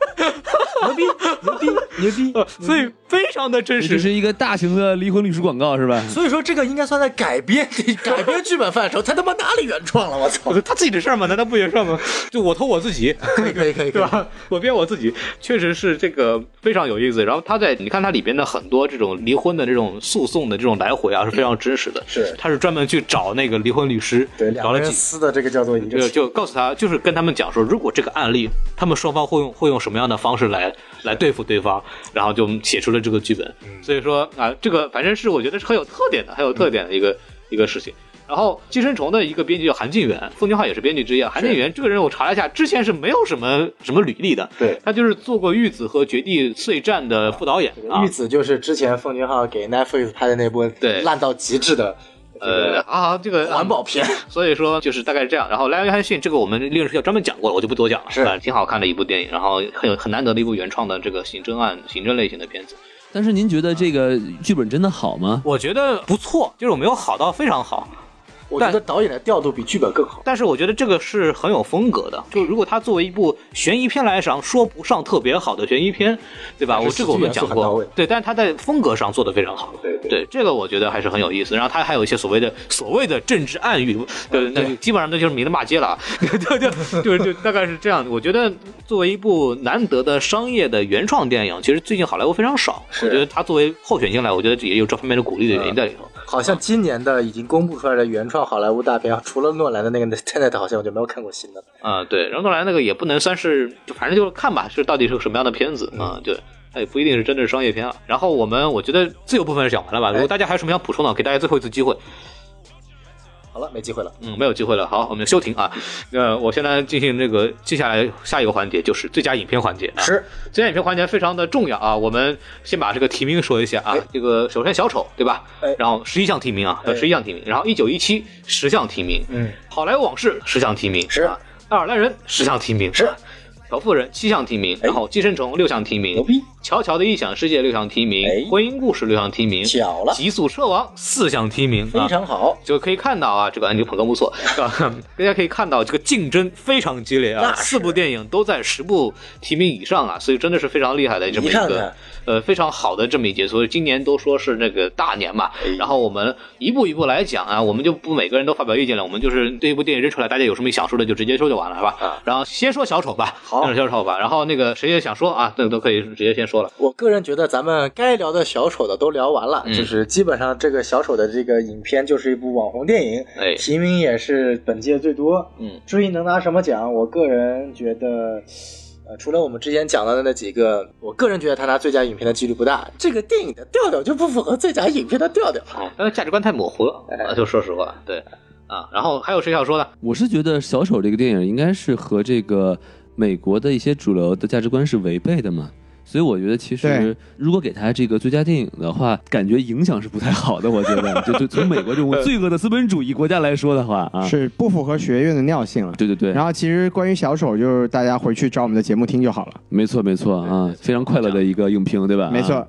呃牛逼牛逼牛逼！所以非常的真这只实。是一个大型的离婚律师广告是 吧？所以说这个应该算在改编 改编剧本范畴，他他妈哪里原创了？我操我！说他自己的事儿吗？难道不也算吗？就我投我自己，可以可以可以，对？吧？我编我自己，确实是这个非常有意思。然后他在你看它里边的很多这种离婚的这种诉讼的这种来回啊，是非常真实的。是他是专门去找那个离婚律师，对，找两个了人几撕的这个叫做一就个。就告诉他，就是跟他们讲说，如果这个案例，他们双方会用会用什么样的方式来来对付对方，然后就写出了这个剧本。所以说啊，这个反正是我觉得是很有特点的，很有特点的一个、一个事情。然后《寄生虫》的一个编剧叫韩晋元，奉俊昊也是编剧之一啊。韩晋元这个人我查了一下，之前是没有什么什么履历的，对他就是做过《玉子》和《绝地碎战》的副导演啊玉。子就是之前奉俊昊给 Netflix 拍的那部对烂到极致的呃啊，这个环保片，所以说就是大概是这样。然后《莱昂约翰逊》这个我们另有专门讲过了，我就不多讲了。是呃挺好看的一部电影，然后很有很难得的一部原创的这个刑侦案、刑侦类型的片子。但是您觉得这个剧本真的好吗？我觉得不错，就是我没有好到非常好， 我觉得导演的调度比剧本更好。但是我觉得这个是很有风格的。就如果它作为一部悬疑片来讲，说不上特别好的悬疑片，对吧？但是我这个我们戏剧讲元素很到过位，对，但是它在风格上做得非常好。对对对，这个我觉得还是很有意思。然后他还有一些所谓的所谓的政治暗语，对，那就基本上那就是明了骂街了啊， 对对，就就大概是这样。我觉得作为一部难得的商业的原创电影，其实最近好莱坞非常少。我觉得它作为候选进来，我觉得也有这方面的鼓励的原嗯因在里头。好像今年的已经公布出来的原创好莱坞大片，除了诺兰的那个《Tenet》，好像我就没有看过新的。啊，对，然后诺兰那个也不能算是，就反正就是看吧，是到底是个什么样的片子啊、嗯对。它也不一定是真的是商业片啊。然后我们我觉得自由部分是讲完了哎吧？如果大家还有什么想补充的，给大家最后一次机会。好了，没机会了。嗯，没有机会了。好，我们休庭啊。那我现在进行这个，接下来下一个环节就是最佳影片环节啊。是，最佳影片环节非常的重要啊。我们先把这个提名说一下啊。这个首先小丑对吧？哎然后十一项提名啊，哎十一项提名。然后一九一七十项提名，嗯，好莱坞往事十项提名，是啊，爱尔兰人十项提名是哎啊小妇人七项提名，然后寄生虫六项提名，牛逼！乔乔的异想世界六项提名，哎婚姻故事六项提名，巧了极速车王四项提名，非啊常好，就可以看到啊，这个安迪捧哏不 错，啊，大家可以看到这个竞争非常激烈啊，那是四部电影都在十部提名以上啊，所以真的是非常厉害的这么一你看个看呃非常好的这么一届，所以今年都说是那个大年嘛，哎然后我们一步一步来讲啊，我们就不每个人都发表意见了，我们就是这一部电影扔出来，大家有什么想说的就直接说就完了，是吧？然后先说小丑吧，啊好先说小丑吧，然后那个谁也想说啊，那个都可以直接先说了，我个人觉得咱们该聊的小丑的都聊完了，嗯就是基本上这个小丑的这个影片就是一部网红电影，哎提名也是本届最多。嗯，至于能拿什么奖，我个人觉得。呃，除了我们之前讲到的那几个，我个人觉得他拿最佳影片的几率不大。这个电影的调调就不符合最佳影片的调调。但呃是价值观太模糊了，哎啊就说实话，对啊，然后还有谁想说呢？我是觉得《小丑》这个电影应该是和这个美国的一些主流的价值观是违背的嘛，所以我觉得其实对如果给他这个最佳电影的话，感觉影响是不太好的。我觉得， 就就从美国这种罪恶的资本主义国家来说的话啊，是不符合学院的尿性了。对对对，然后其实关于小丑，就是大家回去找我们的节目听就好了。没错没错啊，非常快乐的一个影评，对吧？没啊错，啊，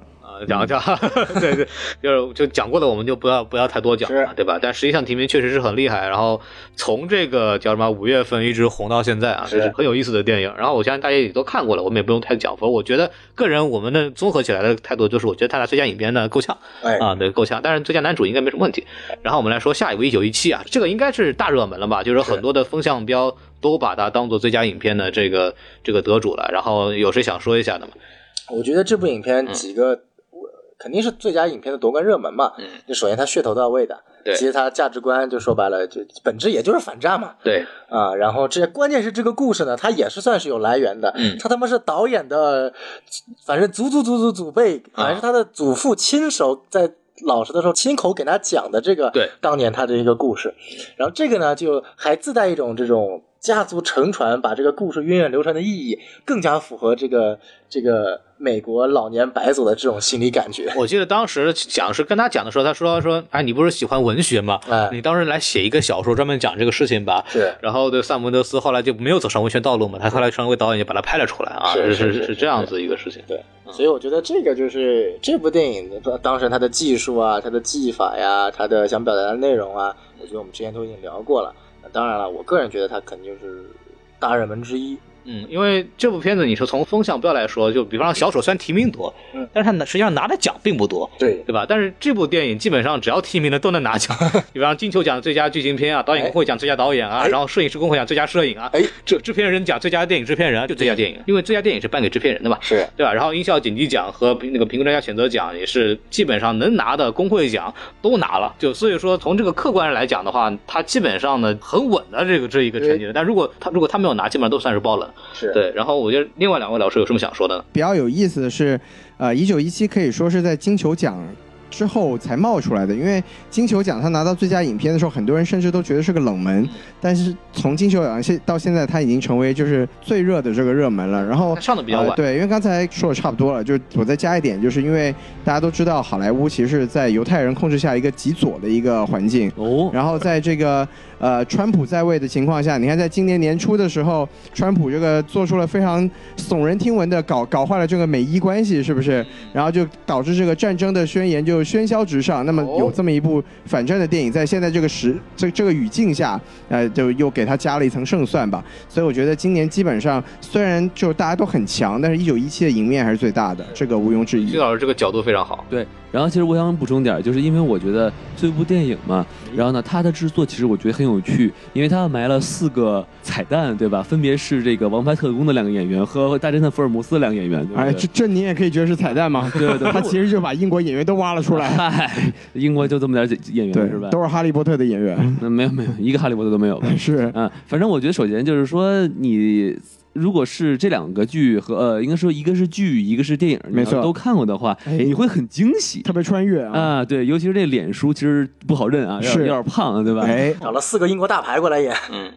讲讲， 对对，就是就讲过的，我们就不要不要太多讲了，对吧？但实际上提名确实是很厉害，然后从这个叫什么五月份一直红到现在啊，这是很有意思的电影。然后我相信大家也都看过了，我们也不用太讲。反正我觉得个人我们的综合起来的态度就是，我觉得他拿最佳影片呢够呛哎，啊，对，够呛。但是最佳男主应该没什么问题。然后我们来说下一部一九一七啊，这个应该是大热门了吧？就是很多的风向标都把它当做最佳影片的这个这个得主了。然后有谁想说一下的吗？我觉得这部影嗯片几个、我肯定是最佳影片的夺冠热门嘛。嗯，就首先它噱头到位的，对其实它价值观就说白了，就本质也就是反战嘛。对，啊，然后这关键是这个故事呢，它也是算是有来源的。嗯他他妈是导演的，反正祖祖祖祖祖辈，啊好像是他的祖父亲手在老师的时候亲口给他讲的这个，对，当年他的一个故事。然后这个呢，就还自带一种这种家族承传，把这个故事源远流传的意义，更加符合这个这个美国老年白左的这种心理感觉。我记得当时讲是跟他讲的时候，他说说，哎，你不是喜欢文学吗？哎你当时来写一个小说专门讲这个事情吧。是然后对萨姆德斯后来就没有走上文学道路嘛，他后来成为导演就把他拍了出来啊，是是是是是这样子一个事情。对，所以我觉得这个就是这部电影的当时它的技术啊、它的技法呀、它的想表达的内容啊，我觉得我们之前都已经聊过了。那当然了，我个人觉得它肯定就是大热门之一。嗯，因为这部片子，你说从风向标来说，就比方说小丑虽然提名多，嗯但是他拿实际上拿的奖并不多，对对吧？但是这部电影基本上只要提名的都能拿 奖，比方金球奖最佳剧情片啊，导演工会奖最佳导演啊，哎然后摄影师工会奖最佳摄影啊，哎，制制片人奖最佳电影制片人啊就最佳电影，因为最佳电影是颁给制片人的嘛，是对吧？然后音效剪辑奖和那个评论专家选择奖也是基本上能拿的工会奖都拿了，就所以说从这个客观上来讲的话，他基本上呢很稳的这个这一个成绩了。但如果他如果他没有拿，基本上都算是爆冷。是对。然后我觉得另外两位老师有什么想说的呢？比较有意思的是，呃，一九一七可以说是在金球奖之后才冒出来的，因为金球奖他拿到最佳影片的时候，很多人甚至都觉得是个冷门，但是从金球奖现到现在，它已经成为就是最热的这个热门了。然后他上的比较晚哎呃对，因为刚才说的差不多了，就我再加一点，就是因为大家都知道好莱坞其实是在犹太人控制下一个极左的一个环境， 哦，然后在这个呃川普在位的情况下，你看在今年年初的时候，川普这个做出了非常耸人听闻的搞搞坏了这个美伊关系，是不是？然后就导致这个战争的宣言就喧嚣直上。那么有这么一部反战的电影，在现在这个时这这个语境下，呃，就又给它加了一层胜算吧。所以我觉得今年基本上虽然就大家都很强，但是一九一七的赢面还是最大的，这个毋庸置疑徐。老师这个角度非常好，对，然后其实我想补充点儿，就是因为我觉得这部电影嘛，嗯然后呢，它的制作其实我觉得很有趣，因为它埋了四个彩蛋，对吧？分别是这个《王牌特工》的两个演员和《大侦探福尔摩斯》的两个演员，对吧？哎，这这你也可以觉得是彩蛋 吗？对对对他其实就把英国演员都挖了出来。嗨，英国就这么点儿演员对是吧，？都是哈利波特的演员，嗯，没有没有，一个哈利波特都没有吧？是嗯，反正我觉得首先就是说你。如果是这两个剧和呃，应该说一个是剧，一个是电影，你没要错都看过的话，哎你会很惊喜特别穿越啊，啊！对，尤其是这脸书，其实不好认啊，有点是有点胖，对吧？哎，找了四个英国大牌过来演，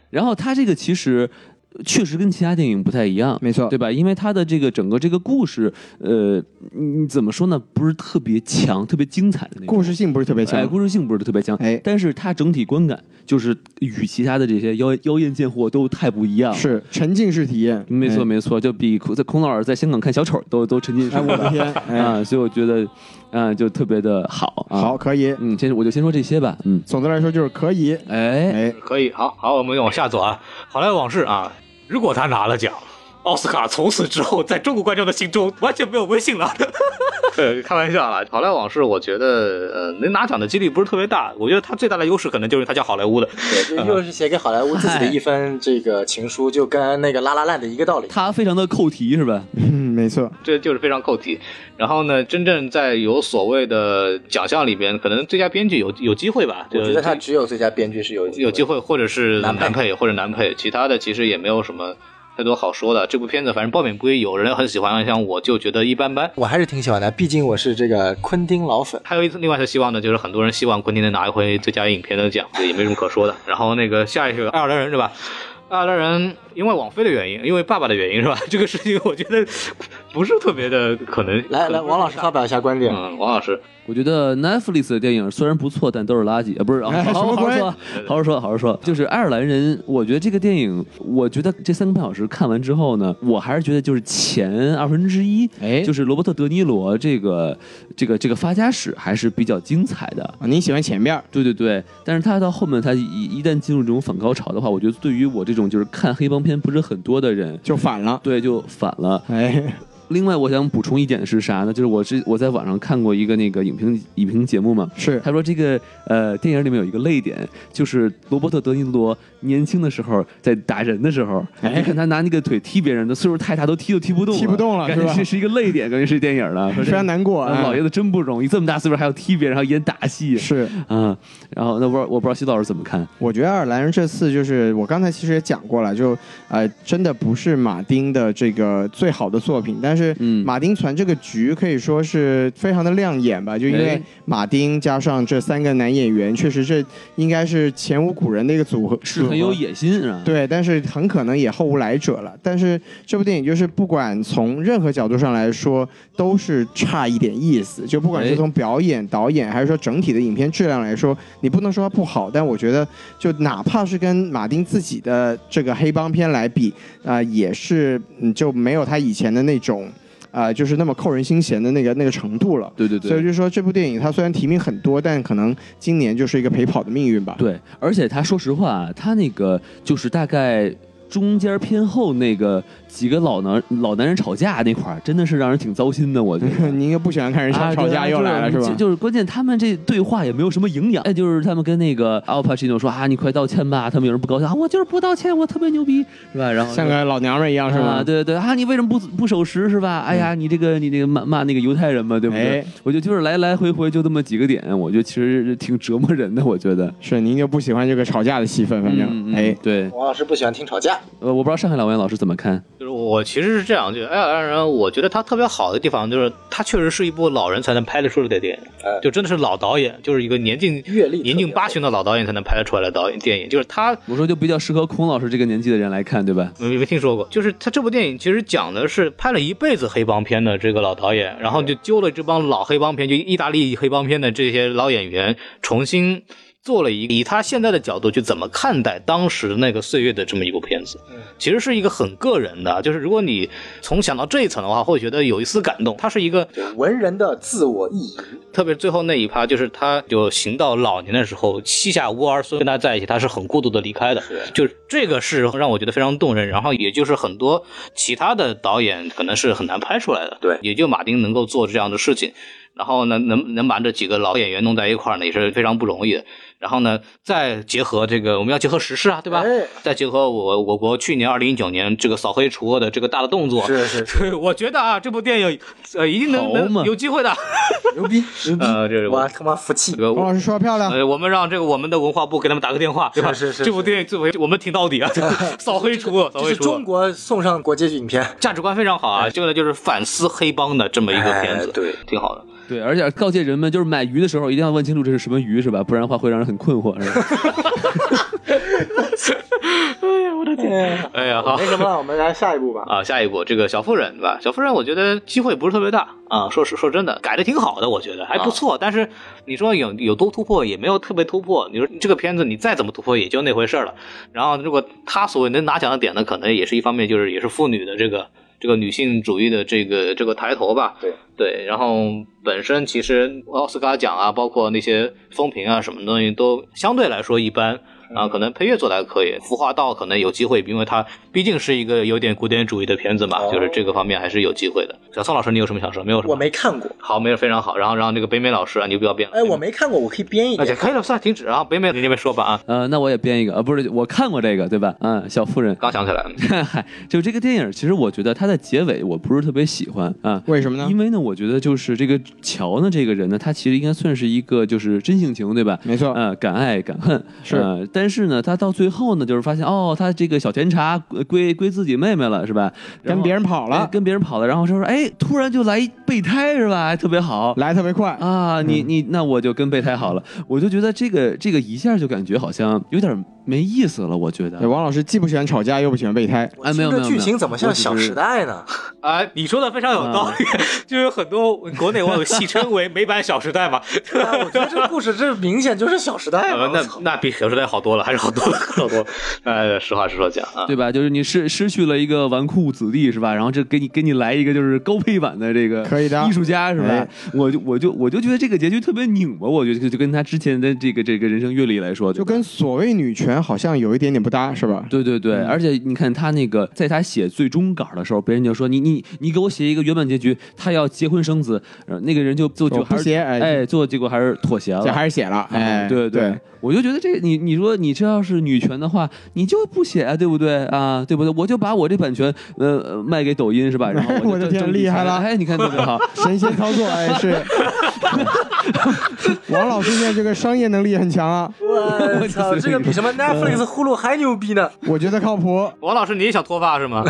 然后它这个其实呃确实跟其他电影不太一样，没错对吧？因为它的这个整个这个故事，呃，你怎么说呢？不是特别强，特别精彩的那种故事性不是特别哎，强，故事性不是特别强，哎但是它整体观感就是与其他的这些妖妖艳贱货都太不一样了。是沉浸式体验，没错哎，没错，就比孔在孔老师在香港看小丑都都沉浸式哎，我了的天，哎，啊，所以我觉得，嗯、就特别的好、啊。好，，可以。嗯，先我就先说这些吧，嗯，总的来说就是可以，哎，哎，可以，好好，我们往下走啊。好莱坞往事啊，如果他拿了奖，奥斯卡从此之后在中国观众的心中完全没有威信 了。呃，开玩笑啊，好莱坞往事，我觉得呃能拿奖的几率不是特别大，我觉得他最大的优势可能就是他叫好莱坞的，对，就又是写给好莱坞自己的一封这个情书，就跟那个拉拉烂的一个道理。他非常的扣题是吧？嗯， 没错，这就是非常扣题。然后呢，真正在有所谓的奖项里边，可能最佳编剧有有机会吧，我觉他得他只有最佳编剧是有有机会。会，或者是男配男配或者男配，其他的其实也没有什么太多好说的。这部片子反正褒贬不一，有人很喜欢，像我就觉得一般般。我还是挺喜欢的，毕竟我是这个昆汀老粉。还有一次，另外一个希望呢，就是很多人希望昆汀能拿一回最佳影片的奖，也没什么可说的。然后那个下一个爱尔兰人是吧？爱尔兰人因为网飞的原因，因为爸爸的原因是吧？ 这个事情我觉得不是特别的可能。来来，王老师发表一下观点。嗯，王老师，我觉得 Netflix 的电影虽然不错，但都是垃圾啊！不是，啊哎好好什么好鬼说，好好说，好好说。就是爱尔兰人，我觉得这个电影，我觉得这三个半小时看完之后呢，我还是觉得就是前二分之一，哎就是罗伯特·德尼罗这个这个这个发家史还是比较精彩的。啊，你喜欢前面儿，对对对，但是他到后面，他一一旦进入这种反高潮的话，我觉得对于我这种就是看黑帮片不是很多的人，就反了，对就反了。哎，另外，我想补充一点是啥呢？就是我是我在网上看过一个那个影评影评节目嘛，是他说这个呃电影里面有一个泪点，就是罗伯特·德尼罗年轻的时候在打人的时候，哎你看他拿那个腿踢别人的岁数太大，都踢都踢不动了，踢不动了感觉是吧是是一个泪点，感觉是电影 了，非常难过，啊。哎老爷子真不容易，这么大岁数还要踢别人，还要演打戏是。啊。然后那不知道我不知道西老师怎么看？我觉得爱尔兰人这次就是我刚才其实也讲过了，就呃，真的不是马丁的这个最好的作品，但是嗯马丁传这个局可以说是非常的亮眼吧，就因哎为马丁加上这三个男演员，确实这应该是前无古人的一个组合，是很有野心啊。对，但是很可能也后无来者了。但是这部电影就是不管从任何角度上来说，都是差一点意思。就不管哎是从表演、导演，还是说整体的影片质量来说，你不能说它不好。但我觉得，就哪怕是跟马丁自己的这个黑帮片来比，啊、也是嗯就没有他以前的那种。啊、就是那么扣人心弦的那个那个程度了，对对所以就是说这部电影它虽然提名很多，但可能今年就是一个陪跑的命运吧。啊对，而且他说实话，他那个就是大概中间偏后那个几个老男老男人吵架那块儿，真的是让人挺糟心的，我觉得。你应该不喜欢看 人啊吵吵对架啊又来了是就吧就？就是关键，他们这对话也没有什么营养。哎，就是他们跟那个 Al Pacino 说啊，你快道歉吧。他们有人不高兴啊，我就是不道歉，我特别牛逼，是吧？然后像个老娘们儿一样是啊，吗？对对对啊，你为什么不不守时是吧？哎呀，你这个你这个骂骂那个犹太人嘛，对不对？哎我觉得就是来来回回就这么几个点，我觉得其实挺折磨人的。我觉得，是您就不喜欢这个吵架的气氛，反正嗯哎，对，王老师不喜欢听吵架，呃，我不知道上海老王老师怎么看。就是我其实是这样，就《爱尔兰人》，我觉得它特别好的地方就是它确实是一部老人才能拍得出来的电影，哎就真的是老导演，就是一个年近阅历特别年近八旬的老导演才能拍得出来的导演电影，就是他我说就比较适合孔老师这个年纪的人来看，对吧？没没听说过，就是他这部电影其实讲的是拍了一辈子黑帮片的这个老导演，然后就揪了这帮老黑帮片，就意大利黑帮片的这些老演员，重新做了一个以他现在的角度去怎么看待当时那个岁月的这么一部片子，其实是一个很个人的，啊就是如果你从想到这一层的话，会觉得有一丝感动。它是一个文人的自我意淫，特别最后那一趴，就是他就行到老年的时候，膝下无儿孙跟他在一起，他是很孤独的离开的。就是这个是让我觉得非常动人，然后也就是很多其他的导演可能是很难拍出来的。对也就马丁能够做这样的事情。然后呢，能能把这几个老演员弄在一块儿呢，也是非常不容易的。然后呢，再结合这个，我们要结合时事啊，对吧？哎再结合我我国去年二零一九年这个扫黑除恶的这个大的动作，是是是，对， 我觉得啊，这部电影呃一定能好嘛能有机会的。牛逼牛 逼，呃，这是我我他妈服气这。个王我老师说得漂亮，呃，我们让这个我们的文化部给他们打个电话，对吧？啊是是是这部电影最为我们挺到底 啊，扫黑除恶，扫这黑是除中恶。国送上国际影片，价值观非常好啊，这个呢就是反思黑帮的这么一个片子，哎对，挺好的。对，而且告诫人们，就是买鱼的时候一定要问清楚这是什么鱼，是吧？不然的话会让人很困惑，是吧？ 哎呀，好没什么了，我们来下一步吧。啊，下一部这个小妇人对吧？小妇人我觉得机会不是特别大啊，说实说真的，改的挺好的，我觉得还不啊错。但是你说有有多突破，也没有特别突破。你说这个片子你再怎么突破，也就那回事儿了。然后如果他所谓能拿奖的点呢，可能也是一方面，就是也是妇女的这个。这个女性主义的这个这个抬头吧，对对，然后本身其实奥斯卡奖啊，包括那些风评啊，什么东西都相对来说一般啊，可能配乐做的还可以，服化道可能有机会，因为它毕竟是一个有点古典主义的片子嘛，哦就是这个方面还是有机会的。小宋老师，你有什么想说？没有什么，我没看过，好，没有非常好。然后让那个北美老师啊，你不要变了。哎哎，我没看过，我可以编一那点就。可以了，算停止啊。北美你那边说吧啊，呃，那我也编一个，呃，不是，我看过这个，对吧？嗯，小妇人， 刚想起 来，嗨，就这个电影，其实我觉得它的结尾我不是特别喜欢啊。为什么呢因？为呢，我觉得就是这个乔呢，这个人呢，他其实应该算是一个就是真性情，对吧？没错呃，敢爱敢恨是呃但是呢，他到最后呢，就是发现哦，他这个小甜茶呃归归自己妹妹了，是吧？然跟后别人跑哎了，跟别人跑了，然后说说哎，突然就来一备胎是吧？还哎特别好。来特别快，啊，嗯你你那我就跟备胎好了，我就觉得这个这个一下就感觉好像有点没意思了，我觉得对，王老师既不喜欢吵架，又不喜欢备胎，哎我哎没有听没有这剧没有情怎么像我《只小是时代》呢？啊，你说的非常有道理， 就有很多国内网友戏称为美版《小时代》嘛。哎我觉得这个故事这明显就是《小时代》 呃嘛。，那我操那比《小时代》好多了，还是好多了，好 多了。呃，实话实说讲啊，对吧？就是你失失去了一个纨绔子弟是吧？然后这给你给你来一个就是高配版的这个可以的艺术家是吧？哎我就我就我就觉得这个结局特别拧巴，我觉得就就跟他之前的这个这个人生阅历来说，对就吧跟所谓女权好像有一点点不搭，是吧？对对对，而且你看他那个，在他写最终稿的时候，别人就说你你你给我写一个圆满结局，他要结婚生子，呃那个人就就我就不还是写哎哎，最后结果还是妥协了，这还是写了，哎，嗯对对对，，我就觉得这你你说你这要是女权的话，你就不写啊，对不对啊？对不对？我就把我这版权呃呃卖给抖音是 吧？然后我我的就天挣挣厉害钱了哎，你看特别 好。神仙操作，哎， 是。王老师现在这个商业能力很强啊，我操，这个比什么 Netflix、呼噜还牛逼呢！我觉得靠谱。王老师你也想脱发是 吗？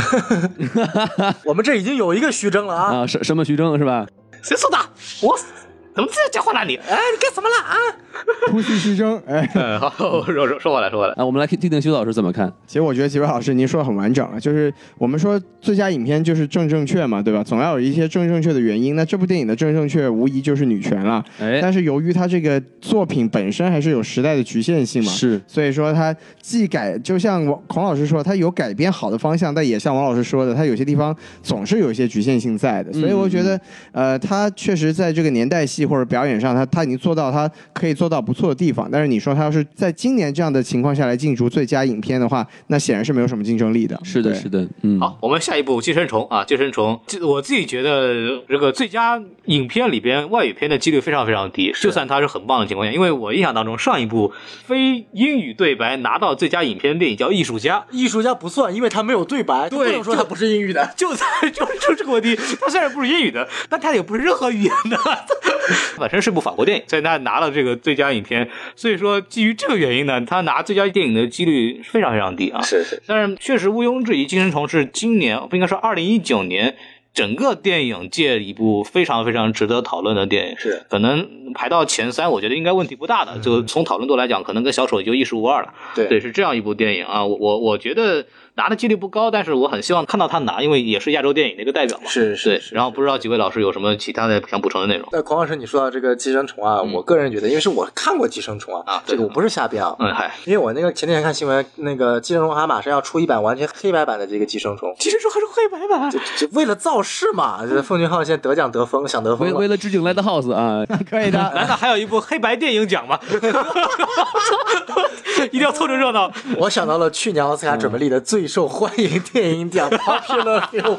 我们这已经有一个徐峥了啊！啊，什什么徐峥是吧？谁说的？我怎么这家伙呢你？哎，你干什么了啊？突袭虚争，哎， 嗯，好，说说说回来，说回来。啊，我们来听听徐老师怎么看。其实我觉得几位老师您说的很完整了，就是我们说最佳影片就是正正确嘛，对吧？总要有一些正正确的原因。那这部电影的正正确无疑就是女权了，哎，但是由于它这个作品本身还是有时代的局限性嘛，是所以说它既改，就像王孔老师说，它有改变好的方向，但也像王老师说的，它嗯有些地方总是有一些局限性在的。所以我觉得，呃，它确实在这个年代戏技或者表演上，他他已经做到他可以做到不错的地方。但是你说他要是在今年这样的情况下来竞逐最佳影片的话，那显然是没有什么竞争力的。是的，对是的，嗯，好，我们下一步《寄生虫》啊，《寄生虫》这我自己觉得这个最佳影片里边外语片的几率非常非常低，就算它是很棒的情况下，因为我印象当中上一部非英语对白拿到最佳影片的电影叫《艺术家》，艺术家不算，因为他没有对白，对不能说他不是英语的。就在就就这个问题，它虽然不是英语的，但它也不是任何语言的， 本身是部法国电影，所以它拿了这个最佳影片。所以说，基于这个原因呢，它拿最佳电影的几率非常非常低啊。是是，但是确实毋庸置疑，《寄生虫》是今年不应该说二零一九年整个电影界一部非常非常值得讨论的电影。是，可能排到前三，我觉得应该问题不大的。就从讨论度来讲，可能跟小丑就一时无二了。对对，是这样一部电影啊。我我我觉得拿的几率不高，但是我很希望看到他拿，因为也是亚洲电影的一个代表嘛。是对，然后不知道几位老师有什么其他的想补充的内容？那孔老师，你说到这个寄生虫啊，我个人觉得，因为是我看过寄生虫啊，啊对这个我不是瞎编啊，嗯，嗨，因为我那个前几天看新闻，那个寄生虫还马上要出一版完全黑白版的这个寄生虫，寄生虫还是黑白版就就为了造势嘛，这奉俊昊现在得奖得疯，想得为疯为了。了致敬 Lighthouse 啊， 可以的。难道还有一部黑白电影 奖吗？一定要凑着热闹。我想到了去年奥斯卡准备立的最受欢迎电影奖 Popular Film，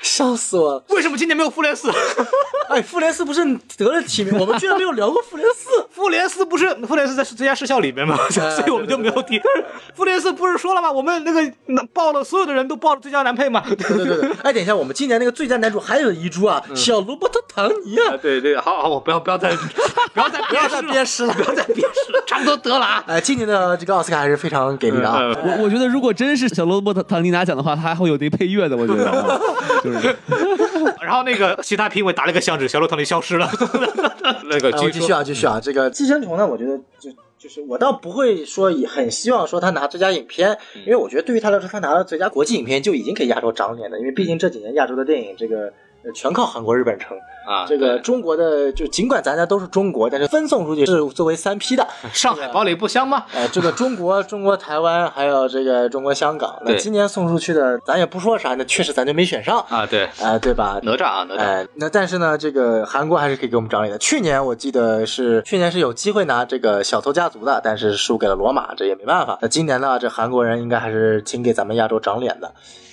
笑死我了。为什么今年没有复联四？哎，复联四不是得了提名，我们居然没有聊过复联四。复联四不是复联四在最佳视效里面吗？ 所以我们就没有提。但是复联四不是说了吗？我们那个那报了所有的人都报了最佳男配吗？对对对对，哎，等一下，我们今年那个最佳男主还有一株啊，小罗伯特·唐尼啊。 对对，好好，我不要不要再 不要再不要再编鞭尸了，不要再别是了，差不多得了啊。哎，今年的这个奥斯卡还是非常给力的嗯啊！我我觉得如果真是小罗伯特·唐尼拿奖的话，他还会有那配乐的，我觉得啊，就是然后那个其他评委打了个响指，小罗唐尼消失了。 那个哎我继续啊，继续嗯啊，这个《寄生虫》呢，我觉得就就是我倒不会说也很希望说他拿最佳影片，嗯因为我觉得对于他来说，他拿了最佳国际影片就已经给亚洲长脸了，因为毕嗯竟这几年亚洲的电影这个。呃全靠韩国、日本撑啊这个中国的就尽管咱家都是中国，但是分送出去是作为三 批的。上海堡垒不香吗？呃，这个中国、中国台湾还有这个中国香港，那对今年送出去的，咱也不说啥，那确实咱就没选上，啊，对，啊，对吧？哪吒啊，哪吒。哎，那但是呢，这个韩国还是可以给我们长脸的。去年我记得是去年是有机会拿这个小偷家族的，但是输给了罗马，这也没办法。那今年呢，这韩国人应该还是挺给咱们亚洲长脸的。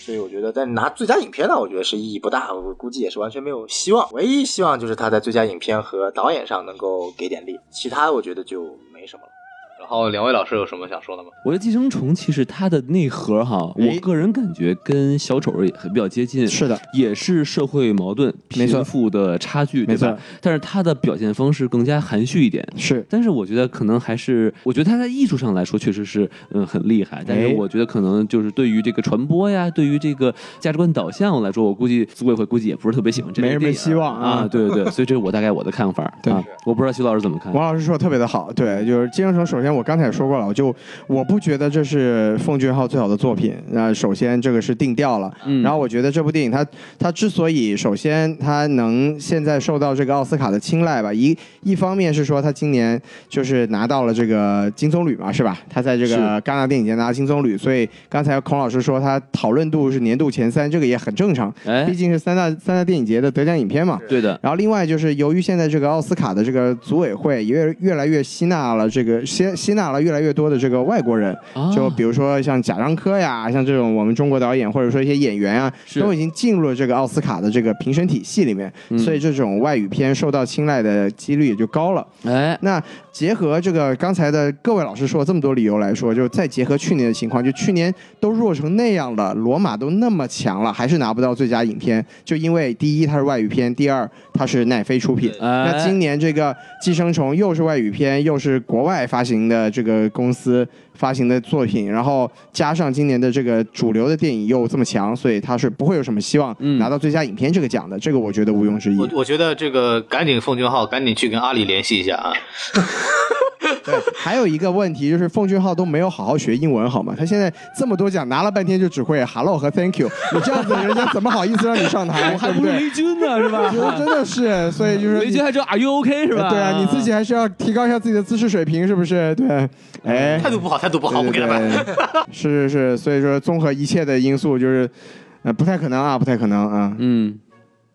所以我觉得，但拿最佳影片呢，我觉得是意义不大，我估计也是完全没有希望。唯一希望就是他在最佳影片和导演上能够给点力，其他我觉得就没什么了。然后两位老师有什么想说的吗？我觉得《寄生虫》其实它的内核哈，哎我个人感觉跟小丑也很比较接近，是的，也是社会矛盾、没错贫富的差距，没对吧错？但是它的表现方式更加含蓄一点。是但是我觉得可能还是，我觉得他在艺术上来说确实是，嗯，很厉害。但是我觉得可能就是对于这个传播呀，对于这个价值观导向来说，我估计组委会估计也不是特别喜欢这类没什么电影希望啊啊。对对对，所以这是我大概我的看法。对啊，我不知道徐老师怎么看。王老师说的特别的好，对，就是《寄生虫》。首先，我刚才也说过了，我就我不觉得这是奉俊昊最好的作品。那首先这个是定调了，嗯然后我觉得这部电影它它之所以首先它能现在受到这个奥斯卡的青睐吧，一一方面是说它今年就是拿到了这个金棕榈嘛，是吧？它在这是个戛纳电影节拿金棕榈，所以刚才孔老师说它讨论度是年度前三，这个也很正常，哎毕，竟是三大三大电影节的得奖影片嘛。对的，然后另外就是，由于现在这个奥斯卡的这个组委会越越来越吸纳了这个吸吸纳了越来越多的这个外国人，啊就比如说像贾樟柯呀，像这种我们中国导演或者说一些演员啊，是都已经进入了这个奥斯卡的这个评审体系里面，嗯所以这种外语片受到青睐的几率也就高了。哎，那结合这个刚才的各位老师说的这么多理由来说，就再结合去年的情况，就去年都弱成那样了，罗马都那么强了，还是拿不到最佳影片，就因为第一它是外语片，第二它是奈飞出品。 哎那今年这个《寄生虫》又是外语片，又是国外发行的这个公司发行的作品，然后加上今年的这个主流的电影又这么强，所以它是不会有什么希望嗯拿到最佳影片这个奖的。这个我觉得毋庸置疑。我我觉得这个赶紧奉俊昊，赶紧去跟阿里联系一下啊。对，还有一个问题就是奉俊昊都没有好好学英文，好吗？他现在这么多奖拿了半天，就只会 hello 和 thank you。你这样子，人家怎么好意思让你上台？我 还对不是对？雷军呢，是吧 我觉？得真的是，所以就是雷军还知道 Are you OK 是吧？对啊，你自己还是要提高一下自己的姿势水平，是不是？对，哎，态度不好，态度不好，我对给对 他们。对， 是是是，所以说综合一切的因素，就是呃不太可能啊，不太可能啊。嗯，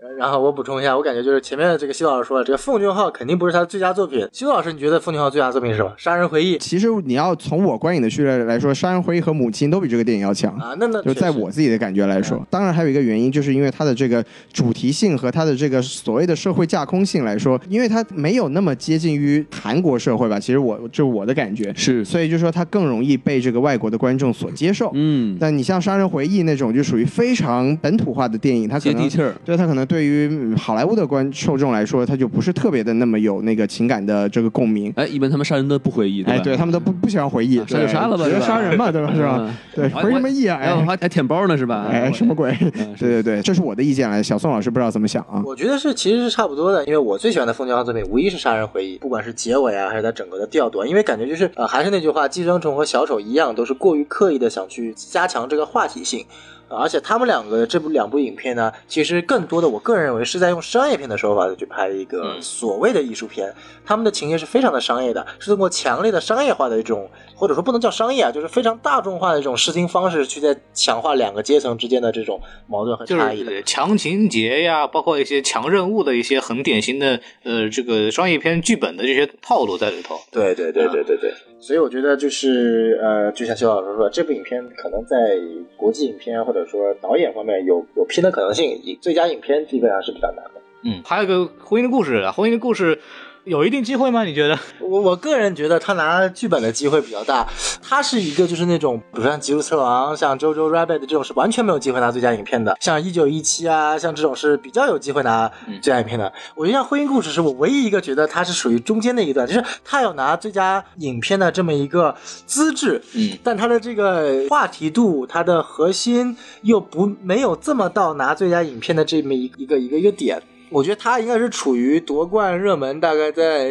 呃，然后我补充一下，我感觉就是前面这个西老师说了，这个奉俊昊肯定不是他的最佳作品。西老师，你觉得奉俊昊最佳作品是什么？《杀人回忆》其实你要从我观影的序列来说，《杀人回忆》和《母亲》都比这个电影要强。啊？那那就在我自己的感觉来嗯说，当然还有一个原因，就是因为它的这个主题性和它的这个所谓的社会架空性来说，因为它没有那么接近于韩国社会吧，其实我就我的感觉，是，所以就说它更容易被这个外国的观众所接受。嗯，但你像《杀人回忆》那种就属于非常本土化的电影，它可接能地气儿，对他可能对于嗯好莱坞的观受众来说，他就不是特别的那么有那个情感的这个共鸣。哎，一般他们杀人都不回忆，对吧哎，对他们都不不喜欢回忆啊，杀就杀了吧对直是接吧杀人嘛，对吧？是吧？嗯对，我回什么忆啊？哎，我哎还还舔包呢是吧？哎，什么鬼？嗯是对对对，这是我的意见了。小宋老师不知道怎么想啊？我觉得是其实是差不多的，因为我最喜欢的奉俊昊作品无疑是《杀人回忆》，不管是结尾啊，还是它整个的调度啊，因为感觉就是呃，还是那句话，寄生虫和小丑一样，都是过于刻意的想去加强这个话题性。呃而且他们两个这部两部影片呢，其实更多的我个人认为是在用商业片的手法去拍一个嗯所谓的艺术片，他们的情节是非常的商业的，是通过强烈的商业化的一种，或者说不能叫商业啊，就是非常大众化的一种视听方式，去在强化两个阶层之间的这种矛盾和就差异的。是强情节呀，包括一些强任务的一些很典型的呃这个商业片剧本的这些套路在里头。对对对对对对，所以我觉得就是呃，就像修老师说，这部影片可能在国际影片或者说导演方面有有拼的可能性，以最佳影片基本上是比较难的。嗯，还有一个婚姻的故事，啊婚姻的故事有一定机会吗？你觉得？我我个人觉得他拿剧本的机会比较大，他是一个就是那种，比如像《吉鲁斯特王》、像《JoJo Rabbit》这种是完全没有机会拿最佳影片的，像《一九一七》啊，像这种是比较有机会拿最佳影片的。我觉得像《婚姻故事》是我唯一一个觉得它是属于中间那一段，就是他有拿最佳影片的这么一个资质，嗯，但它的这个话题度，它的核心又不没有这么到拿最佳影片的这么一一个一个一个点。我觉得它应该是处于夺冠热门大概在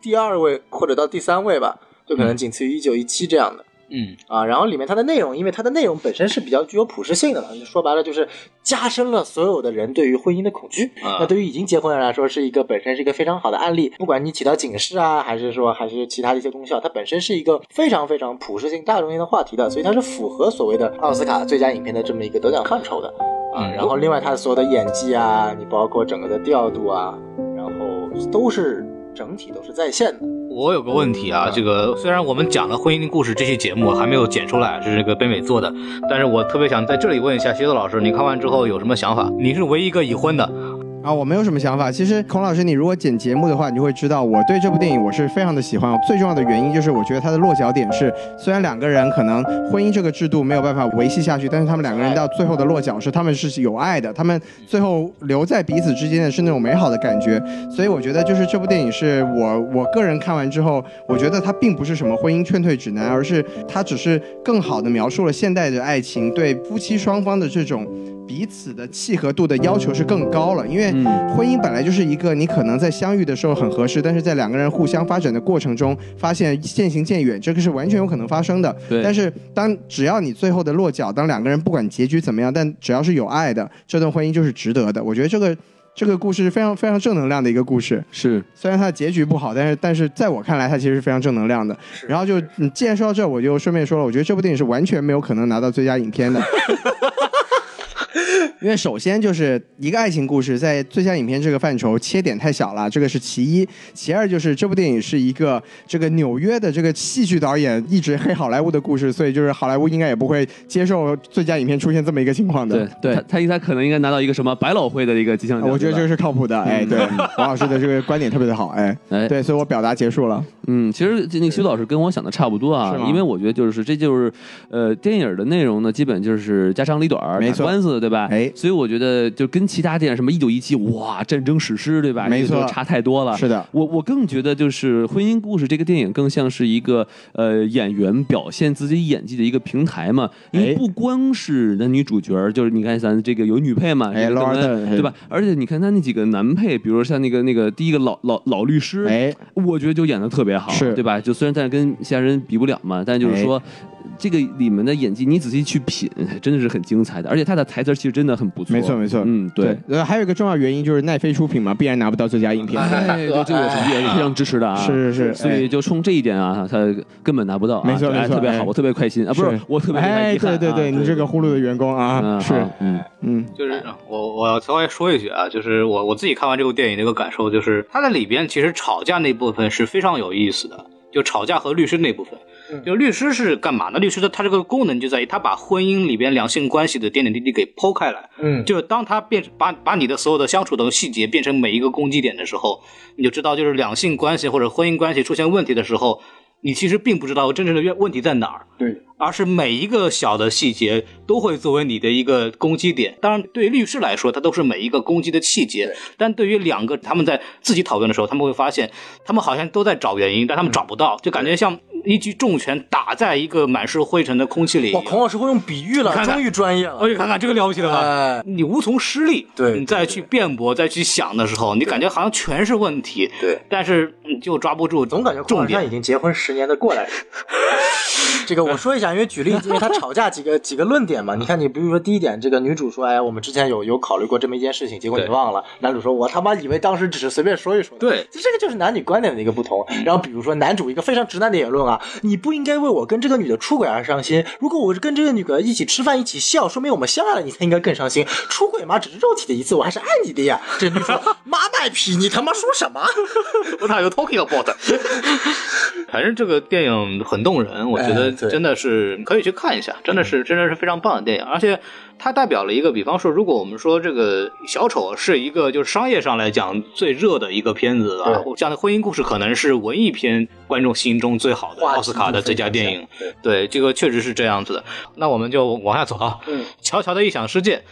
第二位或者到第三位吧，就可能仅次于一九一七这样的。嗯啊，然后里面它的内容，因为它的内容本身是比较具有普适性的嘛，说白了就是加深了所有的人对于婚姻的恐惧。啊那对于已经结婚的人来说，是一个本身是一个非常好的案例，不管你起到警示啊，还是说还是其他的一些功效，它本身是一个非常非常普适性、大众性的话题的，所以它是符合所谓的奥斯卡最佳影片的这么一个得奖范畴的嗯啊。然后另外它的所有的演技啊，你包括整个的调度啊，然后都是整体都是在线的。我有个问题啊，这个虽然我们讲了婚姻故事这期节目啊还没有剪出来，是这个北美做的，但是我特别想在这里问一下蝎子老师，你看完之后有什么想法？你是唯一一个已婚的，啊，我没有什么想法。其实孔老师，你如果剪节目的话，你就会知道我对这部电影我是非常的喜欢。最重要的原因就是我觉得它的落脚点是，虽然两个人可能婚姻这个制度没有办法维系下去，但是他们两个人到最后的落脚是他们是有爱的，他们最后留在彼此之间的是那种美好的感觉。所以我觉得就是这部电影是我我个人看完之后，我觉得它并不是什么婚姻劝退指南，而是它只是更好的描述了现代的爱情对夫妻双方的这种彼此的契合度的要求是更高了，因为嗯婚姻本来就是一个你可能在相遇的时候很合适，但是在两个人互相发展的过程中，发现渐行渐远，这个是完全有可能发生的。对但是当只要你最后的落脚，当两个人不管结局怎么样，但只要是有爱的，这段婚姻就是值得的。我觉得这个这个故事是非常非常正能量的一个故事。是虽然它的结局不好，但是但是在我看来，它其实是非常正能量的。然后就，嗯既然说到这儿，我就顺便说了，我觉得这部电影是完全没有可能拿到最佳影片的。 因为首先就是一个爱情故事，在最佳影片这个范畴切点太小了，这个是其一；其二就是这部电影是一个这个纽约的这个戏剧导演一直黑好莱坞的故事，所以就是好莱坞应该也不会接受最佳影片出现这么一个情况的。对对，他他应该可能应该拿到一个什么百老汇的一个吉祥奖，我觉得对吧这个是靠谱的，哎，对，王老师的这个观点特别的好，哎，嗯哎对，所以我表达结束了。嗯，其实那个徐老师跟我想的差不多啊是吗，因为我觉得就是这就是，呃，电影的内容呢，基本就是家长里短儿，没打错官司对吧？哎所以我觉得就跟其他电影什么一九一七哇战争史诗对吧？没这个就错差太多了。是的，我我更觉得就是《婚姻故事》这个电影更像是一个呃演员表现自己演技的一个平台嘛，因哎为不光是男女主角儿，就是你看咱这个有女配嘛，哎这个邓 Laura 恩 Dern，对吧？而且你看他那几个男配，比如像那个那个第一个老老老律师，哎，我觉得就演的特别好，是哎对吧？就虽然但是跟其他人比不了嘛，但就是说，这个里面的演技，你仔细去品，还真的是很精彩的，而且他的台词儿其实真的很不错。没错没错嗯，对。，呃，还有一个重要原因就是奈飞出品嘛，必然拿不到最佳影片。哎，对，这个我是也是非常支持的 啊。是是是哎所以就冲这一点啊，他根本拿不到啊，没错哎没错特别好，哎我特别开心啊，不是我特别哎，遗憾对啊对对，你这个呼噜的员工啊，嗯是好，嗯嗯，就是我我要稍微说一句啊，就是我我自己看完这部电影的一个感受，就是它在里边其实吵架那部分是非常有意思的，就吵架和律师那部分。就律师是干嘛呢？律师的他这个功能就在于他把婚姻里边两性关系的点点滴滴给剖开来，嗯，就是当他变把把你的所有的相处的细节变成每一个攻击点的时候，你就知道就是两性关系或者婚姻关系出现问题的时候，你其实并不知道真正的问问题在哪儿。对，而是每一个小的细节都会作为你的一个攻击点。当然，对于律师来说，它都是每一个攻击的细节。但对于两个他们在自己讨论的时候，他们会发现，他们好像都在找原因，但他们嗯找不到，就感觉像一记重拳打在一个满是灰尘的空气里一哇，样。孔老师会用比喻了，看看终于专业了而。且看看这个了不起的吧？哎你无从施力，对你再去辩驳、再去想的时候，你感觉好像全是问题，对，但是你就抓不住，总感觉 孔重老师像点已。经结婚十年的过 来人。这个我说一下，因为举例，因为他吵架几个几个论点嘛。你看，你比如说第一点，这个女主说：“哎，我们之前有有考虑过这么一件事情，结果你对忘了。”男主说：“我他妈以为当时只是随便说一说的。”对这个就是男女观点的一个不同。然后比如说男主一个非常直男的言论啊，你不应该为我跟这个女的出轨而伤心。如果我是跟这个女的一起吃饭一起笑，说明我们相爱了，你才应该更伤心。出轨嘛，只是肉体的一次，我还是爱你的呀。这女主说 妈卖批，你他妈说什么？ What are you talking about？反正这个电影很动人，我觉哎得对嗯真的是可以去看一下，真的是真的是非常棒的电影，而且。它代表了一个，比方说，如果我们说这个小丑是一个就是商业上来讲最热的一个片子啊，对这样的婚姻故事可能是文艺片观众心中最好的话题奥斯卡的最佳电影，对对，这个确实是这样子的。那我们就往下走啊，嗯，乔乔的异想世界。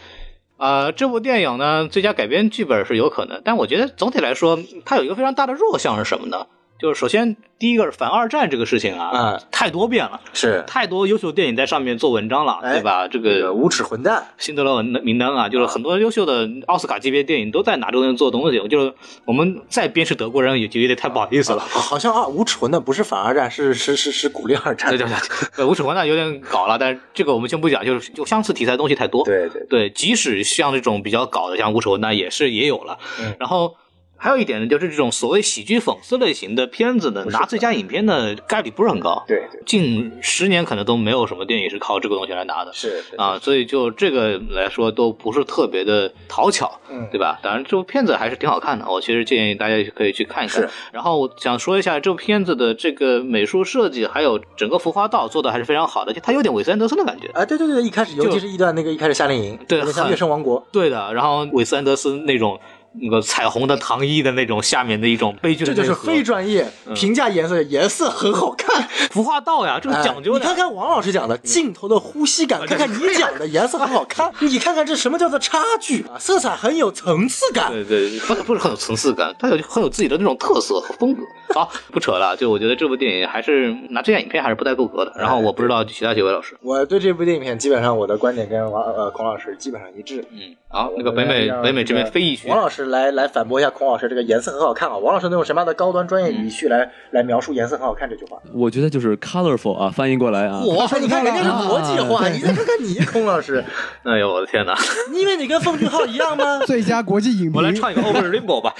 啊、这部电影呢，最佳改编剧本是有可能，但我觉得总体来说，它有一个非常大的弱项是什么呢？就是首先第一个是反二战这个事情啊，嗯太多变了，是太多优秀电影在上面做文章了，哎对吧？这这个个无耻混蛋。辛德勒名单啊，就是很多优秀的奥斯卡级别电影都在拿这个东西做东西，就是我们再鞭笞德国人也觉得有点太不好意思了。好像啊，无耻混蛋不是反二战，是是是是鼓励二战。对对对，对无耻混蛋有点搞了，但是这个我们先不讲，就是就相似题材的东西太多。对对对，即使像这种比较搞的，像无耻混蛋也是也有了。嗯然后还有一点呢，就是这种所谓喜剧讽刺类型的片子呢，拿最佳影片的概率不是很高。对对近十年可能都没有什么电影是靠这个东西来拿的。是啊，所以就这个来说都不是特别的讨巧，嗯对吧？当然，这部片子还是挺好看的，我其实建议大家可以去看一看是。然后我想说一下这部片子的这个美术设计，还有整个浮华道做的还是非常好的，就它有点韦斯安德森的感觉。啊，对对对，一开始尤其是一段那个一开始夏令营，对有点像《很月升王国》。对的，然后韦斯安德森那种那个彩虹的糖衣的那种下面的一种悲剧这的就内是核，非专业，评价颜色，颜色很好看，浮华道呀，这哎个讲究你的。看看王老师讲的镜头的呼吸感，看看你讲的颜色很好 看，你看看这什么叫做差距啊？色彩很有层次感。对对，不不是很有层次感，它有很有自己的那种特色和风格。好，不扯了，就我觉得这部电影还是拿最佳影片还是不太够格的。然后我不知道其他几位老师，我对这部电影片基本上我的观点跟王呃孔老师基本上一致。嗯，好，那个北美让北美这边非裔区王，老师来来反驳一下孔老师这个颜色很好看啊。王老师能用什么样的高端专业语序来、来描述颜色很好看这句话？我觉得就是 colorful 啊，翻译过来啊，我说你看人家是国际化，你再看看你孔老师，哎呦我的天哪！你以为你跟奉俊昊一样吗？最佳国际影 我来评， 唱一个 Over Rainbow 吧。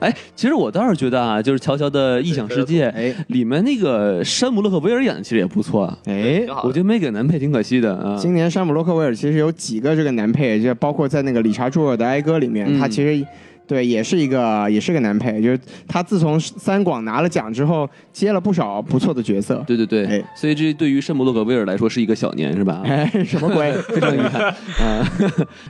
哎，其实我倒是觉得啊，就是乔乔的《异想世界》哎里面那个山姆勒和威尔演的其实也不错啊，哎。挺好的我觉得没给男配挺可惜的啊。今年山姆洛克威尔其实有几个这个男配，就包括在那个理查朱尔的哀歌里面，嗯他其实对也是一个也是个男配，就是他自从三广拿了奖之后，接了不少不错的角色。对对对，哎所以这对于圣伯洛克威尔来说是一个小年 是吧？哎，什么鬼？ 非常遗憾啊。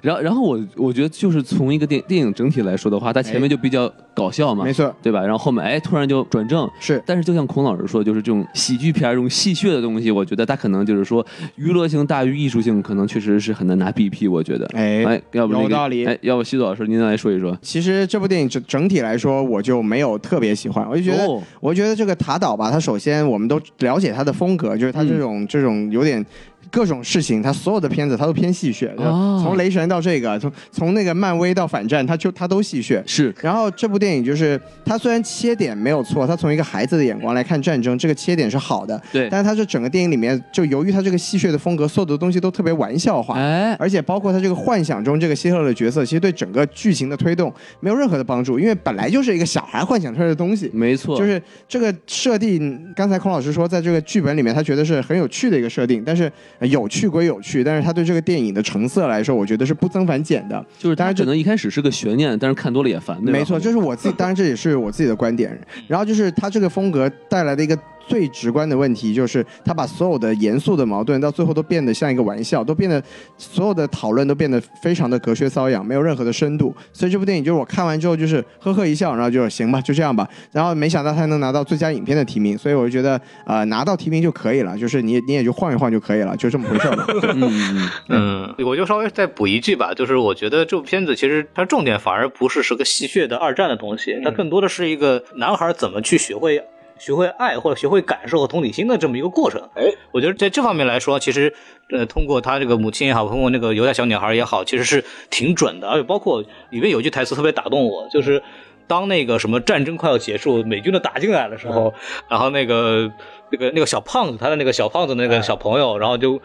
然后，然后我我觉得就是从一个电电影整体来说的话，它前面就比较搞笑嘛，没错对吧？然后后面哎突然就转正，是但是就像孔老师说，就是这种喜剧片儿、这种戏谑的东西，我觉得它可能就是说娱乐性大于艺术性，可能确实是很难拿 BP。我觉得，哎要不、那个、有道理哎，要不西子老师您来说一说，其实这部电影整整体来说，我就没有特别喜欢，我就觉得，哦嗯我觉得这个塔岛吧，它首先我们都了解它的风格，就是它这种、这种有点各种事情，他所有的片子他都偏戏谑，哦从雷神到这个，从从那个漫威到反战，他就他都戏谑。是然后这部电影就是，它虽然切点没有错，它从一个孩子的眼光来看战争，这个切点是好的，对但是它这整个电影里面，就由于它这个戏谑的风格，所有的东西都特别玩笑化， 哎，而且包括他这个幻想中这个希特勒的角色，其实对整个剧情的推动没有任何的帮助，因为本来就是一个小孩幻想出来的东西。没错，就是这个设定，刚才孔老师说，在这个剧本里面，他觉得是很有趣的一个设定，但是呃有趣归有趣，但是他对这个电影的成色来说，我觉得是不增反减的。就是当它然这可能一开始是个悬念，但是看多了也烦，对吧嗯没错，这是我自己，当然这也是我自己的观点。 然后就是他这个风格带来的一个最直观的问题，就是他把所有的严肃的矛盾到最后都变得像一个玩笑，都变得所有的讨论都变得非常的隔靴搔痒，没有任何的深度。所以这部电影就是我看完之后就是呵呵一笑，然后就是行吧，就这样吧。然后没想到他能拿到最佳影片的提名，所以我就觉得呃拿到提名就可以了，就是你你也就晃一晃就可以了，就这么回事儿吧。 嗯嗯嗯嗯，我就稍微再补一句吧，就是我觉得这部片子其实它重点反而不是是个戏谑的二战的东西，它更多的是一个男孩怎么去学会。学会爱或者学会感受和同理心的这么一个过程，哎，我觉得在这方面来说，其实，呃，通过他这个母亲也好，通过那个犹太小女孩也好，其实是挺准的，而且包括里面有一句台词特别打动我，就是当那个什么战争快要结束，美军的打进来的时候，然后那个那个那个小胖子，他的那个小胖子那个小朋友，然后就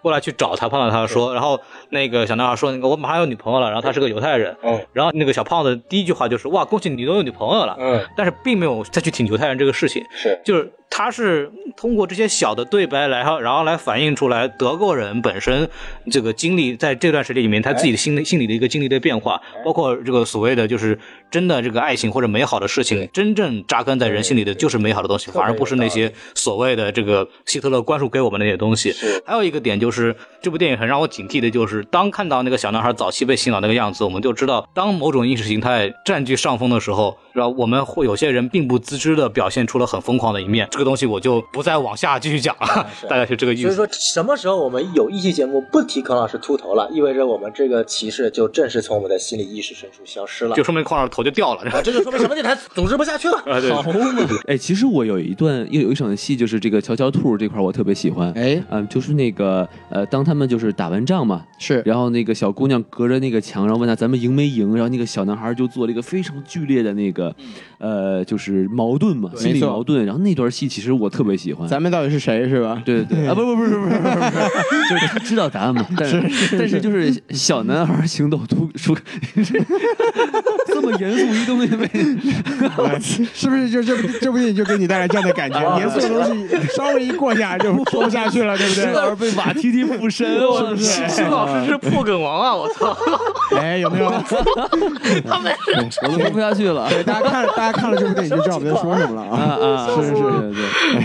过来去找他，碰到他说，然后那个小男孩说，那个我马上有女朋友了，然后他是个犹太人，嗯然后那个小胖子第一句话就是哇，恭喜你都有女朋友了，嗯，但是并没有再去挺犹太人这个事情，是就是他是通过这些小的对白来，然后然后来反映出来德国人本身这个经历在这段时间里面他自己的心理心理的一个经历的变化，包括这个所谓的就是真的这个爱情或者美好的事情，真正扎根在人心里的就是美好的东西，反而不是那些所谓的这个希特勒灌输给我们的那些东西。还有一个点就是，这部电影很让我警惕的就是，当看到那个小男孩早期被洗脑那个样子，我们就知道，当某种意识形态占据上风的时候，然后我们会有些人并不自知的表现出了很疯狂的一面。这个东西我就不再往下继续讲了， 大概是这个 意所以思。说，什么时候我们有一期节目不提孔老师秃头了，意味着我们这个歧视就正式从我们的心理意识深处消失了。就说明框上头就掉了，啊，这就说明什么电台组织不下去了。啊对好哎，其实我有一段又有一场戏，就是这个乔乔兔这块儿我特别喜欢。哎，嗯，就是那个呃，当他们就是打完仗嘛，是然后那个小姑娘隔着那个墙，然后问他咱们赢没赢，然后那个小男孩就做了一个非常剧烈的那个，呃，就是矛盾嘛，嗯心没理错矛盾。然后那段戏其实我特别喜欢。咱们到底是谁是吧？对 对对啊，不不不是不是不是不是，就是他知道答案嘛， 但是但是就是小男孩行动突出，这么严肃一东 西没，是不是就这部这部电影就给你带来这样的感啊觉？严肃的东西稍微一过下就说不下去了，对不石老师被瓦提提附身，我不是石老师是破梗王啊！我操，对？哎，有没有？我都听不下去了。对，大家看了，大家看了这部电影就知道我们在说什么了啊 啊。啊，是是是，对，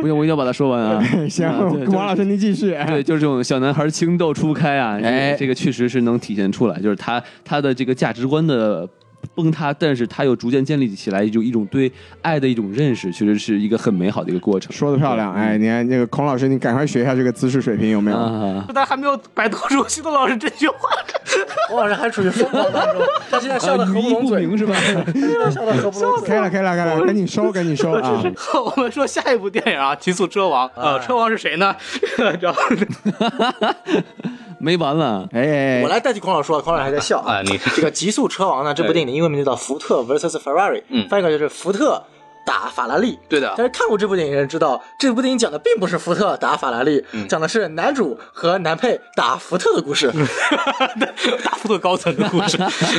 不行，我一定要把它说完 啊。哎行啊对，王老师您继续。 对，就是这种小男孩情窦初开啊，哎这个确实是能体现出来，就是他他的这个价值观的崩塌，但是他又逐渐建立起来就一种对爱的一种认识，确实是一个很美好的一个过程。说的漂亮，哎，你看那个孔老师，你赶快学一下这个姿势水平有没有？啊，但还没有摆脱出希特老师这句话。孔老师还处于疯狂当中，他现在笑得合不拢不嘴，明 是吧？笑得合不拢嘴。可以了，可以了，可以了，赶紧收，赶紧收啊！ 我们说下一部电影啊，《极速车王》呃，车王是谁呢？ 然后没完了，哎哎，我哎来代替孔老师说，孔老师还在笑啊你 这个《极速车王》呢，这部电影的英文名字叫《福特 vs Ferrari》，嗯翻译过来就是福特打法拉利。对的啊但是看过这部电影的人知道，这部电影讲的并不是福特打法拉利，嗯讲的是男主和男配打福特的故事。 大幅度高层的故事。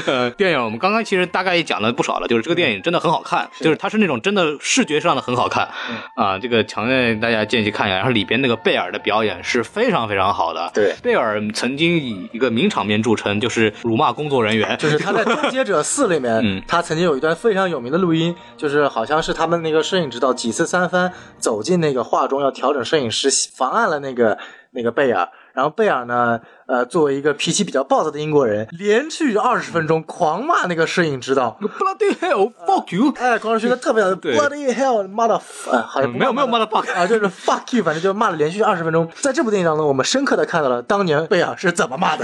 呃，电影我们刚刚其实大概也讲了不少了，就是这个电影真的很好看，就是它是那种真的视觉上的很好看嗯啊，这个强烈大家建议去看一下。然后里边那个贝尔的表演是非常非常好的，对贝尔曾经以一个名场面著称，就是辱骂工作人员，就是他在《终结者四》里面，嗯他曾经有一段非常有名的录音，就是好像是他们那个摄影指导几次三番呃走进那个画中要调整摄影师，妨碍了那个那个贝尔。然后贝尔呢，呃，作为一个脾气比较暴躁的英国人，连续二十分钟狂骂那个摄影指 导，Bloody hell，fuck you！哎，狂人学的特别好对，Bloody hell，妈的，呃好像不没有没有骂 motherfucker 啊，就是 fuck you，反正就骂了连续二十分钟。在这部电影当中，我们深刻的看到了当年贝尔是怎么骂的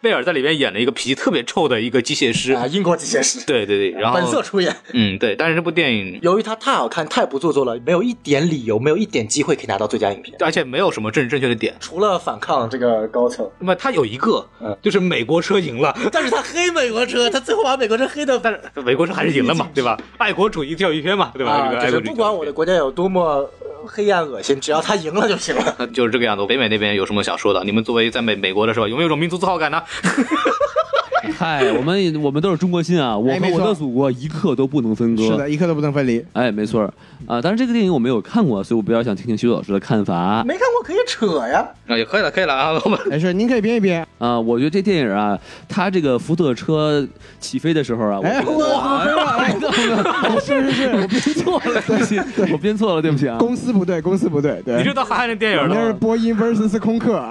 贝尔在里面演了一个脾气特别臭的一个机械师，啊，英国机械师，对对对，然本色后出演。嗯对，但是这部电影。由于它太好看、太不做作了，没有一点理由，没有一点机会可以拿到最佳影片，而且没有什么政治正确的点，除了反抗这个高层。那么他有一个嗯，就是美国车赢了， 但是他黑美国车，他最后把美国车黑的，但是美国车还是赢了 嘛，对吧？爱国主义教育片嘛，对吧？啊这，个就爱是国主义不管我的国家有多么呃黑暗恶心，只要他赢了就行了。那就是这个样子。北美那边有什么想说的？你们作为在美美国的是吧，有没有一种民族自豪感呢？嗨，我们也我们都是中国心啊，我哎和没我错的祖国一刻都不能分割。是的，一刻都不能分离。哎，没错儿啊，当然这个电影我没有看过，所以我比较想听听徐老师的看法 没看过可以扯呀，啊，也可以了，可以了啊，我们没哎事，您可以编一编。啊。我觉得这电影啊，它这个福特车起飞的时候啊，我哎，我哎等等是是是，我编错了，对不起，我编错了，对不起啊。公司不对，公司不对，你对这，到韩寒的电影那是了。波音 versus 空客 啊，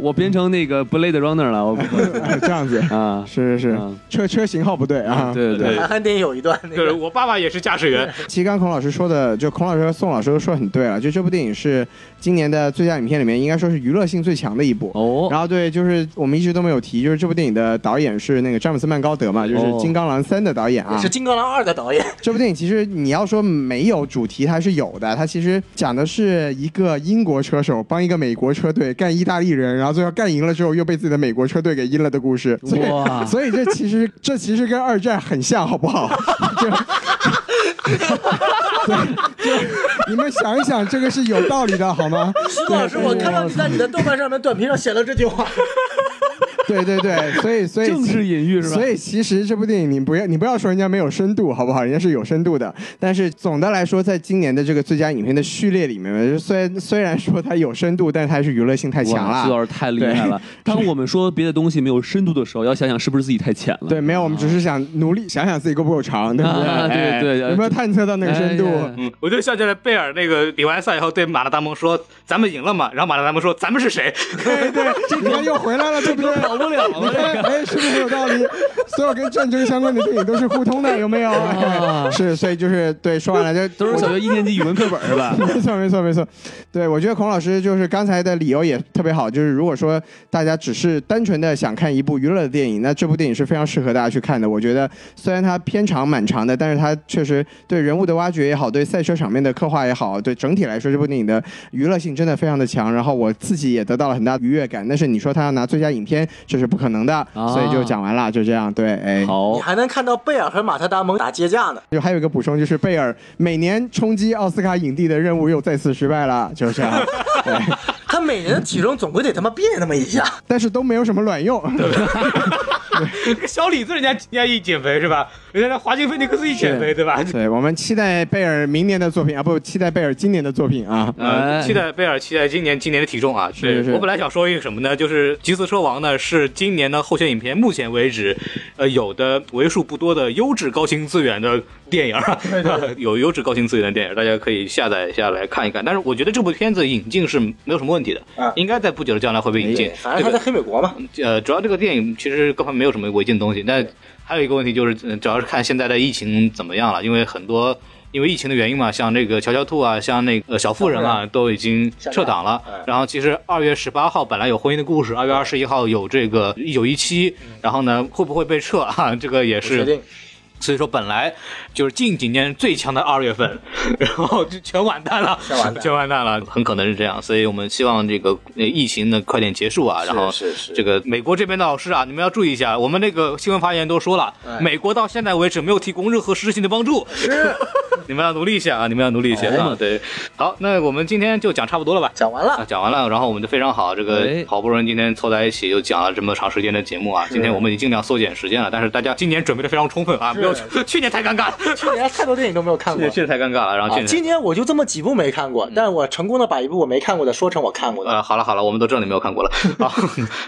我编成那个 Blade Runner 了，我 这样子，啊，是是是嗯，车车型号不对啊。对对韩寒电影有一段那对，个我爸爸也是驾驶员，其实刚刚孔老师说的，就孔老师和宋老师都说得很对啊了，就这部电影是今年的最佳影片里面应该说是娱乐性最强的一部。哦，然后对，就是我们一直都没有提，就是这部电影的导演是那个詹姆斯曼高德嘛，就是哦《金刚狼三》的导演啊。 是《金刚狼二》的导演，这部电影其实你要说没有主题，它是有的。它其实讲的是一个英国车手帮一个美国车队干意大利人，然后最后干赢了之后又被自己的美国车队给阴了的故事。所以哇所以这其实这其实跟二战很像，好不好？ 就对就你们想一想，这个是有道理的，好吗？徐老师，我看到你在你的豆瓣上面短评上写了这句 话，对对对，所以所以政治隐喻是吧？所以其实这部电影你不要你不要说人家没有深度，好不好？人家是有深度的。但是总的来说，在今年的这个最佳影片的序列里面，虽然虽然说它有深度，但是它还是娱乐性太强啊哇徐老了。师太厉害了。当我们说别的东西没有深度的时候，要想想是不是自己太浅了。对，没有，我们只是想努力想想自己够不够长，对不对？啊对哎对有没有探测到那个深度？哎呀嗯，我就想起来贝尔那个比完赛以后对马达达蒙说：“咱们赢了嘛。”然后马达达蒙说：“咱们是谁哎对对，你看又回来了，对不 对？跑不了你了。看，哎，是不是很有道理？所有跟战争相关的电影都是互通的，有没有？哎啊是，所以就是对，说完了就都是小学一年级语文课本是吧？ 没错，没错，没错。对，我觉得孔老师就是刚才的理由也特别好，就是如果说大家只是单纯的想看一部娱乐的电影，那这部电影是非常适合大家去看的。我觉得虽然它片长蛮长的，但是它确实对人物的挖掘也好，对赛车场面的刻画也好，对整体来说这部电影的娱乐性真的非常的强。然后我自己也得到了很大的愉悦感。但是你说他要拿最佳影片，这是不可能的，啊所以就讲完了，就这样。对，哎，哦好你，还能看到贝尔和马特达蒙打接架呢。就还有一个补充，就是贝尔每年冲击奥斯卡影帝的任务又再次失败了，就是这样。 对。他每年的体重总归得他妈变那么一下，但是都没有什么卵用。 小李子人家人家一减肥是吧？人家那华金菲尼克斯一减肥对吧？对，我们期待贝尔明年的作品啊，不，期待贝尔今年的作品啊。呃，哎期待贝尔，期待今年今年的体重啊！是是我本来想说一个什么呢？就是《极速车王》呢，是今年的候选影片，目前为止，呃，有的为数不多的优质高清资源的电影儿， 有优质高清资源的电影儿，大家可以下载下来看一看。但是我觉得这部片子引进是没有什么问题的，啊应该在不久的将来会被引进。反正他在黑美国嘛。呃，主要这个电影其实各方面没有什么违禁的东西，但还有一个问题就是，呃主要是看现在的疫情怎么样了，因为很多。因为疫情的原因嘛，像那个《乔乔兔》啊，像那个呃小妇人小妇啊，都已经撤档了下架嗯。然后其实二月十八号本来有《婚姻的故事》，二月二十一号有这个《一九一七》，嗯然后呢会不会被撤啊？这个也不确是定，所以说本来就是近几年最强的二月 份，然后就全完蛋了，全完蛋全完蛋了，很可能是这样。所以我们希望这个呃疫情呢快点结束啊，然后是是这个美国这边的老师啊，你们要注意一下，我们那个新闻发言都说了，哎美国到现在为止没有提供任何实质性的帮助，是 哎你们要努力一下啊，你们要努力一下啊。对，好，那我们今天就讲差不多了吧。讲完啊，了，讲完了，然后我们就非常好，这个哎好不容易今天凑在一起，又讲了这么长时间的节目啊。今天我们已经尽量缩减时间了，但是大家今年准备的非常充分啊，没有去年太尴尬了，去年太多电影都没有看去过年。去年太尴尬了，然后啊去，年。今年我就这么几部没看过，但我成功的把一部我没看过的说成我看过的。呃，好了好了，我们都知道你没有看过了。好，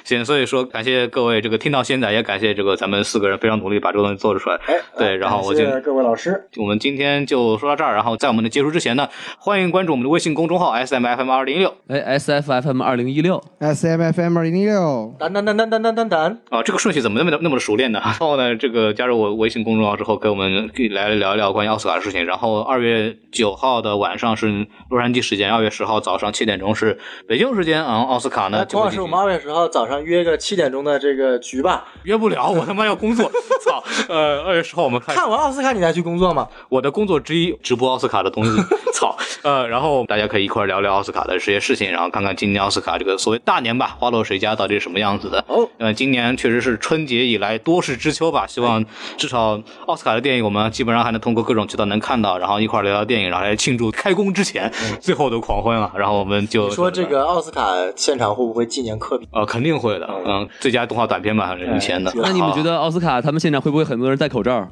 行，所以说感谢各位这个听到现在，也感谢这个咱们四个人非常努力把这个东西做出来。哎，对，然后我今感谢各位老师，我们今天就说到这儿。然后在我们的结束之前呢，欢迎关注我们的微信公众号 S M F M 二零一六哎，S F F M 二零一六， S M F M 二零六，当当当当当当当当，啊，这个顺序怎么那么那么的熟练呢？ 然后呢，这个加入我微信公众号之后，跟我们可以来聊一聊关于奥斯卡的事情。然后二月九号的晚上是洛杉矶时间，二月十号早上七点钟是北京时间。然啊后奥斯卡那呢，就同会进样是行我们二月十号早上约个七点钟的这个局吧。约不了，我他妈要工作，操！呃，二月十号我们看看完奥斯卡你才去工作嘛？我的工作之一，直播奥斯卡的 东西，操！呃，然后大家可以一块儿聊聊奥斯卡的这些事情，然后看看今年奥斯卡这个所谓大年吧，花落谁家到底是什么样子的。哦，呃，今年确实是春节以来多事之秋吧，希望至少奥斯卡的电影我们基本上还能通过各种渠道能看到，然后一块儿聊聊电影，然后来庆祝开工之前最后的狂欢啊。然后我们就你说这个奥斯卡现场会不会纪念科比？呃，肯定会的，嗯，最佳动画短片嘛，还是哎以前的。啊那你们觉得奥斯卡他们现场会不会很多人戴口罩？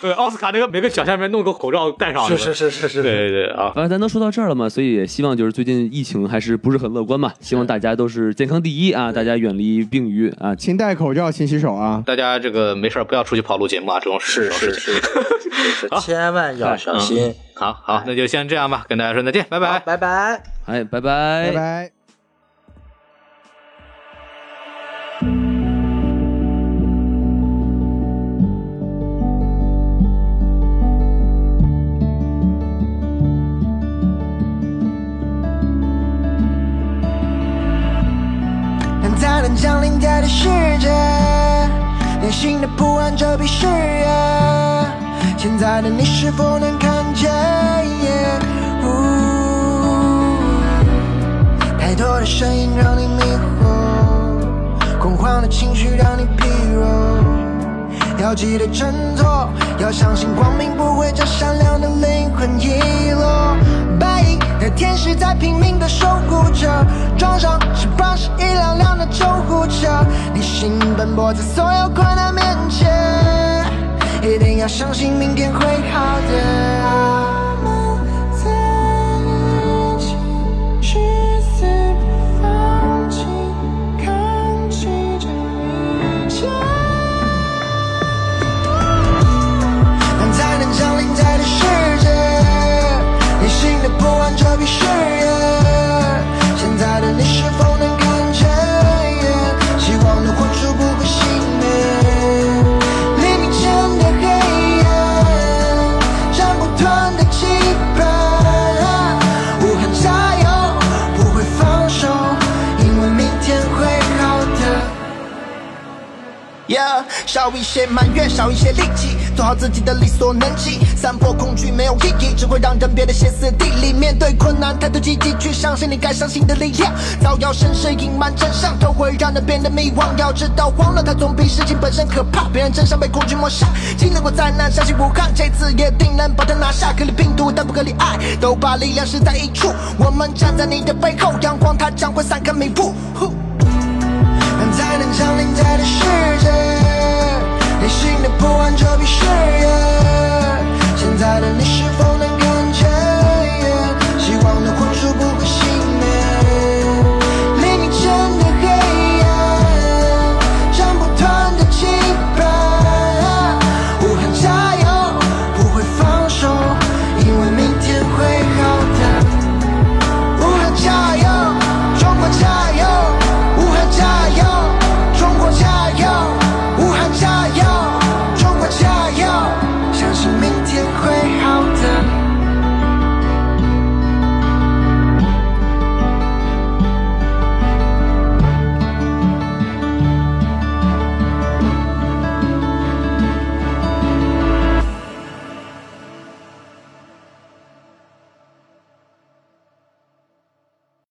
对奥斯卡那个每个奖下面弄个口罩戴上，是是是是对是，对对啊。啊，咱都说到这儿了嘛，所以也希望就是最近疫情还是不是很乐观嘛，希望大家都是健康第一啊，大家远离病余啊。勤戴口罩，勤洗手啊！大家这个没事儿不要出去跑录节目啊，这种事这种事情。千万要小心。好好，那就先这样吧，跟大家说再见，拜拜好。拜拜。哎，拜拜拜拜。才能降临在的世界，内心的不安遮蔽视野。现在的你是否能看见？Yeah，呜太多的声音让你迷惑，恐慌的情绪让你疲弱。要记得振作，要相信光明不会将善良的灵魂遗落。白银的天使在拼命的守护着，装上翅膀是一辆辆的救护车。你心奔波在所有困难面前，一定要相信明天会好的。我们在一起，誓死不放弃，扛起这一切。才能降临在这世界，内心的不安遮蔽视野。现在的你是否能看见？希望的火烛不会熄灭，黎明前的黑暗，斩不断的期盼，武汉加油，不会放手，因为明天会好的。Yeah，少一些埋怨，少一些戾气，做好自己的力所能及。散播恐惧没有意义，只会让人变得歇斯底里。面对困难，态度积极，去相信你该相信的力量。造谣生事，隐瞒真相，都会让人变得迷惘。要知道，慌乱它总比事情本身可怕。别让真相被恐惧抹杀。经历过灾难，相信武汉，这次也定能把它拿下。克里病毒，但不克里爱，都把力量施在一处。我们站在你的背后，阳光它将会散开迷雾。呼才能降临在这世界，内心的不安遮